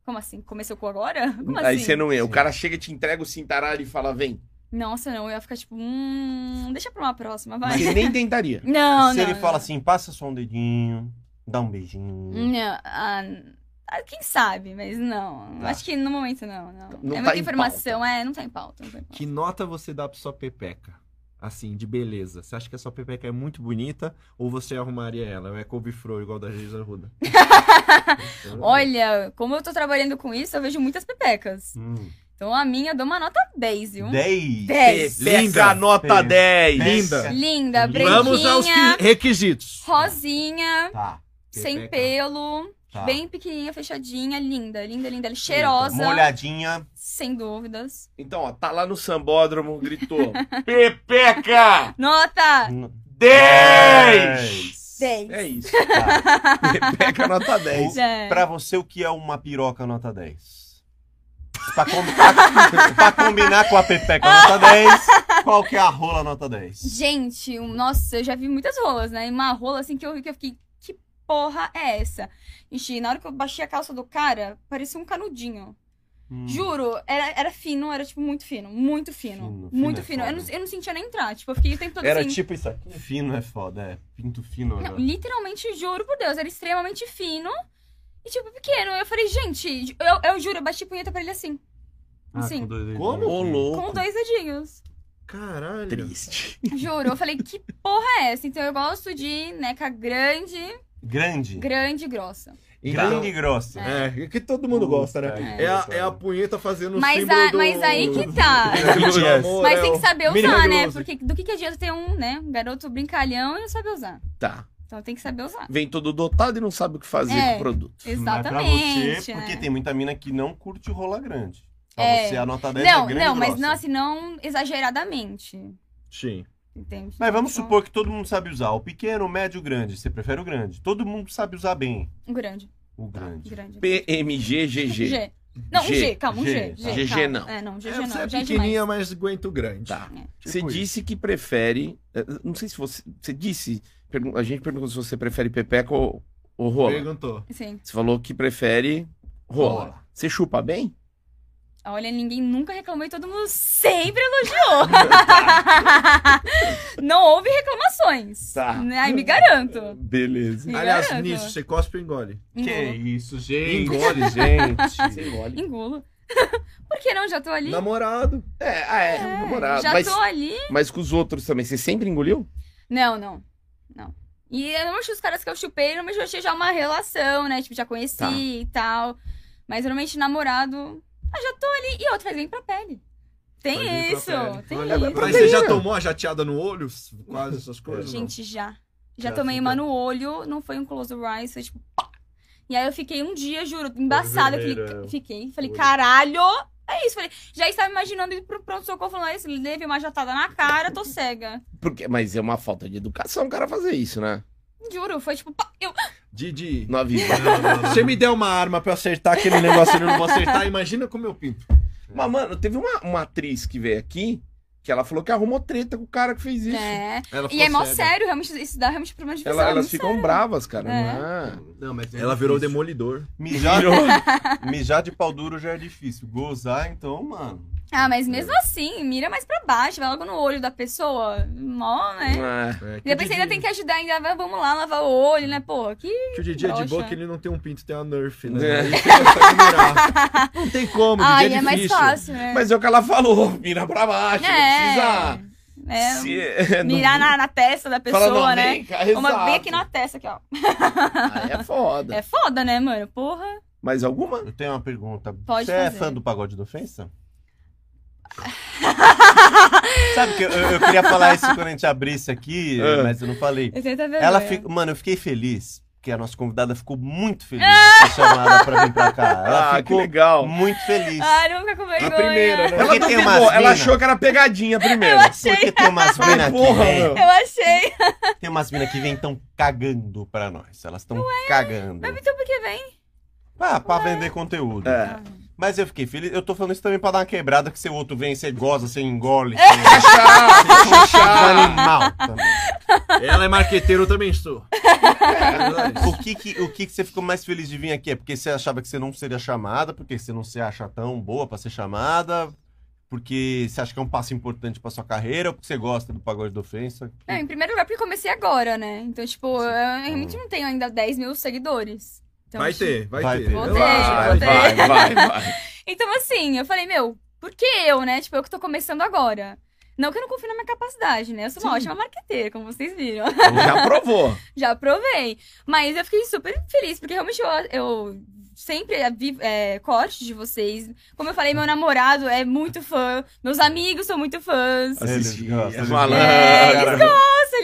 S4: Como assim? Comer seu cu agora? [LAUGHS] Como
S1: Aí
S4: assim?
S1: você não ia. O cara chega, te entrega o cintaralho e fala, vem.
S4: Nossa, não, eu ia ficar tipo, hum, deixa pra uma próxima, vai.
S1: Você nem tentaria.
S4: [LAUGHS] Não,
S2: se
S4: não.
S2: ele
S4: não.
S2: fala assim, passa só um dedinho, dá um beijinho.
S4: Não, ah, ah, quem sabe, mas não.
S2: Tá.
S4: Acho que no momento não, não.
S1: Não
S4: é
S1: tá
S4: muita
S1: em
S4: informação, é, não tá em pauta. Não tá em pauta.
S3: Que nota você dá pra sua pepeca? Assim, de beleza. Você acha que a sua pepeca é muito bonita ou você arrumaria ela? Ou É couve-flor, igual da Geisa Ruda.
S4: [LAUGHS] Olha, como eu tô trabalhando com isso, eu vejo muitas pepecas.
S2: Hum.
S4: Então a minha eu dou uma nota 10, viu?
S2: 10.
S4: 10.
S1: Linda,
S3: Linda.
S1: nota
S2: Sim.
S1: 10.
S3: Linda.
S4: Linda, branquinha,
S3: Vamos aos que- requisitos.
S4: rosinha,
S2: Tá.
S4: sem
S3: Pepeca.
S4: pelo.
S2: tá.
S4: Bem pequenininha, fechadinha, linda, linda, linda, ela cheirosa,
S2: Molhadinha.
S4: sem dúvidas.
S1: Então, ó, tá lá no sambódromo, [LAUGHS] gritou. Pepeca!
S4: Nota!
S1: dez
S4: 10.
S1: É isso.
S3: Peca nota 10.
S4: É.
S2: Pra você, o que é uma piroca nota 10? Pra, com- pra- pra combinar com a pepeca nota 10, qual que é a rola nota 10?
S4: Gente, um- nossa, eu já vi muitas rolas, né? E uma rola assim que eu vi que eu fiquei, que porra é essa? Ixi, na hora que eu baixei a calça do cara, parecia um canudinho.
S2: Hum.
S4: Juro, era, era fino, era tipo muito fino, muito fino.
S2: Fino, fino
S4: muito
S2: é
S4: fino. Eu
S2: foda.
S4: não, eu não sentia nem entrar, tipo, eu fiquei o tempo todo
S2: Era
S4: assim.
S2: tipo isso aqui. Fino é foda, é. Pinto fino.
S4: Não,
S2: né?
S4: literalmente, juro por Deus, era extremamente fino e tipo pequeno. Eu falei, gente, eu, eu juro, eu bati punheta pra ele assim,
S2: Ah,
S4: sim.
S2: com dois dedos.
S3: Como?
S1: Ô, louco.
S4: com dois dedinhos.
S3: Caralho.
S1: Triste.
S4: Juro, eu falei, que porra é essa? Então eu gosto de neca grande,
S2: Grande.
S4: grande e grossa.
S3: Então,
S2: Grande e grossa.
S3: É, que todo mundo gosta, né? É a, é a punheta fazendo
S4: Mas,
S3: símbolo
S4: a-
S3: do-
S4: mas aí que
S2: [LAUGHS]
S4: tá.
S2: um
S3: do amor,
S4: Mas
S3: é
S4: tem
S3: o-
S4: que saber usar,
S3: Miriam
S4: né?
S3: Veloso.
S4: Porque do que, que adianta ter um, né? Um garoto brincalhão e não saber usar.
S1: Tá.
S4: Então tem que saber usar.
S1: Vem todo dotado e não sabe o que fazer
S4: É.
S1: com o produto.
S2: Não é pra
S4: Exatamente.
S2: você,
S4: né?
S2: porque tem muita mina que não curte rola grande. Pra
S4: É.
S2: você, a nota 10 é
S4: Não,
S2: grande
S4: não,
S2: e
S4: mas
S2: grossa.
S4: não assim, não exageradamente.
S3: Sim.
S4: Entende?
S2: Mas vamos
S4: Então,
S2: supor que todo mundo sabe usar. O pequeno, o médio, o grande. Você prefere o grande. Todo mundo sabe usar bem
S4: Um grande,
S2: o grande.
S4: grande.
S1: PMGGG.
S4: G. Não, um
S1: G.
S4: G, calma, um
S2: G,
S4: G. G,
S1: GG
S4: calma.
S1: não.
S4: É, não, GG
S3: tá. É,
S4: não.
S3: você é
S4: já é
S3: pequenininha,
S4: demais. É,
S3: mas aguenta o grande.
S1: Tá.
S3: Tipo
S1: você
S3: isso.
S1: disse que prefere. eh, Não sei se você. Você disse. pergun- A gente perguntou se você prefere pepeca ou, ou rola.
S3: Perguntou.
S4: Sim.
S1: Você falou que prefere rola.
S2: Rola.
S1: Você chupa bem?
S4: Olha, ninguém nunca reclamou e todo mundo sempre elogiou. [LAUGHS] não houve reclamações.
S1: Tá.
S4: Né? Aí me garanto.
S1: É, Beleza.
S4: Me
S3: Aliás,
S4: garanto.
S3: nisso, você cospe ou engole?
S2: Que
S4: Engulo.
S2: isso, gente.
S3: Engole,
S2: gente.
S1: Engole.
S4: Engulo. [LAUGHS] Por que não? Já tô ali.
S3: Namorado.
S1: É, ah, é, namorado.
S4: Já
S1: Mas,
S4: tô ali.
S1: mas com os outros também. Você sempre engoliu?
S4: Não, não. Não. E eu não acho os caras que eu chupei, não me achei já uma relação, né? Tipo, já conheci
S1: Tá.
S4: e tal. Mas normalmente namorado. Ah, já tô ali. E outra faz bem pra pele. Tem
S3: Faz bem pra
S4: isso.
S3: pele.
S4: Tem
S3: Olha, é
S4: isso.
S3: Mas você já tomou a jateada no olho? Quase essas coisas? não?
S4: Gente, já. Já,
S3: Já
S4: tomei uma
S3: fica-
S4: no olho, não foi um close rise, foi tipo. Pá. E aí eu fiquei um dia, juro, embaçada. Fiquei,
S2: vermelho, é.
S4: fiquei. Falei,
S2: Olho.
S4: caralho! É isso, falei, já estava imaginando ir pro pronto-socorro falando "Ah, isso, levei uma jatada na cara, tô cega.
S1: Porque, mas é uma falta de educação o cara fazer isso, né?
S4: Juro, foi tipo, pá, eu.
S3: Didi.
S1: Não
S4: [LAUGHS]
S1: avisa.
S3: Se você me der uma arma pra eu acertar aquele negócio, eu não vou acertar. Imagina com o meu pinto.
S1: Mas, mano, teve uma, uma atriz que veio aqui que ela falou que arrumou treta com o cara que fez isso.
S4: É.
S3: Ela
S4: E é mó sério, realmente, isso dá realmente problema de visão. assim.
S1: Ela- elas
S4: muito
S1: ficam
S4: sério.
S1: bravas, cara.
S4: É.
S1: Ah.
S2: Não, mas é
S3: Ela virou o
S2: difícil.
S3: demolidor.
S2: Mijar, [LAUGHS] mijar de pau duro já é difícil. Gozar, então, mano.
S4: Ah, mas mesmo assim, mira mais pra baixo, vai logo no olho da pessoa. Mó, né?
S1: Ah,
S3: É,
S4: E Depois você ainda tem que ajudar, ainda vai, vamos lá, lavar o olho, né? Pô, que
S3: Que o Didi é de boa
S4: Broxa.
S3: que ele não tem um pinto, tem uma Nerf, né?
S1: É.
S3: Aí você consegue mirar. Não tem como, Didi
S4: Ai,
S3: é
S4: é mais
S3: difícil.
S4: fácil, né?
S1: Mas é o que ela falou, [LAUGHS] mira pra baixo, não precisa.
S4: É,
S1: se- [LAUGHS] não-
S4: mirar na, na testa da pessoa,
S1: fala, não,
S4: né?
S1: vem cá,
S4: Uma bem
S1: exato.
S4: aqui na testa, aqui, ó.
S1: Ah, é foda.
S4: [LAUGHS] É foda, né, mano? Porra.
S1: Mais alguma?
S2: Eu tenho uma pergunta.
S4: Pode
S2: Você é
S4: fazer.
S2: fã do pagode da
S4: [LAUGHS]
S2: ofensa? Sabe que eu, eu queria falar isso quando a gente abrisse aqui,
S1: É.
S2: mas eu não falei.
S4: Eu tenho até vergonha.
S2: Ela fica, mano, eu fiquei feliz, porque a nossa convidada ficou muito feliz
S4: Ah!
S2: de ser chamada pra vir pra cá. Ela
S1: ah, que
S2: ficou
S1: legal.
S2: muito feliz.
S4: Ai, eu vou ficar com vergonha.
S3: primeira, né?
S1: Ela
S2: Porque tem umas
S1: duvidou, ela
S2: mina-
S1: achou que era pegadinha primeiro.
S2: Porque tem umas minas que
S1: Porra,
S2: vem-
S1: meu.
S4: Eu achei.
S2: tem umas mina que vem tão cagando pra nós. Elas estão cagando.
S4: Mas Ah. então por que vem?
S2: Ah, pra vender conteúdo.
S1: É.
S2: Mas eu fiquei feliz. Eu tô falando isso também pra dar uma quebrada que seu outro vem, você goza, você
S4: [LAUGHS]
S2: engole.
S1: Chato,
S2: Você é um
S1: chato.
S2: animal também.
S3: Ela é marqueteiro, eu também sou.
S2: O que que, o que que você ficou mais feliz de vir aqui? É porque você achava que você não seria chamada, porque você não se acha tão boa pra ser chamada, porque você acha que é um passo importante pra sua carreira, ou porque você gosta do pagode da ofensa?
S4: Não, em primeiro lugar, porque eu comecei agora, né? Então, tipo, eu realmente não tenho ainda 10 mil seguidores. Então,
S3: Então Vai
S4: tipo,
S3: ter, vai,
S2: Vai
S3: ter.
S2: ter.
S4: Vou
S3: Vai,
S4: ter,
S1: Vai,
S4: vou ter.
S1: vai, vai, vai.
S4: [LAUGHS] Então, assim, eu falei, meu, por que eu, né? Tipo, eu que tô começando agora. Não que eu não confio na minha capacidade, né? Eu sou uma ótima marqueteira, como vocês viram. [LAUGHS]
S1: Já provou.
S4: Já provei. Mas eu fiquei super feliz, porque realmente eu, eu sempre vi é, corte de vocês. Como eu falei, meu namorado é muito fã. Meus amigos são muito fãs.
S3: Ah,
S1: Assisti.
S2: gostam, eles
S4: É, eles
S1: Malandro.
S4: gostam,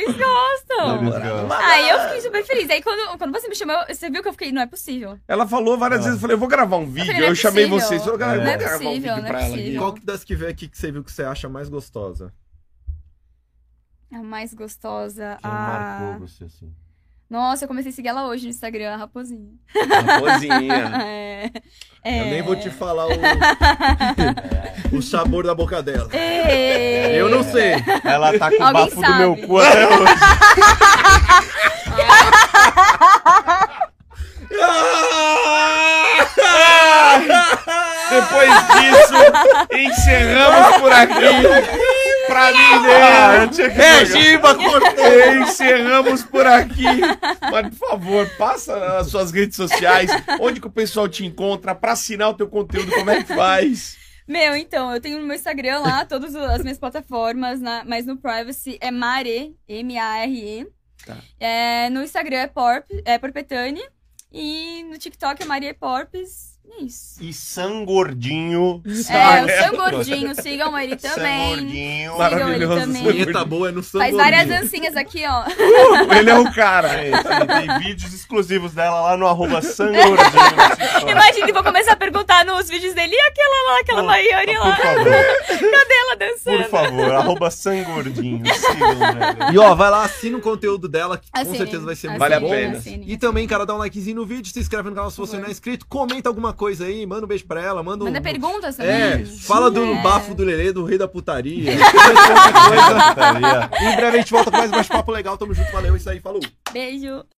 S4: eles gostam.
S2: Eles gostam.
S4: Aí eu fiquei super feliz. Aí quando, quando você me chamou, eu- você viu que eu fiquei, não é possível.
S1: Ela falou várias
S2: Ah.
S1: vezes, eu falei, eu vou gravar um
S4: Eu
S1: vídeo.
S4: falei, não é
S1: Eu chamei
S4: possível.
S1: vocês. Falou, cara, eu
S4: Não é
S1: vou gravar um
S4: possível,
S1: vídeo
S4: não é
S1: pra ela aqui.
S4: possível.
S3: Qual que das que veio aqui que você viu que você acha mais gostosa?
S4: É A mais gostosa,
S2: Quem
S4: a, Ah.
S2: marcou você assim?
S4: Nossa, eu comecei a seguir ela hoje no Instagram, a Raposinha.
S1: é
S4: [LAUGHS]
S1: Raposinha.
S4: É,
S3: Eu nem vou te falar o, [LAUGHS] o sabor da boca dela. [LAUGHS]
S4: É.
S3: Eu não sei.
S2: Ela tá com o
S4: Alguém
S2: bafo do meu
S4: sabe.
S2: cu até hoje.
S1: Depois disso, encerramos por aqui. Pra mim,
S2: Ah,
S1: né?
S2: eu tinha que
S1: É,
S2: pegar.
S1: Giba, cortei. Encerramos por aqui. Mas, por favor, passa as suas redes sociais. Onde que o pessoal te encontra? Pra assinar o teu conteúdo, como é que faz?
S4: Meu, então, eu tenho no meu Instagram
S3: [LAUGHS]
S4: lá, todas as minhas plataformas, na- mas no Privacy é Mare, M-A-R-E.
S1: Tá.
S4: É, no Instagram é, Porp, é Porpetani. E no TikTok é Maria Porpes. E É isso.
S2: E Sangordinho.
S3: Tá.
S4: É, o Sam Gordinho, sigam ele
S3: é
S4: também.
S2: Sangordinho.
S4: Sigam ele
S1: Maravilhoso,
S4: também.
S3: Vinheta boa é no samba.
S4: Faz várias dancinhas aqui,
S3: [LAUGHS]
S4: ó. [LAUGHS]
S1: Ele é o cara.
S2: Tem vídeos exclusivos dela lá no arroba Sangordinho.
S4: Imagina, vou começar a perguntar nos vídeos dele, e aquela lá,
S3: Ah,
S4: aquela Maiane
S2: Por
S4: lá,
S2: favor,
S4: ela dançando.
S2: por favor, arroba Sangordinho. Sigam, velho.
S3: E ó, vai lá, assina o conteúdo dela, que com
S4: Assinem,
S3: certeza vai ser muito
S1: Vale a
S3: bom.
S1: pena.
S3: E também, cara, dá um likezinho no vídeo, se inscreve no canal se você
S4: favor.
S3: não é inscrito, comenta alguma coisa aí, manda um beijo pra ela, manda um.
S4: Manda perguntas também.
S3: É, fala do
S4: É.
S3: bafo do Lelê, do rei da putaria.
S2: Putaria. Tá
S3: em breve a gente volta com mais bate-papo legal, tamo junto, valeu, isso aí, falou.
S4: Beijo.